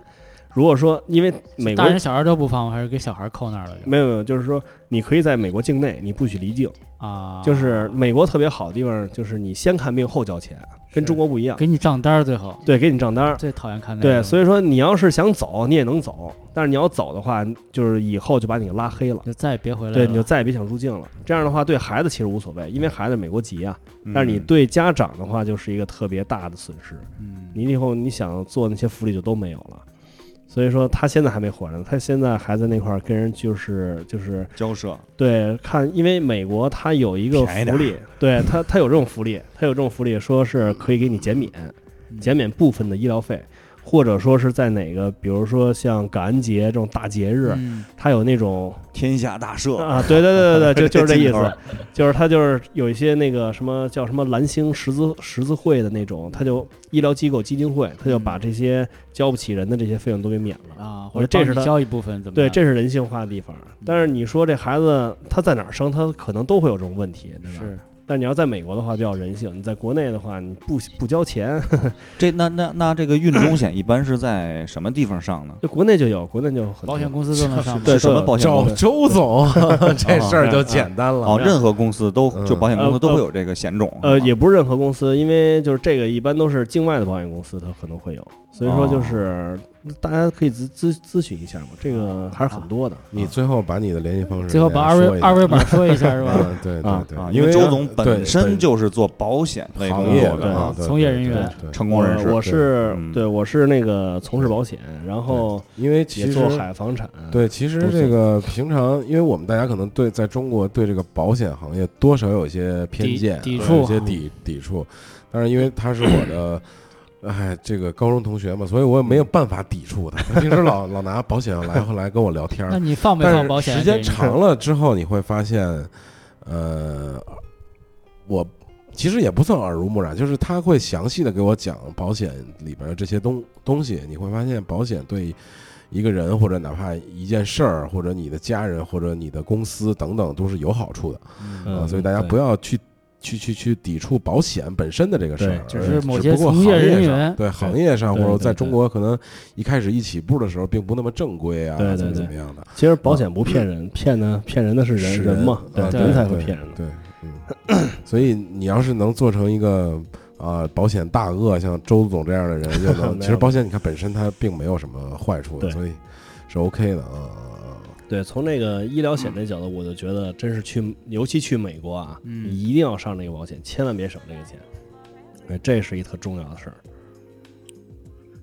S12: 如果说因为美国
S10: 大人小孩都不放，我还是给小孩扣那儿了就
S12: 没有没有，就是说你可以在美国境内，你不许离境
S10: 啊
S12: 就是美国特别好的地方，就是你先看病后交钱，跟中国不一样，
S10: 给你账单儿最后。
S12: 对，给你账单儿。
S10: 最讨厌看那
S12: 对，
S10: 个。
S12: 所以说你要是想走，你也能走，但是你要走的话，就是以后就把你给拉黑了，
S10: 就再也别回来
S16: 嗯
S10: 了。
S12: 对，你就再也别想入境了。这样的话，对孩子其实无所谓，因为孩子美国籍啊。
S10: 嗯
S12: 但是你对家长的话，就是一个特别大的损失。
S10: 嗯，
S12: 你以后你想做那些福利就都没有了。所以说他现在还没回来呢，他现在还在那块儿跟人就是就是
S16: 交涉。
S12: 对，看，因为美国它有一个
S16: 便宜
S12: 福
S16: 点
S12: 利
S16: 儿，
S12: 对它
S16: 嗯
S12: 它有这种福利，它有这种福利，说是可以给你减免，减免部分的医疗费。或者说是在哪个，比如说像感恩节这种大节日，
S16: 嗯
S12: 它有那种
S16: 天下大赦
S12: 啊，对对 对对对，就就是这意
S16: 这劲头
S12: 思，就是它就是有一些那个什么叫什么蓝星十字十字会的那种，它就医疗机构基金会，它就把这些交不起人的这些费用都给免了
S10: 啊
S12: 我觉得这是
S10: 或者帮
S12: 它
S10: 你交一部分怎么
S12: 对，
S10: 样
S12: 这是人性化的地方。但是你说这孩子他在哪儿生，他可能都会有这种问题，对吧？
S10: 是。
S12: 但你要在美国的话比较人性，你在国内的话你不不交钱，
S11: 这那那那这个孕中险一般是在什么地方上呢？
S12: 就国内就有，国内就有很多
S10: 保险公司都能上吗
S11: 对，什么保险公司？
S7: 周 总这事儿就简单了
S11: 哦，任何公司都
S7: 嗯
S11: 就保险公司都会有
S12: 啊呃
S11: 这个险种。啊
S12: 呃，也不是任何公司，因为就是这个一般都是境外的保险公司，它可能会有，所以说
S7: 哦
S12: 就是、大家可以咨咨咨询一下嘛，这个还是很多的。啊
S7: 你最后把你的联系方式，
S12: 最后把二维
S7: 维
S12: 二维码说一下是吧
S7: 对对
S12: 啊
S7: 对
S12: 啊，
S11: 因为
S7: 为
S11: 周总
S7: 对
S11: 本身就是做保险类工作的啊，
S12: 从业人员
S11: 成功人士。
S12: 我我是
S11: 嗯
S12: 对，我是那个从事保险，然后
S7: 因为其
S12: 也
S7: 实
S12: 做海房产，
S7: 对，其实这个平常，因为我们大家可能对在中国对这个保险行业多少有一些偏
S12: 抵
S7: 见，
S12: 抵
S7: 对
S12: 触
S7: 有些抵抵触。但是因为他是我的，哎，这个高中同学嘛，所以我也没有办法抵触他。 他平时老老拿保险来回来跟我聊天儿。
S10: 那你放没
S7: 但
S10: 放
S7: 是
S10: 保险
S7: 时
S10: 这
S7: 间
S10: 一
S7: 长
S10: 块
S7: 了之后，你会发现，呃，我其实也不算耳濡目染，就是他会详细的给我讲保险里边的这些东东西，你会发现保险对一个人或者哪怕一件事儿，或者你的家人或者你的公司等等都是有好处的，
S12: 嗯
S7: 啊，所以大家
S12: 对
S7: 不要去。去去去抵触保险本身的这个事儿，
S10: 对
S7: 而
S10: 就是某
S7: 只
S10: 些
S7: 不过
S10: 从业
S7: 行
S10: 人
S7: 上
S10: 员
S7: 对
S10: 对
S7: 行业上或
S12: 对
S7: 者
S12: 对
S7: 在
S12: 对
S7: 中国可能一开始一起步的时候并不那么正规啊，
S12: 对
S7: 怎
S12: 对
S7: 么
S12: 对
S7: 怎么样的。
S12: 其实保险不骗人，骗的骗人的是人
S7: 嗯是
S12: 人嘛，
S7: 啊
S12: 人才会骗人。
S7: 对，嗯， 所以你要是能做成一个啊保险大鳄，像周总这样的 人，就
S12: 没有
S7: 能。其实保险你看本身它并没有什么坏处的，
S12: 对
S7: 所以是 OK 的 啊。
S12: 对，从那个医疗险这角度，我就觉得真是去，尤其去美国啊，
S10: 嗯
S12: 你一定要上这个保险，千万别省这个钱，
S7: 嗯
S12: 哎，这是一特重要的事儿。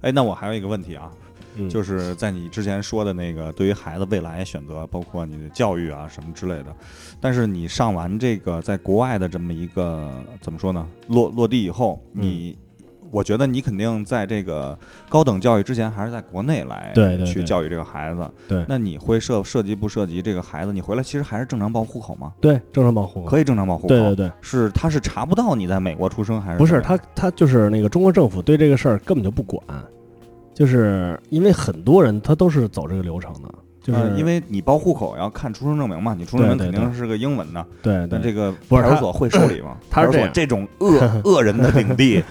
S11: 哎，那我还有一个问题啊，
S12: 嗯
S11: 就是在你之前说的那个，对于孩子未来选择，包括你的教育啊什么之类的，但是你上完这个在国外的这么一个怎么说呢，落落地以后，你。
S12: 嗯
S11: 我觉得你肯定在这个高等教育之前，还是在国内来
S12: 对对对
S11: 去教育这个孩子。
S12: 对
S11: 那你会涉涉及不涉及这个孩子？你回来其实还是正常报户口吗？
S12: 对，正常保护
S11: 可以正常报户口。
S12: 对对对，
S11: 是他是查不到你在美国出生还是
S12: 不
S11: 怎
S12: 是
S11: 么样
S12: 他，他就是那个中国政府对这个事儿根本就不管，就是因为很多人他都是走这个流程的，就是、
S11: 呃因为你报户口要看出生证明嘛，你出生证明
S12: 对
S11: 肯
S12: 对
S11: 定是个英文的。
S12: 对对
S11: 但嗯这个
S12: 嗯不是
S11: 派出
S12: 他
S11: 所会受理吗？
S12: 他
S11: 派出
S12: 是这
S11: 所
S12: 样
S11: 这种 恶恶人的领地，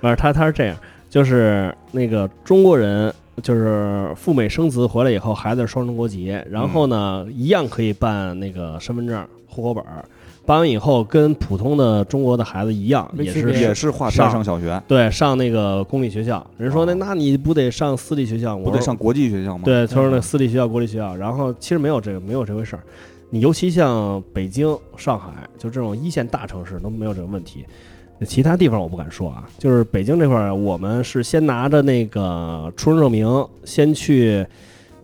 S12: 不是他他是这样，就是那个中国人。就是赴美生子回来以后，孩子是双重国籍，然
S11: 嗯
S12: 后呢，一样可以办那个身份证、户口本儿，办完以后跟普通的中国的孩子一样，
S11: 没
S12: 也
S11: 区
S12: 是
S11: 别也是划片上小学
S12: 对，上那个公立学校。人说那那你不得上私立学校吗？
S11: 不得上国际学校吗？
S12: 对，他说那私立学校、国立学校，然后其实没有这个，没有这回事儿。你尤其像北京、上海，就这种一线大城市都没有这个问题。其他地方我不敢说啊，就是北京这块儿，我们是先拿着那个出生证明，先去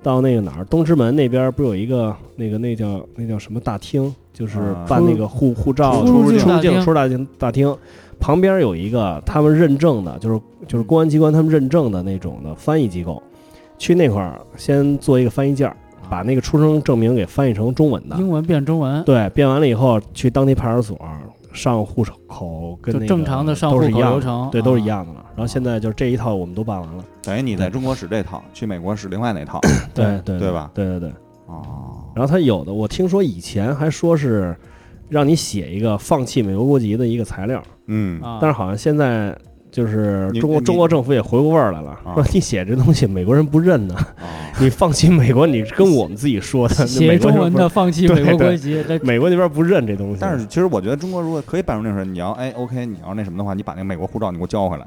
S12: 到那个哪儿，东直门那边儿不有一个那个那叫那叫什么大厅，就是
S3: 啊
S12: 办那个护护照、
S3: 出入境
S12: 出
S3: 大
S12: 入
S3: 厅
S12: 境、出入大厅大厅旁边有一个他们认证的，就是就是公安机关他们认证的那种的翻译机构，去那块儿先做一个翻译件儿，把那个出生证明给翻译成中文的，
S10: 英文变中文，
S12: 对，变完了以后去当地派出所上户口，跟
S10: 就
S12: 那个
S10: 正常的上
S12: 都是
S10: 户口
S12: 一样
S10: 流
S12: 的
S10: 程
S12: 对，都是
S10: 啊
S12: 一样的了。然后现在就是这一套我们都办完了，。
S11: 等于你在中国使这套，去美国使另外那套
S12: 对对
S11: 对吧？？
S12: 对对对。
S11: 哦。
S12: 然后他有的，我听说以前还说是让你写一个放弃美国国籍的一个材料，
S11: 嗯
S10: 啊
S12: 但是好像现在就是
S10: 你
S12: 中国
S10: 你
S12: 中国政府也回过味儿来了，说你写这东西美国人不认呢，
S11: 哦
S12: 你放弃美国，你是跟我们自己说的，
S10: 写
S12: 美国人
S10: 中文
S12: 不认
S10: 的放弃
S12: 对
S10: 美国
S12: 对
S10: 国籍这
S12: 美国那边不认这东西，
S11: 但是其实我觉得中国如果可以办出那事儿，你要哎 OK，你要那什么的话，你把那个美国护照你给我交回来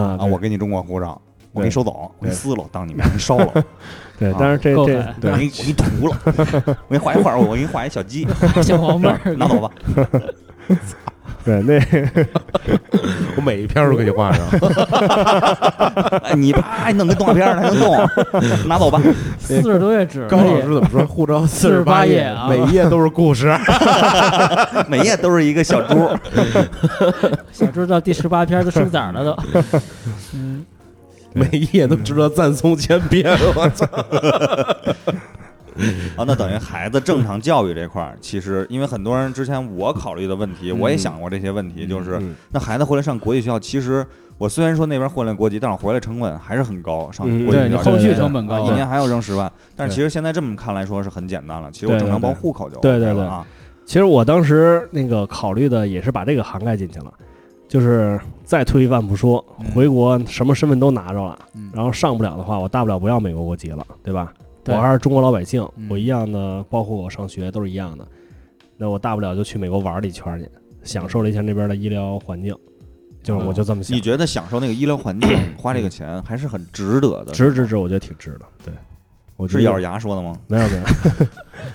S12: 啊对
S11: 我给你中国护照，我给你
S12: 对
S11: 收走，我给你
S12: 对。
S11: 撕了，当你面给你烧了
S12: 对
S11: 啊
S12: 但是这
S11: 我
S12: 这，
S11: 给你我给你我给你涂了，我给你画一画，我给你画一小鸡
S12: 小黄妹儿
S11: 拿走吧。
S12: 对，那
S7: 我每一篇都给你挂上
S11: 哎你啪弄个动画片儿还能 动拿走吧
S10: 四十多页纸而已
S7: 高老师怎么说？护照
S10: 四
S7: 十
S10: 十八
S7: 页，
S10: 页啊
S7: 每一页都是故 事，
S11: 每页都是一个小猪。
S10: 小猪到第十八篇都生崽儿了都。嗯，
S7: 每一页都值得赞颂千 遍。我操！
S11: 啊，那等于孩子正常教育这块儿，其实因为很多人之前我考虑的问题，
S12: 嗯
S11: 我也想过这些问题，就是那孩子回来上国际学校，其实我虽然说那边混了国籍，但是我回来成本还是很高，上
S16: 嗯
S11: 国际
S16: 对
S11: 学
S16: 你
S11: 校
S16: 后续
S11: 对
S16: 成本高
S11: 啊一
S16: 对
S11: 年还要扔十万。但是
S16: 对
S11: 其实现在这么看来说是很简单了，其实
S12: 对
S11: 我
S12: 对
S11: 正常报
S12: 对
S11: 户口就 OK
S12: 对对
S11: 了
S12: 对
S11: 啊。
S12: 其实我当时那个考虑的也是把这个涵盖进去了，就是再退一万步说，
S11: 嗯
S12: 回国什么身份都拿着了，然后上不了的话，我大不了不要美国国籍了，对吧？
S10: 对
S12: 我还是中国老百姓，
S11: 嗯
S12: 我一样的，包括我上学都是一样的。那我大不了就去美国玩了一圈儿去，享受了一下那边的医疗环境，
S11: 啊
S12: 就是我就这么想
S11: 你。觉得享受那个医疗环境，花这个钱还是很值得的？
S12: 值值值，我觉得挺值的。对，我觉
S11: 是
S12: 得
S11: 咬着牙说的吗？
S12: 没有没有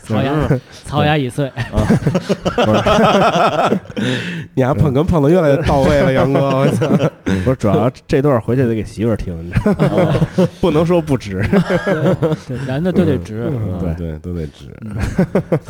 S10: 槽牙槽牙已碎。
S7: 你还捧哏捧的越来越到位了，杨哥。我操！
S12: 不是，主要这段回去得给媳妇儿听，你知道吗？不能说不值。
S11: 嗯
S10: 对男的都得值
S7: 嗯
S12: 对
S7: 对，都得值。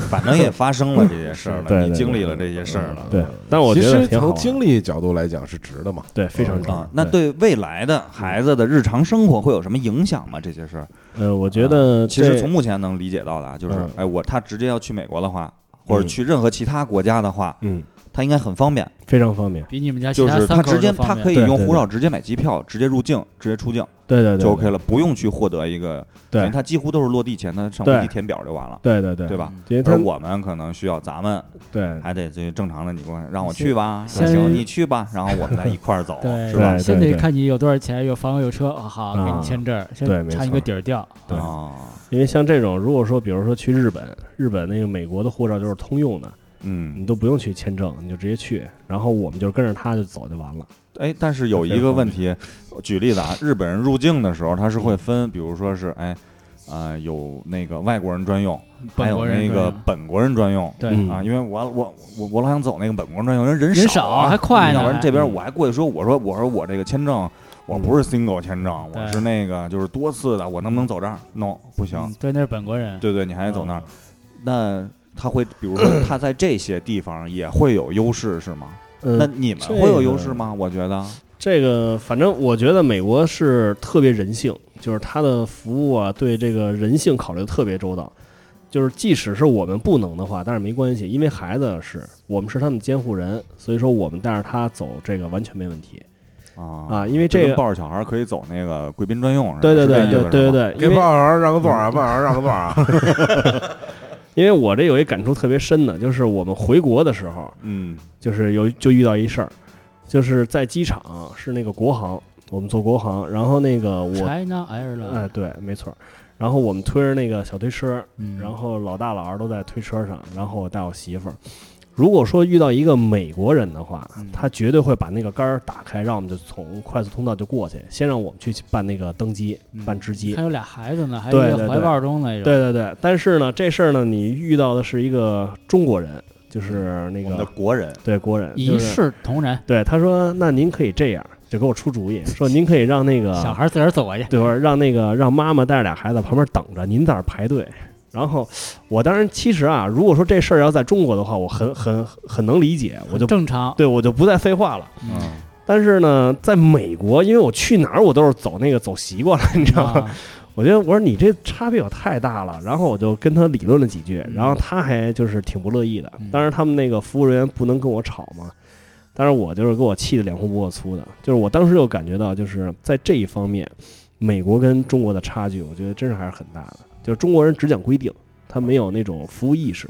S11: 反正也发生了这些事儿了，
S12: 对对
S11: 你
S12: 对
S11: 经历了这些事儿了，
S12: 对但我
S7: 其
S12: 觉得
S7: 实
S12: 挺好
S7: 从
S12: 玩
S7: 经历角度来讲是值的嘛？
S12: 对，非常值
S11: 啊。那对未来的孩子的日常生活会有什么影响吗？这些事儿？
S12: 呃，我觉得
S11: 啊其
S12: 这
S11: 实从目前能理解到的啊，就是
S12: 嗯
S11: 哎，我他直接要去美国的话，或者去任何其他国家的话，
S12: 嗯，
S11: 他应该很方便，
S12: 非常方便，
S10: 比你们家其
S11: 就
S10: 他
S11: 是
S10: 三
S11: 他
S10: 口
S11: 直接
S10: 都方
S11: 他
S10: 便
S11: 可以
S12: 对
S11: 用
S12: 对
S11: 护
S12: 对
S11: 照直接买机票，直接入境，直接出境，
S12: 对对
S11: 就
S12: 对对
S11: OK 了，不用去获得一个，
S12: 对
S11: 因为他几乎都是落地前他上飞机
S12: 对
S11: 填表就完了，
S12: 对对对
S11: 对吧？
S12: 因为他
S11: 而我们可能需要咱们
S12: 对
S11: 还得这正常的，你给我让我
S10: 先
S11: 去吧，
S10: 先，
S11: 行你去吧，然后我们再一块儿走
S10: 对，
S11: 是吧？
S10: 先得看你有多少钱，有房有车，啊好，给
S12: 啊
S10: 你签这儿，
S12: 对
S10: 先
S12: 没
S10: 查一
S12: 错
S10: 个底儿掉。
S12: 对
S11: 啊，
S12: 因为像这种，如果说比如说去日本，日本那个美国的护照就是通用的，
S11: 嗯，
S12: 你都不用去签证，你就直接去，然后我们就跟着他就走就完了。
S11: 哎，但是有一个问题，举例子啊，日本人入境的时候，他是会分，比如说是哎，啊有那个外国人专用，还
S10: 本
S11: 有
S10: 国人
S11: 那
S10: 专
S11: 个
S10: 用
S11: 本国人专用，
S10: 对
S11: 啊，因为我我我我老想走那个本国人专用，人人
S10: 人
S11: 少
S10: 少
S11: 啊，
S10: 还快呢嗯
S11: 要不然
S10: 还
S11: 这边我还过去说，我说我说我这个签证。我不是 single 签证，我
S10: 嗯对
S11: 是那个就是多次的，我能不能走这儿？No，不行。
S10: 嗯哦对，那是本国人。
S11: 对对，你还得走那儿。那他会，比 如说他在这些地方也会有优势是吗？
S12: 嗯
S10: 呃
S11: 那你们
S12: 这
S11: 会有优
S12: 个
S11: 势吗？我觉得，
S12: 这个反正我觉得美国是特别人性，就是它的服务啊，对这个人性考虑得特别周到。就是即使是我们不能的话，但是没关系，因为孩子是我们是他们监护人，所以说我们带着他走，这个完全没问题。
S11: 啊
S12: 啊因为
S11: 就
S12: 这
S11: 跟
S12: 个
S11: 抱着小孩儿可以走那个贵宾专用是吧，
S12: 对对
S11: 是这
S12: 对
S11: 意
S12: 对
S11: 思
S12: 对
S11: 是
S12: 对
S11: 吗
S12: 对，因为
S7: 儿让个多少，半儿啊让个多少。
S12: 因为我这有一感触特别深的，就是我们回国的时候，
S11: 嗯，
S12: 就是有就遇到一事儿，就是在机场是那个国航，我们坐国航，然后那个我
S10: China Airlines
S12: 哎对，没错儿。然后我们推着那个小推车，
S10: 嗯
S12: 然后老大老二都在推车上，然后我带我媳妇儿。如果说遇到一个美国人的话，
S10: 嗯
S12: 他绝对会把那个杆儿打开，让我们就从快速通道就过去，先让我们去办那个登机、办值机。
S10: 还有俩孩子呢，还有
S12: 对
S10: 一
S12: 对
S10: 嗯个怀
S12: 对
S10: 抱中那种。
S12: 对对对，但是呢，这事儿呢，你遇到的是一个中国人，
S10: 嗯
S12: 就是啊那个
S11: 的国人，
S12: 对国人，
S10: 一视同仁。
S12: 对，他说：“那您可以这样，就给我出主意，说您可以让那个
S10: 小孩自个儿走啊过去，
S12: 对，或者让那个让妈妈带着俩孩子旁边等着，您在那儿排队。”然后我当然其实啊，如果说这事儿要在中国的话，我很很很能理解，我就
S10: 正常，
S12: 对我就不再废话了。
S10: 嗯，，
S12: 但是呢，在美国，因为我去哪儿我都是走那个走习惯了，你知道吗？我觉得我说你这差别有太大了，然后我就跟他理论了几句，然后他还就是挺不乐意的。当然，他们那个服务人员不能跟我吵嘛，但是我就是给我气得脸红脖子粗的。就是我当时就感觉到，就是在这一方面，美国跟中国的差距，我觉得真是还是很大的。就是中国人只讲规定，他没有那种服务意识。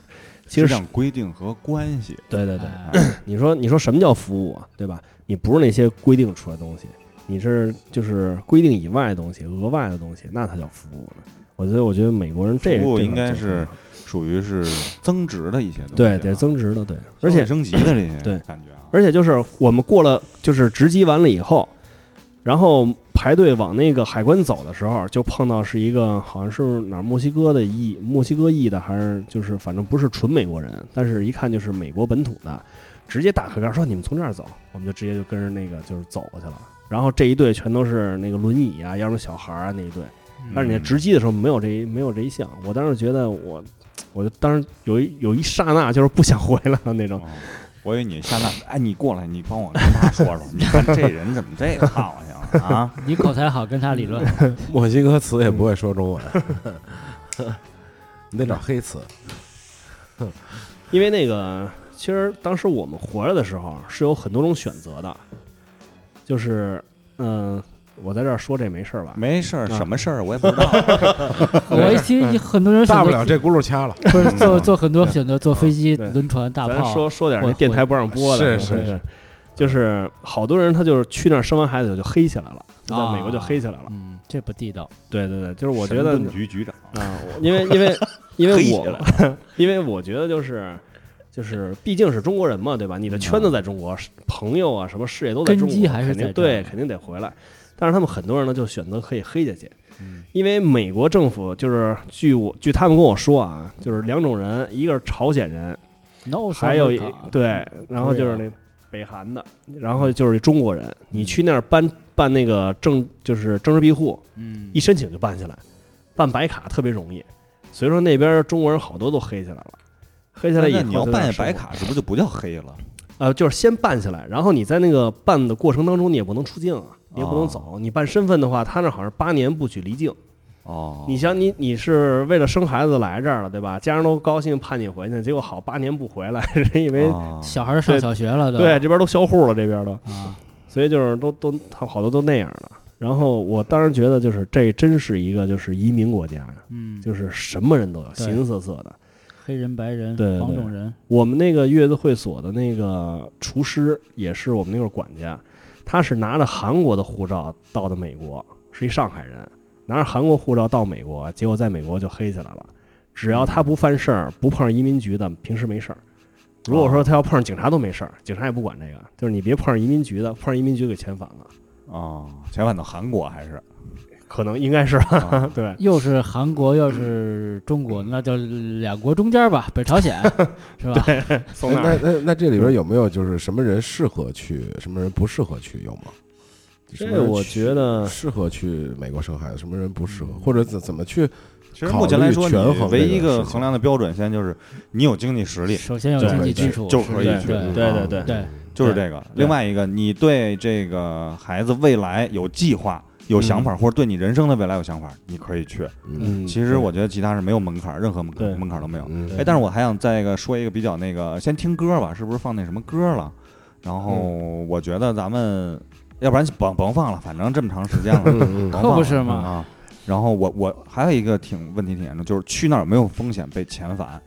S12: 其实
S11: 只讲规定和关系，
S12: 对对对，你说你说什么叫服务啊？对吧？你不是那些规定出来的东西，你是就是规定以外的东西，额外的东西，那才叫服务呢。我觉得，我觉得美国人这
S11: 服务
S12: 这
S11: 应
S12: 个
S11: 该啊
S12: 就是
S11: 属于是增值的一些东西，
S12: 对对增值的，对，
S11: 消
S12: 而
S11: 费
S12: 且
S11: 升级的这些
S12: 对
S11: 感觉啊，
S12: 而且就是我们过了就是值机完了以后，然后排队往那个海关走的时候，就碰到是一个好像是哪儿墨西哥的裔，墨西哥裔的还是就是反正不是纯美国人，但是一看就是美国本土的，直接打开盖说你们从这儿走，我们就直接就跟着那个就是走过去了。然后这一队全都是那个轮椅啊，要么小孩儿啊那一队，但是你直击的时候没有这一没有这一项，我当时觉得我，我就当时有一有一刹那就是不想回来了
S11: 嗯
S12: 那种。
S11: 我以为你下那，哎，你过来，你帮我跟他说说，你看这人怎么这套呀？ 啊
S10: 你口才好，跟他理论。。
S12: 嗯
S7: 墨西哥词也不会说中文，你得找黑词。
S12: 因为那个，其实当时我们活着的时候是有很多种选择的，就是，嗯、我在这儿说这没事儿吧？
S11: 没事儿，
S12: 啊
S11: 什么事儿我也不知道
S10: 我一听很多人选择不是做做很多选择，坐飞机、
S12: 对
S10: 轮船、大
S12: 咱
S10: 炮。
S12: 说说点
S10: 我
S12: 那电台不让播的，
S7: 是是
S12: 是，就是好多人他就是去那儿生完孩子就黑起来了，就在
S10: 啊
S12: 美国就黑起来了。
S10: 嗯，这不地道。
S12: 对对对，就是 我觉得
S16: 神盾局局 长
S12: 啊，我因为因为因为
S16: 黑起
S12: 我因为我觉得就是。就是，毕竟是中国人嘛，对吧？你的圈子在中国，是朋友啊，什么事业都在中
S10: 根基
S12: 国，
S10: 还是
S12: 肯定
S10: 在这儿
S12: 对，肯定得回来。但是他们很多人呢，就选择可以黑下去，因为美国政府就是据我据他们跟我说啊，就是两种人，一个是朝鲜人，
S10: No，
S12: 还有一
S10: South
S12: 对
S10: Africa，
S12: 然后就是那北韩的，然后就是中国人，你去那儿办办那个政就是政治庇护，
S10: 嗯，
S12: 一申请就办下来，办白卡特别容易，所以说那边中国人好多都黑起来了，黑起来以
S11: 那
S12: 后
S11: 你要
S12: 就在那
S11: 办
S12: 儿生
S11: 白
S12: 活
S11: 卡，这不就不叫黑了？
S12: 呃，就是先办下来，然后你在那个办的过程当中，你也不能出境啊，你也不能走。你办身份的话，他那好像是八年不许离境。
S11: 哦，
S12: 你想你你是为了生孩子来这儿了，对吧？家人都高兴盼你回去，结果好八年不回来， 是因为
S11: 哦
S10: 小孩儿上
S12: 对
S10: 小学了都
S12: 对，这边都销户了，这边都，所以就是都都他好多都那样了。然后我当时觉得，就是这真是一个就是移民国家呀，
S10: 嗯
S12: 就是什么人都有，
S10: 对
S12: 形形色色的。
S10: 黑人、白人、
S12: 对
S10: 黄
S12: 对
S10: 种人，
S12: 我们那个月子会所的那个厨师也是我们那个管家，他是拿着韩国的护照到的美国，是一上海人，拿着韩国护照到美国，结果在美国就黑起来了。只要他不犯事儿，不碰上移民局的，平时没事儿。如果说他要碰上警察都没事儿，警察也不管这个，就是你别碰上移民局的，碰上移民局给遣返了。
S11: 哦，遣返到韩国还是？
S12: 可能应该是吧，对，
S10: 又是韩国又是中国，那就两国中间儿吧，北朝 鲜是吧？
S7: 哎那那那这里边有没有就是什么人适合去，什么人不适合去，有吗？
S12: 这
S7: 什么人
S12: 我
S7: 去
S12: 觉得
S7: 适合去美国生孩子，什么人不适合，或者怎怎么去
S11: 其实
S7: 考
S11: 目
S7: 虑
S11: 前来说，
S7: 权衡
S11: 你唯一一
S7: 这个
S11: 个
S7: 事情
S11: 衡量的标准，现在就是你有经济实力，
S10: 首先有经济基础
S11: 就可以
S10: 对
S11: 去，
S10: 对对
S11: 啊
S12: 嗯
S10: 对对对
S11: 就是这个。
S10: 对
S11: 另外一个，你对这个孩子未来有计划、有想
S7: 嗯
S11: 法，或者对你人生的未来有想法，你可以去。
S16: 嗯
S11: 其实我觉得其他是没有门槛，任何门槛门槛都没有。哎，但是我还想再一个说一个比较那个，先听歌吧，是不是放那什么歌了？然后
S10: 嗯
S11: 我觉得咱们要不然甭甭放了，反正这么长时间了，
S10: 嗯
S11: 甭
S10: 嗯
S11: 放
S10: 可不
S11: 了
S10: 是嘛
S11: 啊。然后我我还有一个挺问题挺严重，就是去那儿有没有风险被遣返？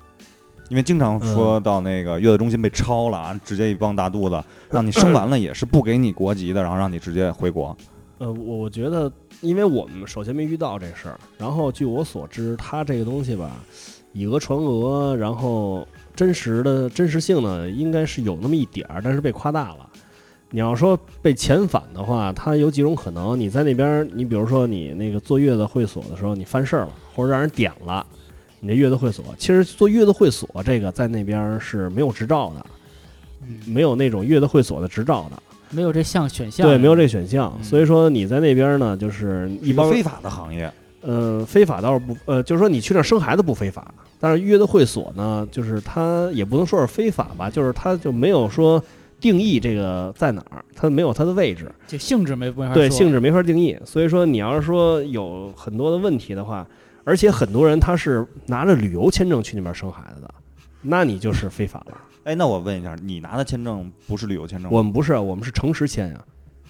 S11: 因为经
S10: 嗯
S11: 常说到那个月子中心被抄了啊，直接一帮大肚子，让你生完了也是不给你国籍的，然后让你直接回
S10: 嗯
S11: 国。
S12: 呃，我我觉得，因为我们首先没遇到这事儿，然后据我所知，它这个东西吧，以讹传讹，然后真实的真实性呢，应该是有那么一点儿，但是被夸大了。你要说被遣返的话，它有几种可能。你在那边儿，你比如说你那个坐月子会所的时候，你犯事儿了，或者让人点了，你这月子会所，其实做月子会所这个在那边儿是没有执照的，没有那种月子会所的执照的。
S10: 没有这项选项，
S12: 对，没有这选项。所以说你在那边呢，就是一帮
S11: 是非法的行业。
S12: 呃，非法倒是不，呃，就是说你去那儿生孩子不非法，但是约的会所呢，就是它也不能说是非法吧，就是它就没有说定义这个在哪儿，它没有它的位置，
S10: 这性质没没法
S12: 对
S10: 说
S12: 性质没法定义。所以说你要是说有很多的问题的话，而且很多人他是拿着旅游签证去那边生孩子的，那你就是非法了。
S11: 哎，那我问一下，你拿的签证不是旅游签证吗？
S12: 我们不是，啊我们是诚实签呀、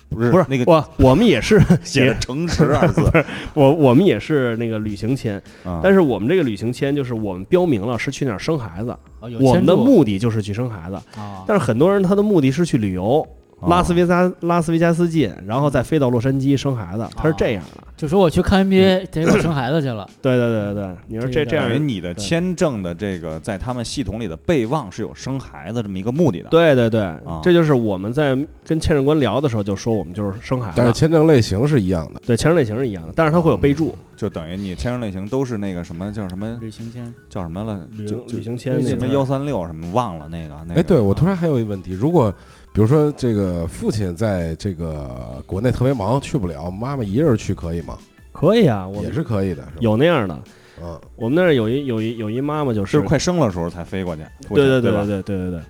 S11: 不是
S12: 不是
S11: 那个
S12: 我我们也是
S11: 写着
S12: 也
S11: 诚实二字
S12: 不是我我们也是那个旅行签
S11: 啊，
S12: 但是我们这个旅行签就是我们标明了是去那儿生孩子
S10: 哦有，
S12: 我们的
S10: 签注
S12: 目的就是去生孩子
S10: 啊，
S12: 但是很多人他的目的是去旅游，拉斯维加拉斯维加斯进，然后再飞到洛杉矶生孩子，他是这样的。
S10: 就说我去看
S12: 嗯
S10: NBA，结果生孩子去了。
S12: 对对对对对，你说这这样
S11: 等于你的签证的这个在他们系统里的备忘是有生孩子这么一个目的的。
S12: 对对对，这就是我们在跟签证官聊的时候就说我们就是生孩子，
S7: 但是签证类型是一样的，
S12: 对签证类型是一样的，但是它会有备注，
S11: 就等于你签证类型都是那个什么叫什么
S10: 旅行签，
S11: 叫什么了？
S12: 旅
S11: 就就
S12: 旅行签那
S11: 什么
S12: 个
S11: 幺三六什么忘了那个那个。嗯
S7: 哎，对我突然还有一个问题，如果比如说这个父亲在这个国内特别忙去不了，妈妈一人去可以吗？
S12: 可以啊，我
S7: 也是可以的，
S12: 有那样的。
S7: 嗯，
S12: 我们那儿有一有一有一妈妈就是
S11: 是快生了时候才飞过去。
S12: 对对
S11: 对
S12: 对
S11: 吧
S12: 对对对对对。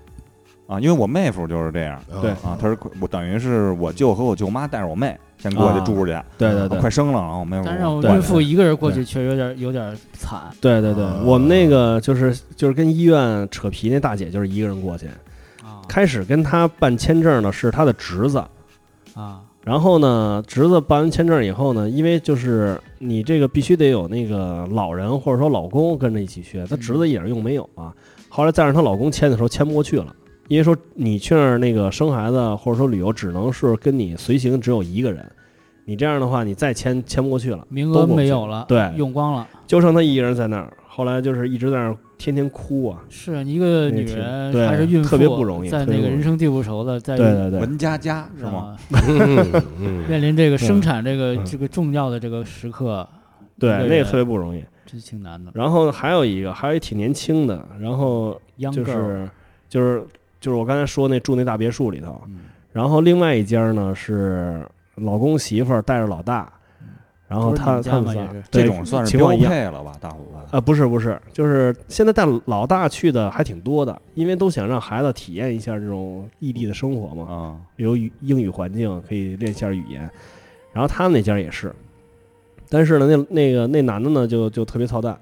S11: 啊，因为我妹夫就是这样，
S7: 嗯
S16: 对
S11: 啊，他是我等于是我舅和我舅妈带着我妹先过去
S16: 啊
S11: 住去，
S16: 对对对
S11: 啊快生了，然后我妹夫
S10: 但是让
S11: 对
S10: 孕妇一个人过去确实有点有点惨。
S12: 对对对，我们那个就是就是跟医院扯皮那大姐就是一个人过去，开始跟她办签证的是她的侄子，
S10: 啊，
S12: 然后呢，侄子办完签证以后呢，因为就是你这个必须得有那个老人或者说老公跟着一起去，她侄子一点用没有啊。后来再让她老公签的时候签不过去了，因为说你去那儿那个生孩子或者说旅游，只能是跟你随行只有一个人，你这样的话你再签签不过去了，
S10: 名
S12: 都
S10: 额
S12: 过不去
S10: 没有了，
S12: 对，
S10: 用光了。
S12: 就剩她一个人在那儿。后来就是一直在那儿天天哭啊，
S10: 是一个女
S12: 那
S10: 人
S12: 挺
S10: 还是
S12: 对
S10: 孕妇，
S12: 特别不容易
S10: 在
S12: 特别
S10: 那个
S12: 不容易
S10: 人生地不熟的，在
S12: 对对对
S11: 文佳佳是吗
S10: 啊
S12: 嗯嗯
S10: 面临这个生产这
S12: 对
S10: 个
S12: 嗯
S10: 这个重要的这个时刻，
S12: 对
S10: 一人
S12: 那个特别不容易，
S10: 这挺难的。
S12: 然后还有一个，还有一挺年轻的，然后
S10: Young
S12: 就是
S10: girl
S12: 就是就是我刚才说那住那大别墅里
S10: 嗯
S12: 头，然后另外一家呢是老公媳妇儿带着老大，然后
S11: 不是你
S12: 他
S11: 们家
S12: 他们
S11: 吗
S12: 仨
S11: 也是
S12: 对
S11: 这种算是
S12: 情况一样
S11: 标配了吧大伙儿
S12: 啊不是不是，就是现在带老大去的还挺多的，因为都想让孩子体验一下这种异地的生活嘛，
S11: 啊，
S12: 有语英语环境可以练一下语言，然后他们那家也是，但是呢，那那个那男的呢，就就特别操蛋。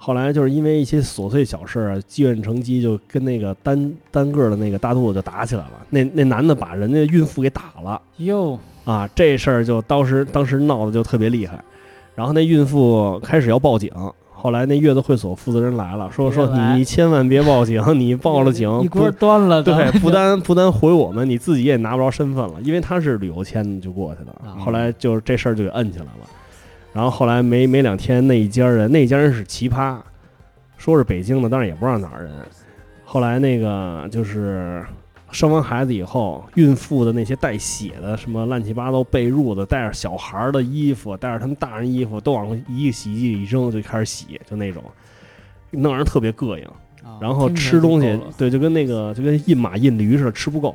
S12: 后来就是因为一些琐碎小事儿，啊积怨成疾，就跟那个单单个儿的那个大肚子就打起来了。那那男的把人家孕妇给打了，
S10: 哟
S12: 啊，这事儿就当时当时闹得就特别厉害。然后那孕妇开始要报警，后来那月子会所负责人来了，说说
S10: 别来
S12: 你你千万别报警，你报了警
S10: 一锅
S12: 不
S10: 端了的
S12: 对，不单不单回我们，你自己也拿不着身份了，因为他是旅游签就过去的。后来就是这事儿就给摁起来了。然后后来没没两天，那一家人那一家人是奇葩，说是北京的，但是也不知道哪儿人。后来那个就是生完孩子以后，孕妇的那些带血的什么乱七八糟被褥子，带着小孩儿的衣服，带着他们大人衣服，都往一个洗衣机里一扔，就开始洗，就那种，弄人特别膈应。然后
S10: 啊听起来
S12: 吃东
S10: 就
S12: 西
S10: 够了，
S12: 对，就跟那个就跟印马印驴似的，吃不够。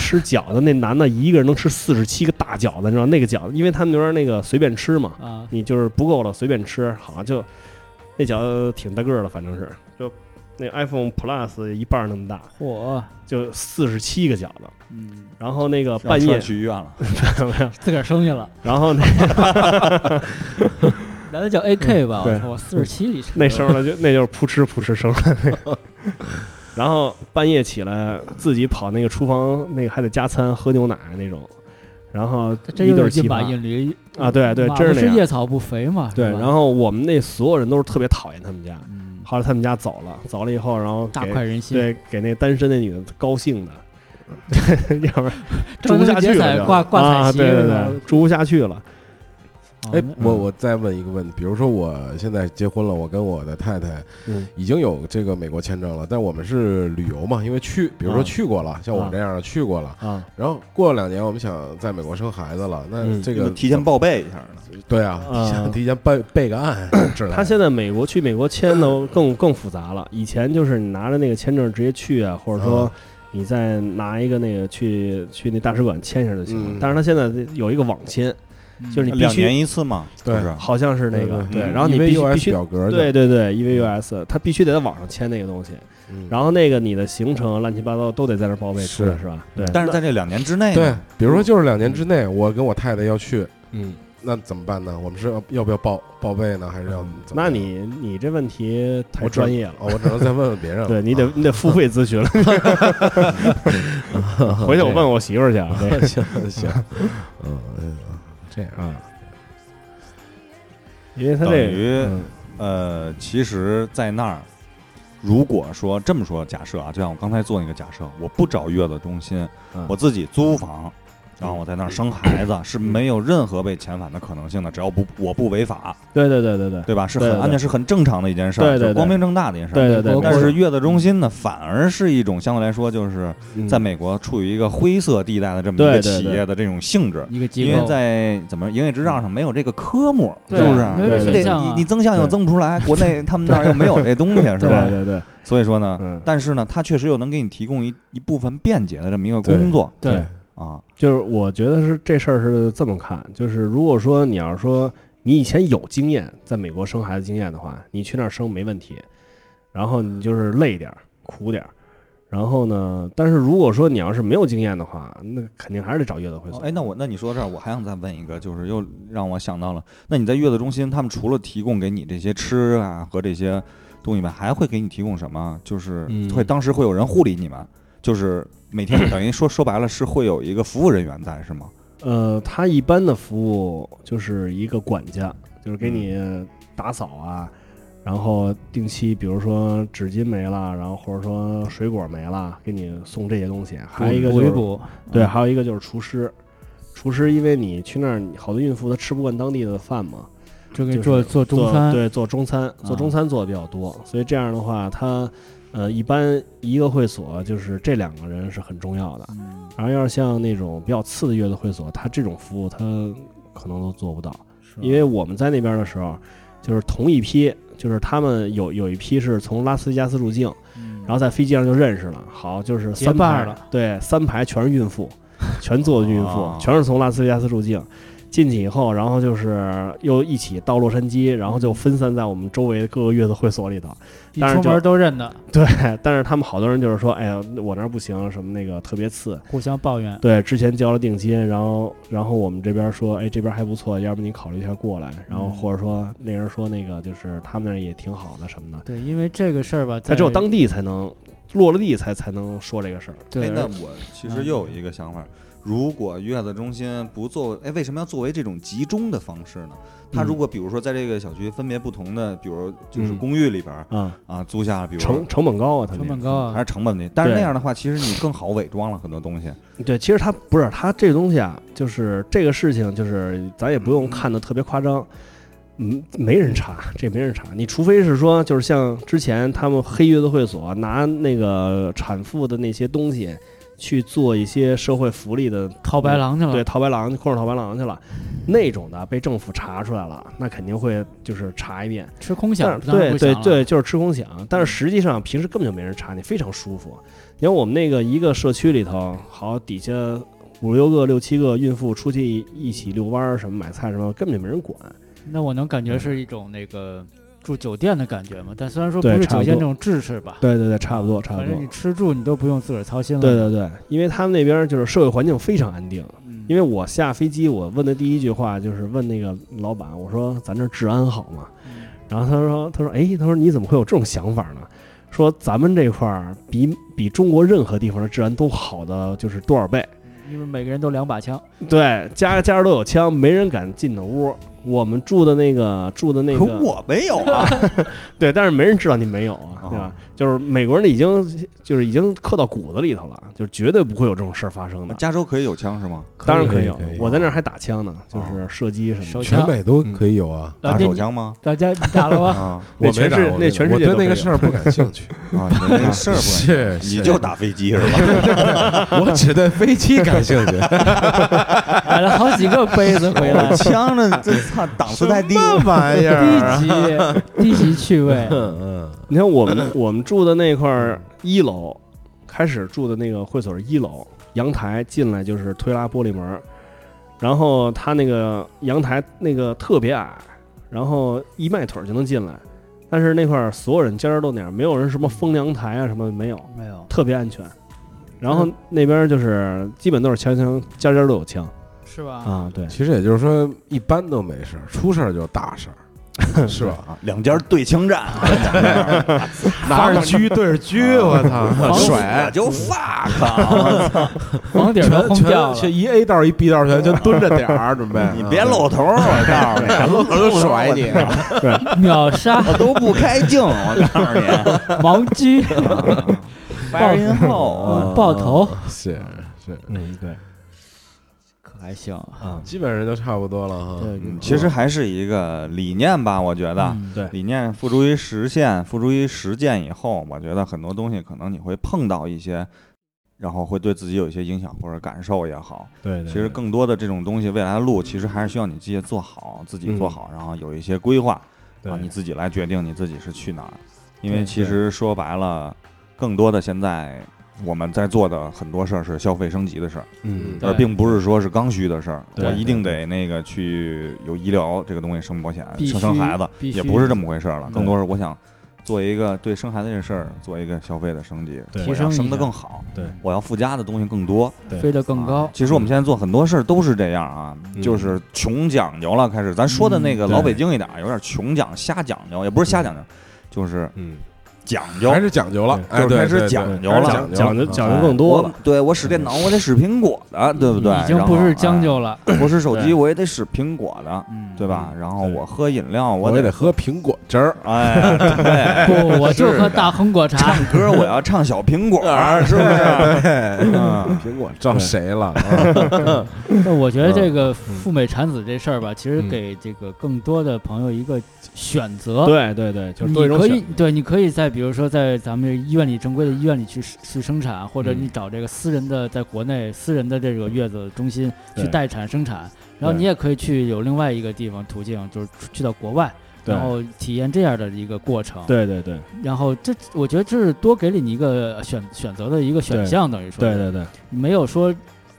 S12: 吃饺子那男的一个人能吃四十七个大饺子，你知道那个饺子，因为他们那边那个随便吃嘛，
S10: 啊
S12: 你就是不够了随便吃，好像就那饺子挺大个儿的，反正是就那 iPhone Plus 一半儿那么大，
S10: 嚯，
S12: 就四十七个饺子。
S10: 嗯，
S12: 然后那个
S11: 是
S12: 半
S11: 要
S12: 夜
S11: 去医院了
S12: 没有
S10: 自个儿生去了
S12: 然后那
S10: 男的叫 AK 吧
S12: 嗯对
S10: 我操我47里生的
S12: 那时候呢就那就是扑哧扑哧声了。然后半夜起来自己跑那个厨房，那个还得加餐喝牛奶那种。然后
S10: 这
S12: 一
S10: 又
S12: 对儿
S10: 是
S12: 奇
S10: 印马
S12: 葩
S10: 印驴
S12: 啊，对对，
S10: 马
S12: 真
S10: 不
S12: 是那
S10: 吃
S12: 样
S10: 夜草不肥嘛，是
S12: 对，
S10: 吧嗯
S12: 然后我们那所有人都是特别讨厌他们家。后来他们家走了，走了以后，然后给
S10: 大快人心
S12: 对，给那单身那女的高 兴的，要不然
S10: 张
S12: 住不
S10: 灯
S12: 下
S10: 结
S12: 去了
S10: 彩
S12: 就
S10: 挂挂彩
S12: 啊
S10: 旗
S12: 对对
S10: 是吧哦
S12: 对，住不下去了。哦
S7: 哎，我
S12: 嗯
S7: 我再问一个问题，比如说我现在结婚了，我跟我的太太
S12: 嗯
S7: 已经有这个美国签证了，但我们是旅游嘛，因为去，比如说
S12: 啊
S7: 去过了，像我们这样的去过了，
S12: 啊，
S7: 然后过了两年我们想在美国生孩子了，那
S12: 嗯
S7: 这
S12: 那
S7: 个
S12: 么提
S11: 前报备一下
S7: 对啊，
S12: 啊
S7: 想提前备备个 案之类的
S12: 他现在美国去美国签的 更更复杂了，以前就是你拿着那个签证直接去啊，或者说
S7: 啊
S12: 你再拿一个那个去去那大使馆签一下就行了。
S7: 嗯
S12: 但是他现在有一个网签，就是你必
S11: 两
S12: 须
S11: 年一次嘛，
S12: 对
S11: 是不是
S12: 好像是那个
S11: 对对
S12: 对，然后你必须
S7: EVUS
S12: 必须
S7: 表格的
S12: 对对对，EVUS，他，E 必须得在网上签那个东西
S7: 嗯，
S12: 然后那个你的行程乱七八糟都得在这儿报备出来是吧？对，
S11: 这两年之内呢
S7: 对，比如说就是两年之内，我跟我太太要去，
S12: 嗯，
S7: 那怎么办呢？我们是要要不要报报备呢？还是要怎么
S12: 嗯那你你这问题太
S7: 我只
S12: 专业了，
S7: 哦我只能再问问别人了 啊
S12: 对你得你得付费咨询了，回去我问我媳妇儿去啊。这
S7: 行行，嗯，这样啊，
S12: 因为他
S11: 等
S12: 这嗯
S11: 于呃，其实，在那儿，如果说这么说，假设啊，就像我刚才做那个假设，我不找月子中心，
S12: 嗯
S11: 我自己租房，然后我在那儿生孩子，是没有任何被遣返的可能性的，只要不我不违法。
S12: 对对对对对，
S11: 对吧？是
S12: 对
S11: 很
S12: 对
S11: 安全，是很正常的一件事儿，
S12: 对对
S11: 就
S12: 对
S11: 光明正大的一件事儿。
S12: 对对对对
S11: 但是月子中心呢，反而是一种相对来说，就是
S7: 嗯
S12: 嗯
S11: 在美国处于一个灰色地带的这么一个
S12: 对对
S11: 企
S12: 对
S11: 业的这种性质，
S10: 一个机构
S11: 因为在怎么营业执照上没有这个科目，是
S16: 对
S11: 不是？
S16: 没有对对对
S11: 你
S16: 对
S10: 啊
S11: 你你增项又增不出来，国内他们那儿又没有这东西，是吧？
S12: 啊对对嗯对。
S11: 所以说呢，但是呢，它确实又能给你提供一一部分便捷的这么一个
S12: 对
S11: 工作，
S12: 对
S11: 啊，
S12: 就是我觉得是这事儿是这么看，就是如果说你要是说你以前有经验，在美国生孩子经验的话，你去那儿生没问题，然后你就是累点儿、苦点儿，然后呢，但是如果说你要是没有经验的话，那肯定还是得找乐队会所。
S11: 哎，那我那你说到这儿，我还想再问一个，就是又让我想到了，那你在月子中心，他们除了提供给你这些吃啊和这些东西外，还会给你提供什么？就是
S16: 嗯
S11: 会当时会有人护理你们，就是每 天等于说说白了是会有一个服务人员在，是吗？
S12: 呃，他一般的服务就是一个管家，就是给你打扫啊，然后定期，比如说纸巾没了，然后或者说水果没了，给你送这些东西。还有一个、
S10: 补
S12: 就
S10: 一
S12: 是、
S10: 补
S12: 对，
S10: 嗯
S12: 还有一个就是厨师，厨师因为你去那儿，好多孕妇她吃不惯当地的饭嘛，
S10: 就给
S12: 是
S10: 做做中餐啊
S12: 对，做中餐，做中餐做的比较多，所以这样的话，他呃，一般一个会所就是这两个人是很重要的。
S10: 嗯
S12: 然后要是像那种比较次的乐队会所，他这种服务他可能都做不到，
S10: 嗯
S12: 因为我们在那边的时候，就是同一批，就是他们有有一批是从拉斯维加斯入境，然后在飞机上就认识了，好，就是
S10: 嗯结
S12: 三
S10: 伴
S12: 排
S10: 了，
S12: 对，三排全是孕妇，全坐的孕妇，
S10: 哦
S12: 全是从拉斯维加斯入境。进去以后，然后就是又一起到洛杉矶，然后就分散在我们周围各个月子会所里头。
S10: 一
S12: 但是
S10: 出
S12: 就
S10: 门都认得，
S12: 对，但是他们好多人就是说，哎呀，我那儿不行，什么那个特别次，
S10: 互相抱怨。
S12: 对，之前交了定金，然后然后我们这边说，哎，这边还不错，要不你考虑一下过来，然后
S10: 嗯
S12: 或者说那人说那个就是他们那儿也挺好的什么的，
S10: 对，因为这个事儿吧，
S12: 他只有当地才能落了地才才能说这个事儿。
S11: 哎，那我其实又有一个想法，如果月子中心不作，哎，为什么要作为这种集中的方式呢？它如果比如说在这个小区分别不同的，比如就是
S12: 嗯
S11: 公寓里边儿
S12: 啊
S11: 啊租下，比如
S12: 成成本高啊，他那
S10: 成
S12: 个
S10: 本高啊
S11: 还是成本低，但是那
S12: 对
S11: 样的话，其实你更好伪装了很多东西。
S12: 对，其实他不是他这个东西啊，就是这个事情，就是咱也不用看的特别夸张，嗯，没人查，这没人查。你除非是说，就是像之前他们黑月子会所拿那个产妇的那些东西去做一些社会福利的
S10: 套白狼去了
S12: 对，套白狼控制套白狼去了，那种的被政府查出来了，那肯定会就是查一遍，
S10: 吃空饷
S12: 但
S10: 当然
S12: 对
S10: 不
S12: 对
S10: 想了嗯
S12: 对，就是吃空饷。但是实际上平时根本就没人查你，非常舒服。你看我们那个一个社区里头，好底下五六个、六七个孕妇出去一一起遛弯儿，什么买菜什么，根本就没人管。
S10: 那我能感觉是一种那个住酒店的感觉嘛，但虽然说不
S12: 对
S10: 是
S12: 差
S10: 酒
S12: 不
S10: 店这
S12: 多
S10: 种制式吧，
S12: 对对对，差不多差不
S10: 反
S12: 多
S10: 正。你吃住你都不用自个儿操心了。
S12: 对对对，因为他们那边就是社会环境非常安定。
S10: 嗯
S12: 因为我下飞机，我问的第一句话就是问那个老板，我说咱这治安好吗？然后他说他说哎，他说你怎么会有这种想法呢？说咱们这块儿比比中国任何地方的治安都好的就是多少倍？
S10: 因为每个人都两把枪，
S12: 对，家家都有枪，没人敢进的屋。我们住的那个住的那个，
S10: 可我
S11: 没有啊。
S12: 对，但是没人知道你没有啊，对吧？就是美国人已经就是已经刻到骨子里头了，就是绝对不会有这种事儿发生的。
S11: 加州可以有枪是吗？
S12: 当然可以有哦
S7: 可以可以，
S12: 我在那儿还打枪呢，就是射击什么
S10: 手
S12: 的。
S7: 枪全美都可以有啊
S12: 嗯
S7: 打手枪
S11: 吗
S10: 大家你打了吗？
S7: 我
S12: 那
S7: 没
S12: 全
S7: 打
S12: 是
S7: 过
S12: 那
S7: 这
S12: 全
S7: 个
S12: 世
S7: 我
S12: 界
S7: 对
S12: 都可
S7: 那
S12: 以
S7: 个
S12: 有。
S7: 事儿不感兴 趣
S11: 啊你对那个事儿不 感兴趣
S7: 是是
S11: 你 就打飞机是吧
S7: 我只对飞机感兴 趣。
S10: 买了哎好几个杯子回来，
S11: 枪呢？这操档次太低，
S7: 什么玩意
S11: 啊
S7: 儿
S10: 低级低级趣味
S12: 嗯嗯，你看我们我们住的那块儿一楼，开始住的那个会所是一楼，阳台进来就是推拉玻璃门儿，然后他那个阳台那个特别矮，然后一迈腿儿就能进来。但是那块儿所有人家家都那样，没有人什么封阳台啊什么的没有，
S10: 没有，
S12: 特别安全。然
S10: 嗯
S12: 后那边儿就是基本都是枪枪，家家都有枪，
S10: 是吧？
S12: 啊，对，
S7: 其实也就是说，一般都没事儿，出事儿就大事儿， 是吧？
S11: 两家对枪战，
S7: 拿着狙对着狙，我操，
S11: 甩
S7: 甩
S11: 就 fuck，我操
S10: 房顶
S7: 全
S10: 都轰掉
S7: 全
S10: 了
S7: 全一 A 道一 B 道全全蹲着点儿准备， 啊
S11: 你别露头，我告诉 你，
S7: 露头就甩你，
S10: 秒杀，
S11: 我都不开镜，我告诉你，
S10: 盲狙，
S11: 八零后
S10: 嗯爆头，
S7: 是是，
S12: 嗯对，
S10: 可还行
S12: 啊。
S7: 基本上就差不多了哈。
S11: 嗯 其实还是一个理念吧，我觉得，
S10: 嗯
S12: 对
S11: 理念付诸于实现，付诸于实践以后，我觉得很多东西可能你会碰到一些，然后会对自己有一些影响或者感受也好。
S12: 对
S11: 其
S12: 对
S11: 实更多的这种东西，未来的路其实还是需要你自己做好，自己做
S12: 嗯
S11: 好，然后有一些规划，
S12: 对
S11: 啊，你自己来决定你自己是去哪儿。因为
S12: 对
S11: 其实说白了，更多的现在我们在做的很多事儿是消费升级的事儿，
S12: 嗯
S11: 而
S10: 对
S11: 呃并不是说是刚需的事儿。
S12: 对
S11: 我一定得那个去有医疗这个东西，生命保险、
S10: 必须
S11: 生生孩子，
S10: 必须
S11: 也不是这么回事儿了，
S12: 对
S11: 更多是我想做一个对生孩子这事儿做一个消费的升级，
S12: 对
S11: 我
S12: 提
S11: 要
S12: 升一
S11: 生的
S12: 下
S11: 更好，
S12: 对
S11: 我要附加的东西更多，
S12: 对
S10: 飞得更高
S11: 啊其实我们现在做很多事儿都是这样啊，就是穷讲究了，开始咱说的那个
S16: 嗯
S11: 老
S16: 对
S11: 北京一点儿，有点穷讲瞎讲究，也不是瞎讲究，就是
S7: 嗯。
S11: 讲究
S7: 还是讲究了哎
S11: 就是
S7: 对
S11: 开
S7: 对
S11: 始
S7: 对
S11: 讲究
S7: 还是
S11: 了，
S7: 讲究啊讲究讲究
S11: 哎
S7: 更多
S11: 我
S7: 了
S11: 对我使电脑，我得使苹果的，对不对？
S10: 已经
S11: 然后
S10: 不是将就
S11: 哎
S10: 了
S12: 嗯
S11: 我使手机
S10: 对
S11: 我也得使苹果的，对吧？然后我喝饮料
S7: 我也
S11: 得
S7: 得喝苹果汁儿，
S11: 哎，对
S10: 不，我就是喝
S11: 的
S10: 大红果茶。
S11: 唱 歌我要唱小苹果
S12: 啊
S11: 儿，是不是？ 嗯
S7: 苹果照谁了？啊
S10: 那我觉得这
S7: 个
S10: 个赴美产子这事儿吧，其实
S12: 啊嗯
S10: 给这个更多的朋友一个选择。
S12: 对对对就是多一种
S10: 你可
S12: 选
S10: 以对，你可以在比如说在咱们医院里正规的医院里去去生产，或者
S12: 嗯
S10: 你找这个私人的，在国内私人的这个月子中心去
S12: 对
S10: 待产生产。然后
S12: 对
S10: 你也可以去有另外一个地方途径，就是去到国外，
S12: 对
S10: 然后体验这样的一个过程。
S12: 对对对，
S10: 然后这我觉得这是多给了你一个选选择的一个选
S12: 对
S10: 项，等于说
S12: 对
S10: 是
S12: 对对，
S10: 没有说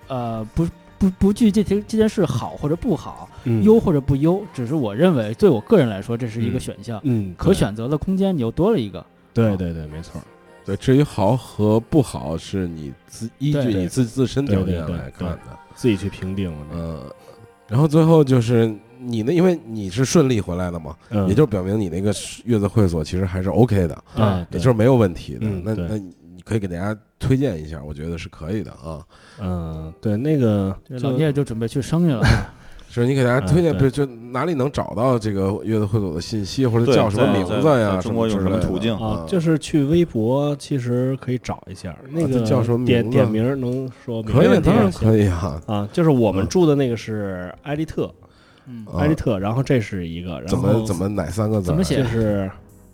S10: 呃不不不惧这件这件事好或者不好，
S12: 嗯
S10: 优或者不优，只是我认为对我个人来说这是一个选项，
S12: 嗯嗯
S10: 可
S12: 对
S10: 选择的空间你又多了一个，
S7: 啊
S12: 对对对，没错。
S7: 对，至于好和不好，是你自依
S12: 对
S7: 据
S12: 对
S7: 你自自身条
S12: 对对
S7: 件
S12: 对
S7: 来看的，
S12: 自己去评定。
S7: 嗯，然后最后就是你呢，因为你是顺利回来的嘛，
S12: 嗯
S7: 也就表明你那个月子会所其实还是 OK 的，
S12: 对啊
S7: 也
S12: 对
S7: 就是没有问题的。
S12: 嗯
S7: 那
S12: 对
S7: 那你可以给大家推荐一下，我觉得是可以的啊。
S12: 嗯，对，那个
S10: 这老
S7: 嗯
S10: 聂就准备去生去了。
S7: 是你给大家推荐，
S12: 嗯
S7: 不是就哪里能找到这个月子会所的信息，或者
S12: 对
S7: 叫什么
S12: 在
S7: 名字
S12: 在
S7: 呀？
S12: 在中国有
S7: 之
S12: 什么
S7: 类的
S12: 途径
S7: 啊
S12: 啊？就是去微博，其实可以找一下那
S7: 啊这
S12: 个
S7: 叫什么
S12: 点
S7: 名字啊
S12: 点名儿能说吗
S7: 可以
S12: 没问题
S7: 当然可以啊
S12: 啊！就是我们住的那个是埃利特，
S10: 嗯
S12: 埃利特，然后这是一个，然后
S7: 啊怎么怎么哪三个字儿啊怎么写
S12: 就是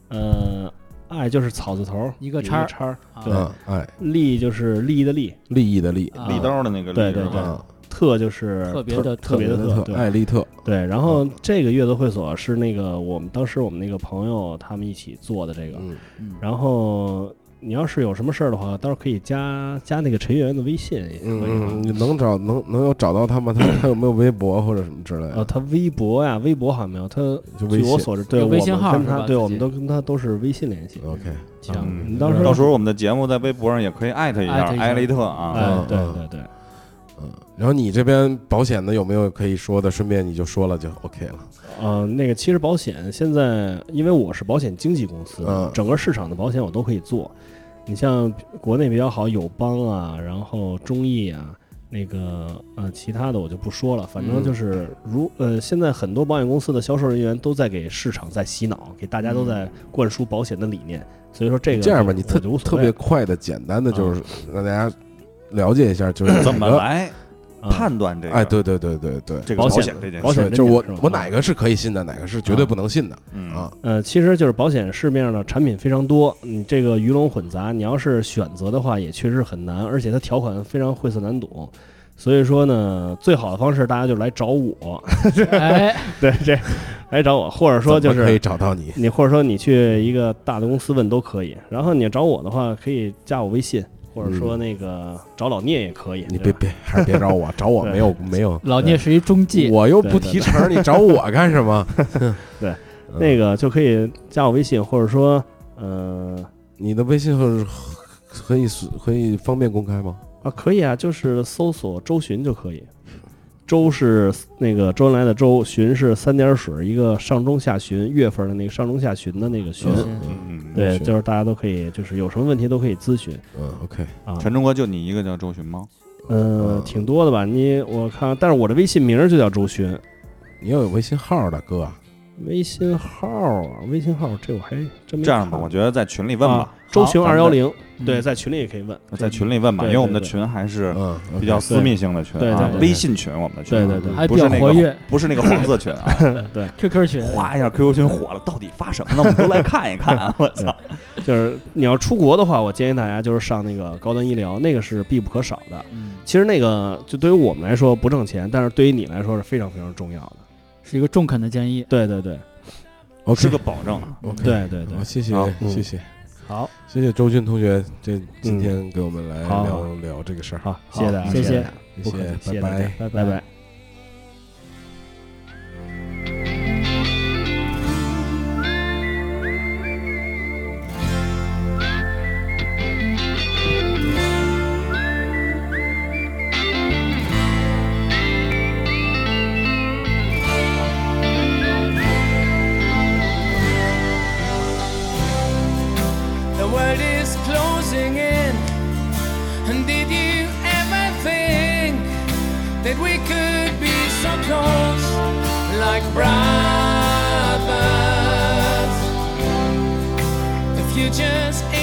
S12: 呃，爱就是草字头
S10: 一
S12: 个
S10: 个
S12: 叉
S10: 叉
S12: 儿
S10: 儿
S12: 对
S7: 啊，爱
S12: 利就是利益的利，
S7: 利益的利嗯
S12: 啊
S16: 利兜的那个利
S12: 对对
S16: 是
S12: 对
S16: 吧，
S12: 特就是
S10: 特别的
S12: 特别的
S7: 特别的特
S12: 对
S7: 爱利特
S12: 对，然后这个月子会所是那个我们当时我们那个朋友他们一起做的这个，
S7: 嗯
S12: 然后你要是有什么事儿的话，到时候可以加加那个陈圆圆的微信也可以啊。
S7: 嗯，你能找能能有找到他吗？他他有没有微博或者什么之类的？
S12: 呃，他微博呀，微博好像没有，他
S7: 就微
S12: 据我
S7: 信
S12: 所知，对，
S7: 有
S12: 我
S7: 微信
S12: 们
S7: 号
S12: 跟
S7: 是
S12: 他，
S7: 吧
S12: 对，
S7: 自
S12: 我们
S7: 己
S12: 都跟他都是微信联系。
S7: OK，
S12: 行，
S11: 嗯
S12: 你到时候
S11: 到时候我们的节目在微博上也可以艾特一
S12: 艾
S11: 下
S12: 特一下
S11: 埃雷特啊，
S12: 哎对
S7: 嗯
S12: 对对，
S7: 嗯，然后你这边保险的有没有可以说的？顺便你就说了就 OK 了。
S12: 呃，那个其实保险现在，因为我是保险经纪公司，
S7: 嗯
S12: 整个市场的保险我都可以做。你像国内比较好友邦啊，然后中意啊，那个呃其他的我就不说了，
S7: 嗯
S12: 反正就是如呃现在很多保险公司的销售人员都在给市场在洗脑，给大家都在灌输保险的理念。所以说这个
S7: 这样吧，你
S12: 我
S7: 特
S12: 就无
S7: 特
S12: 所
S7: 别
S12: 谓
S7: 快的、简单的，就是让大家了解一下，就是
S12: 嗯
S11: 怎
S7: 哪
S11: 么
S7: 个
S11: 来
S12: 啊
S11: 判断这个？
S7: 哎，对对对对对，
S11: 这个保险这件事保险
S7: 是
S12: 这
S7: 就是
S12: 件
S7: 我
S12: 事儿
S7: 我哪个是可以信的，哪个是绝对不能信的
S11: 嗯
S7: 啊？
S12: 呃，其实就是保险市面上的产品非常多，你这个鱼龙混杂，你要是选择的话，也确实很难，而且它条款非常晦涩难懂。所以说呢，最好的方式大家就来找我，
S10: 哎，
S12: 对这，来找我，或者说就
S7: 怎
S12: 是
S7: 么可以找到你
S12: 你或者说你去一个大的公司问都可以。然后你找我的话，可以加我微信，或者说那个找老聂也可以。
S7: 嗯你别
S12: 对吧
S7: 别还是别找我，找我
S12: 对
S7: 没有没有。
S10: 老聂是一中介，
S7: 我又不
S12: 对对
S7: 提
S12: 对
S7: 成，你找我干什么？
S12: 对，
S7: 嗯
S12: 那个就可以加我微信，或者说，呃，
S7: 你的微信是可以可以方便公开吗？
S12: 啊，可以啊，就是搜索周巡就可以。周是那个周恩来的周，巡是三点水一个上中下旬月份的那个上中下旬的那个旬。
S7: 嗯嗯嗯
S12: 对，
S7: 嗯
S12: 就是大家都可以，就是有什么问题都可以咨询。
S7: 嗯，OK
S12: 啊，
S11: 全中国就你一个叫周寻吗？
S12: 呃，挺多的吧？你我看，但是我的微信名儿就叫周巡。
S7: 你要有微信号的哥，啊
S12: 微信号啊，微信号，这我还真没
S11: 这样吧，
S12: 看
S11: 我觉得在群里问吧
S12: 啊。周巡
S11: 好
S12: 二幺零
S11: 咱，们
S12: 对，
S11: 在
S12: 在群里也可以问，
S11: 在群里问吧，
S12: 啊对
S11: 因为我们的
S12: 对对嗯
S11: 群还是
S7: 嗯，OK
S11: 比较私密性的群
S12: 对对
S11: 啊
S12: 对，对
S11: 微信群我们的群啊，
S12: 对对对
S10: 还
S11: 不是
S10: 比较
S11: 那
S10: 活
S11: 个
S10: 跃
S11: 不是那个黄色群 啊，
S12: 对
S10: QQ 群
S11: 哗一下 QQ 群火了，到底发什么呢？我们都来看一看啊， 我操！
S12: 就是你要出国的话，我建议大家就是上那个高端医疗，那个是必不可少的。
S3: 嗯
S12: 其实那个就对于我们来说不挣钱，但是对于你来说是非常非常重要的，
S10: 是一个中肯的建议。
S12: 对对对，
S7: OK
S11: 是个保证。啊
S7: OK，
S12: 对对对
S7: 好谢谢
S12: 好
S7: 谢谢，
S10: 好，
S7: 谢谢周军同学，这今
S12: 嗯
S7: 天给我们来
S12: 好
S7: 聊聊这个事儿，
S12: 好谢谢大家
S7: 好
S12: 谢谢
S7: 大家
S12: 不客气
S7: 谢
S12: 谢
S7: 谢，
S12: 谢
S7: 拜
S12: 大家
S7: 拜
S12: 拜拜。
S9: Thank that we could be so close, like brothers. The future's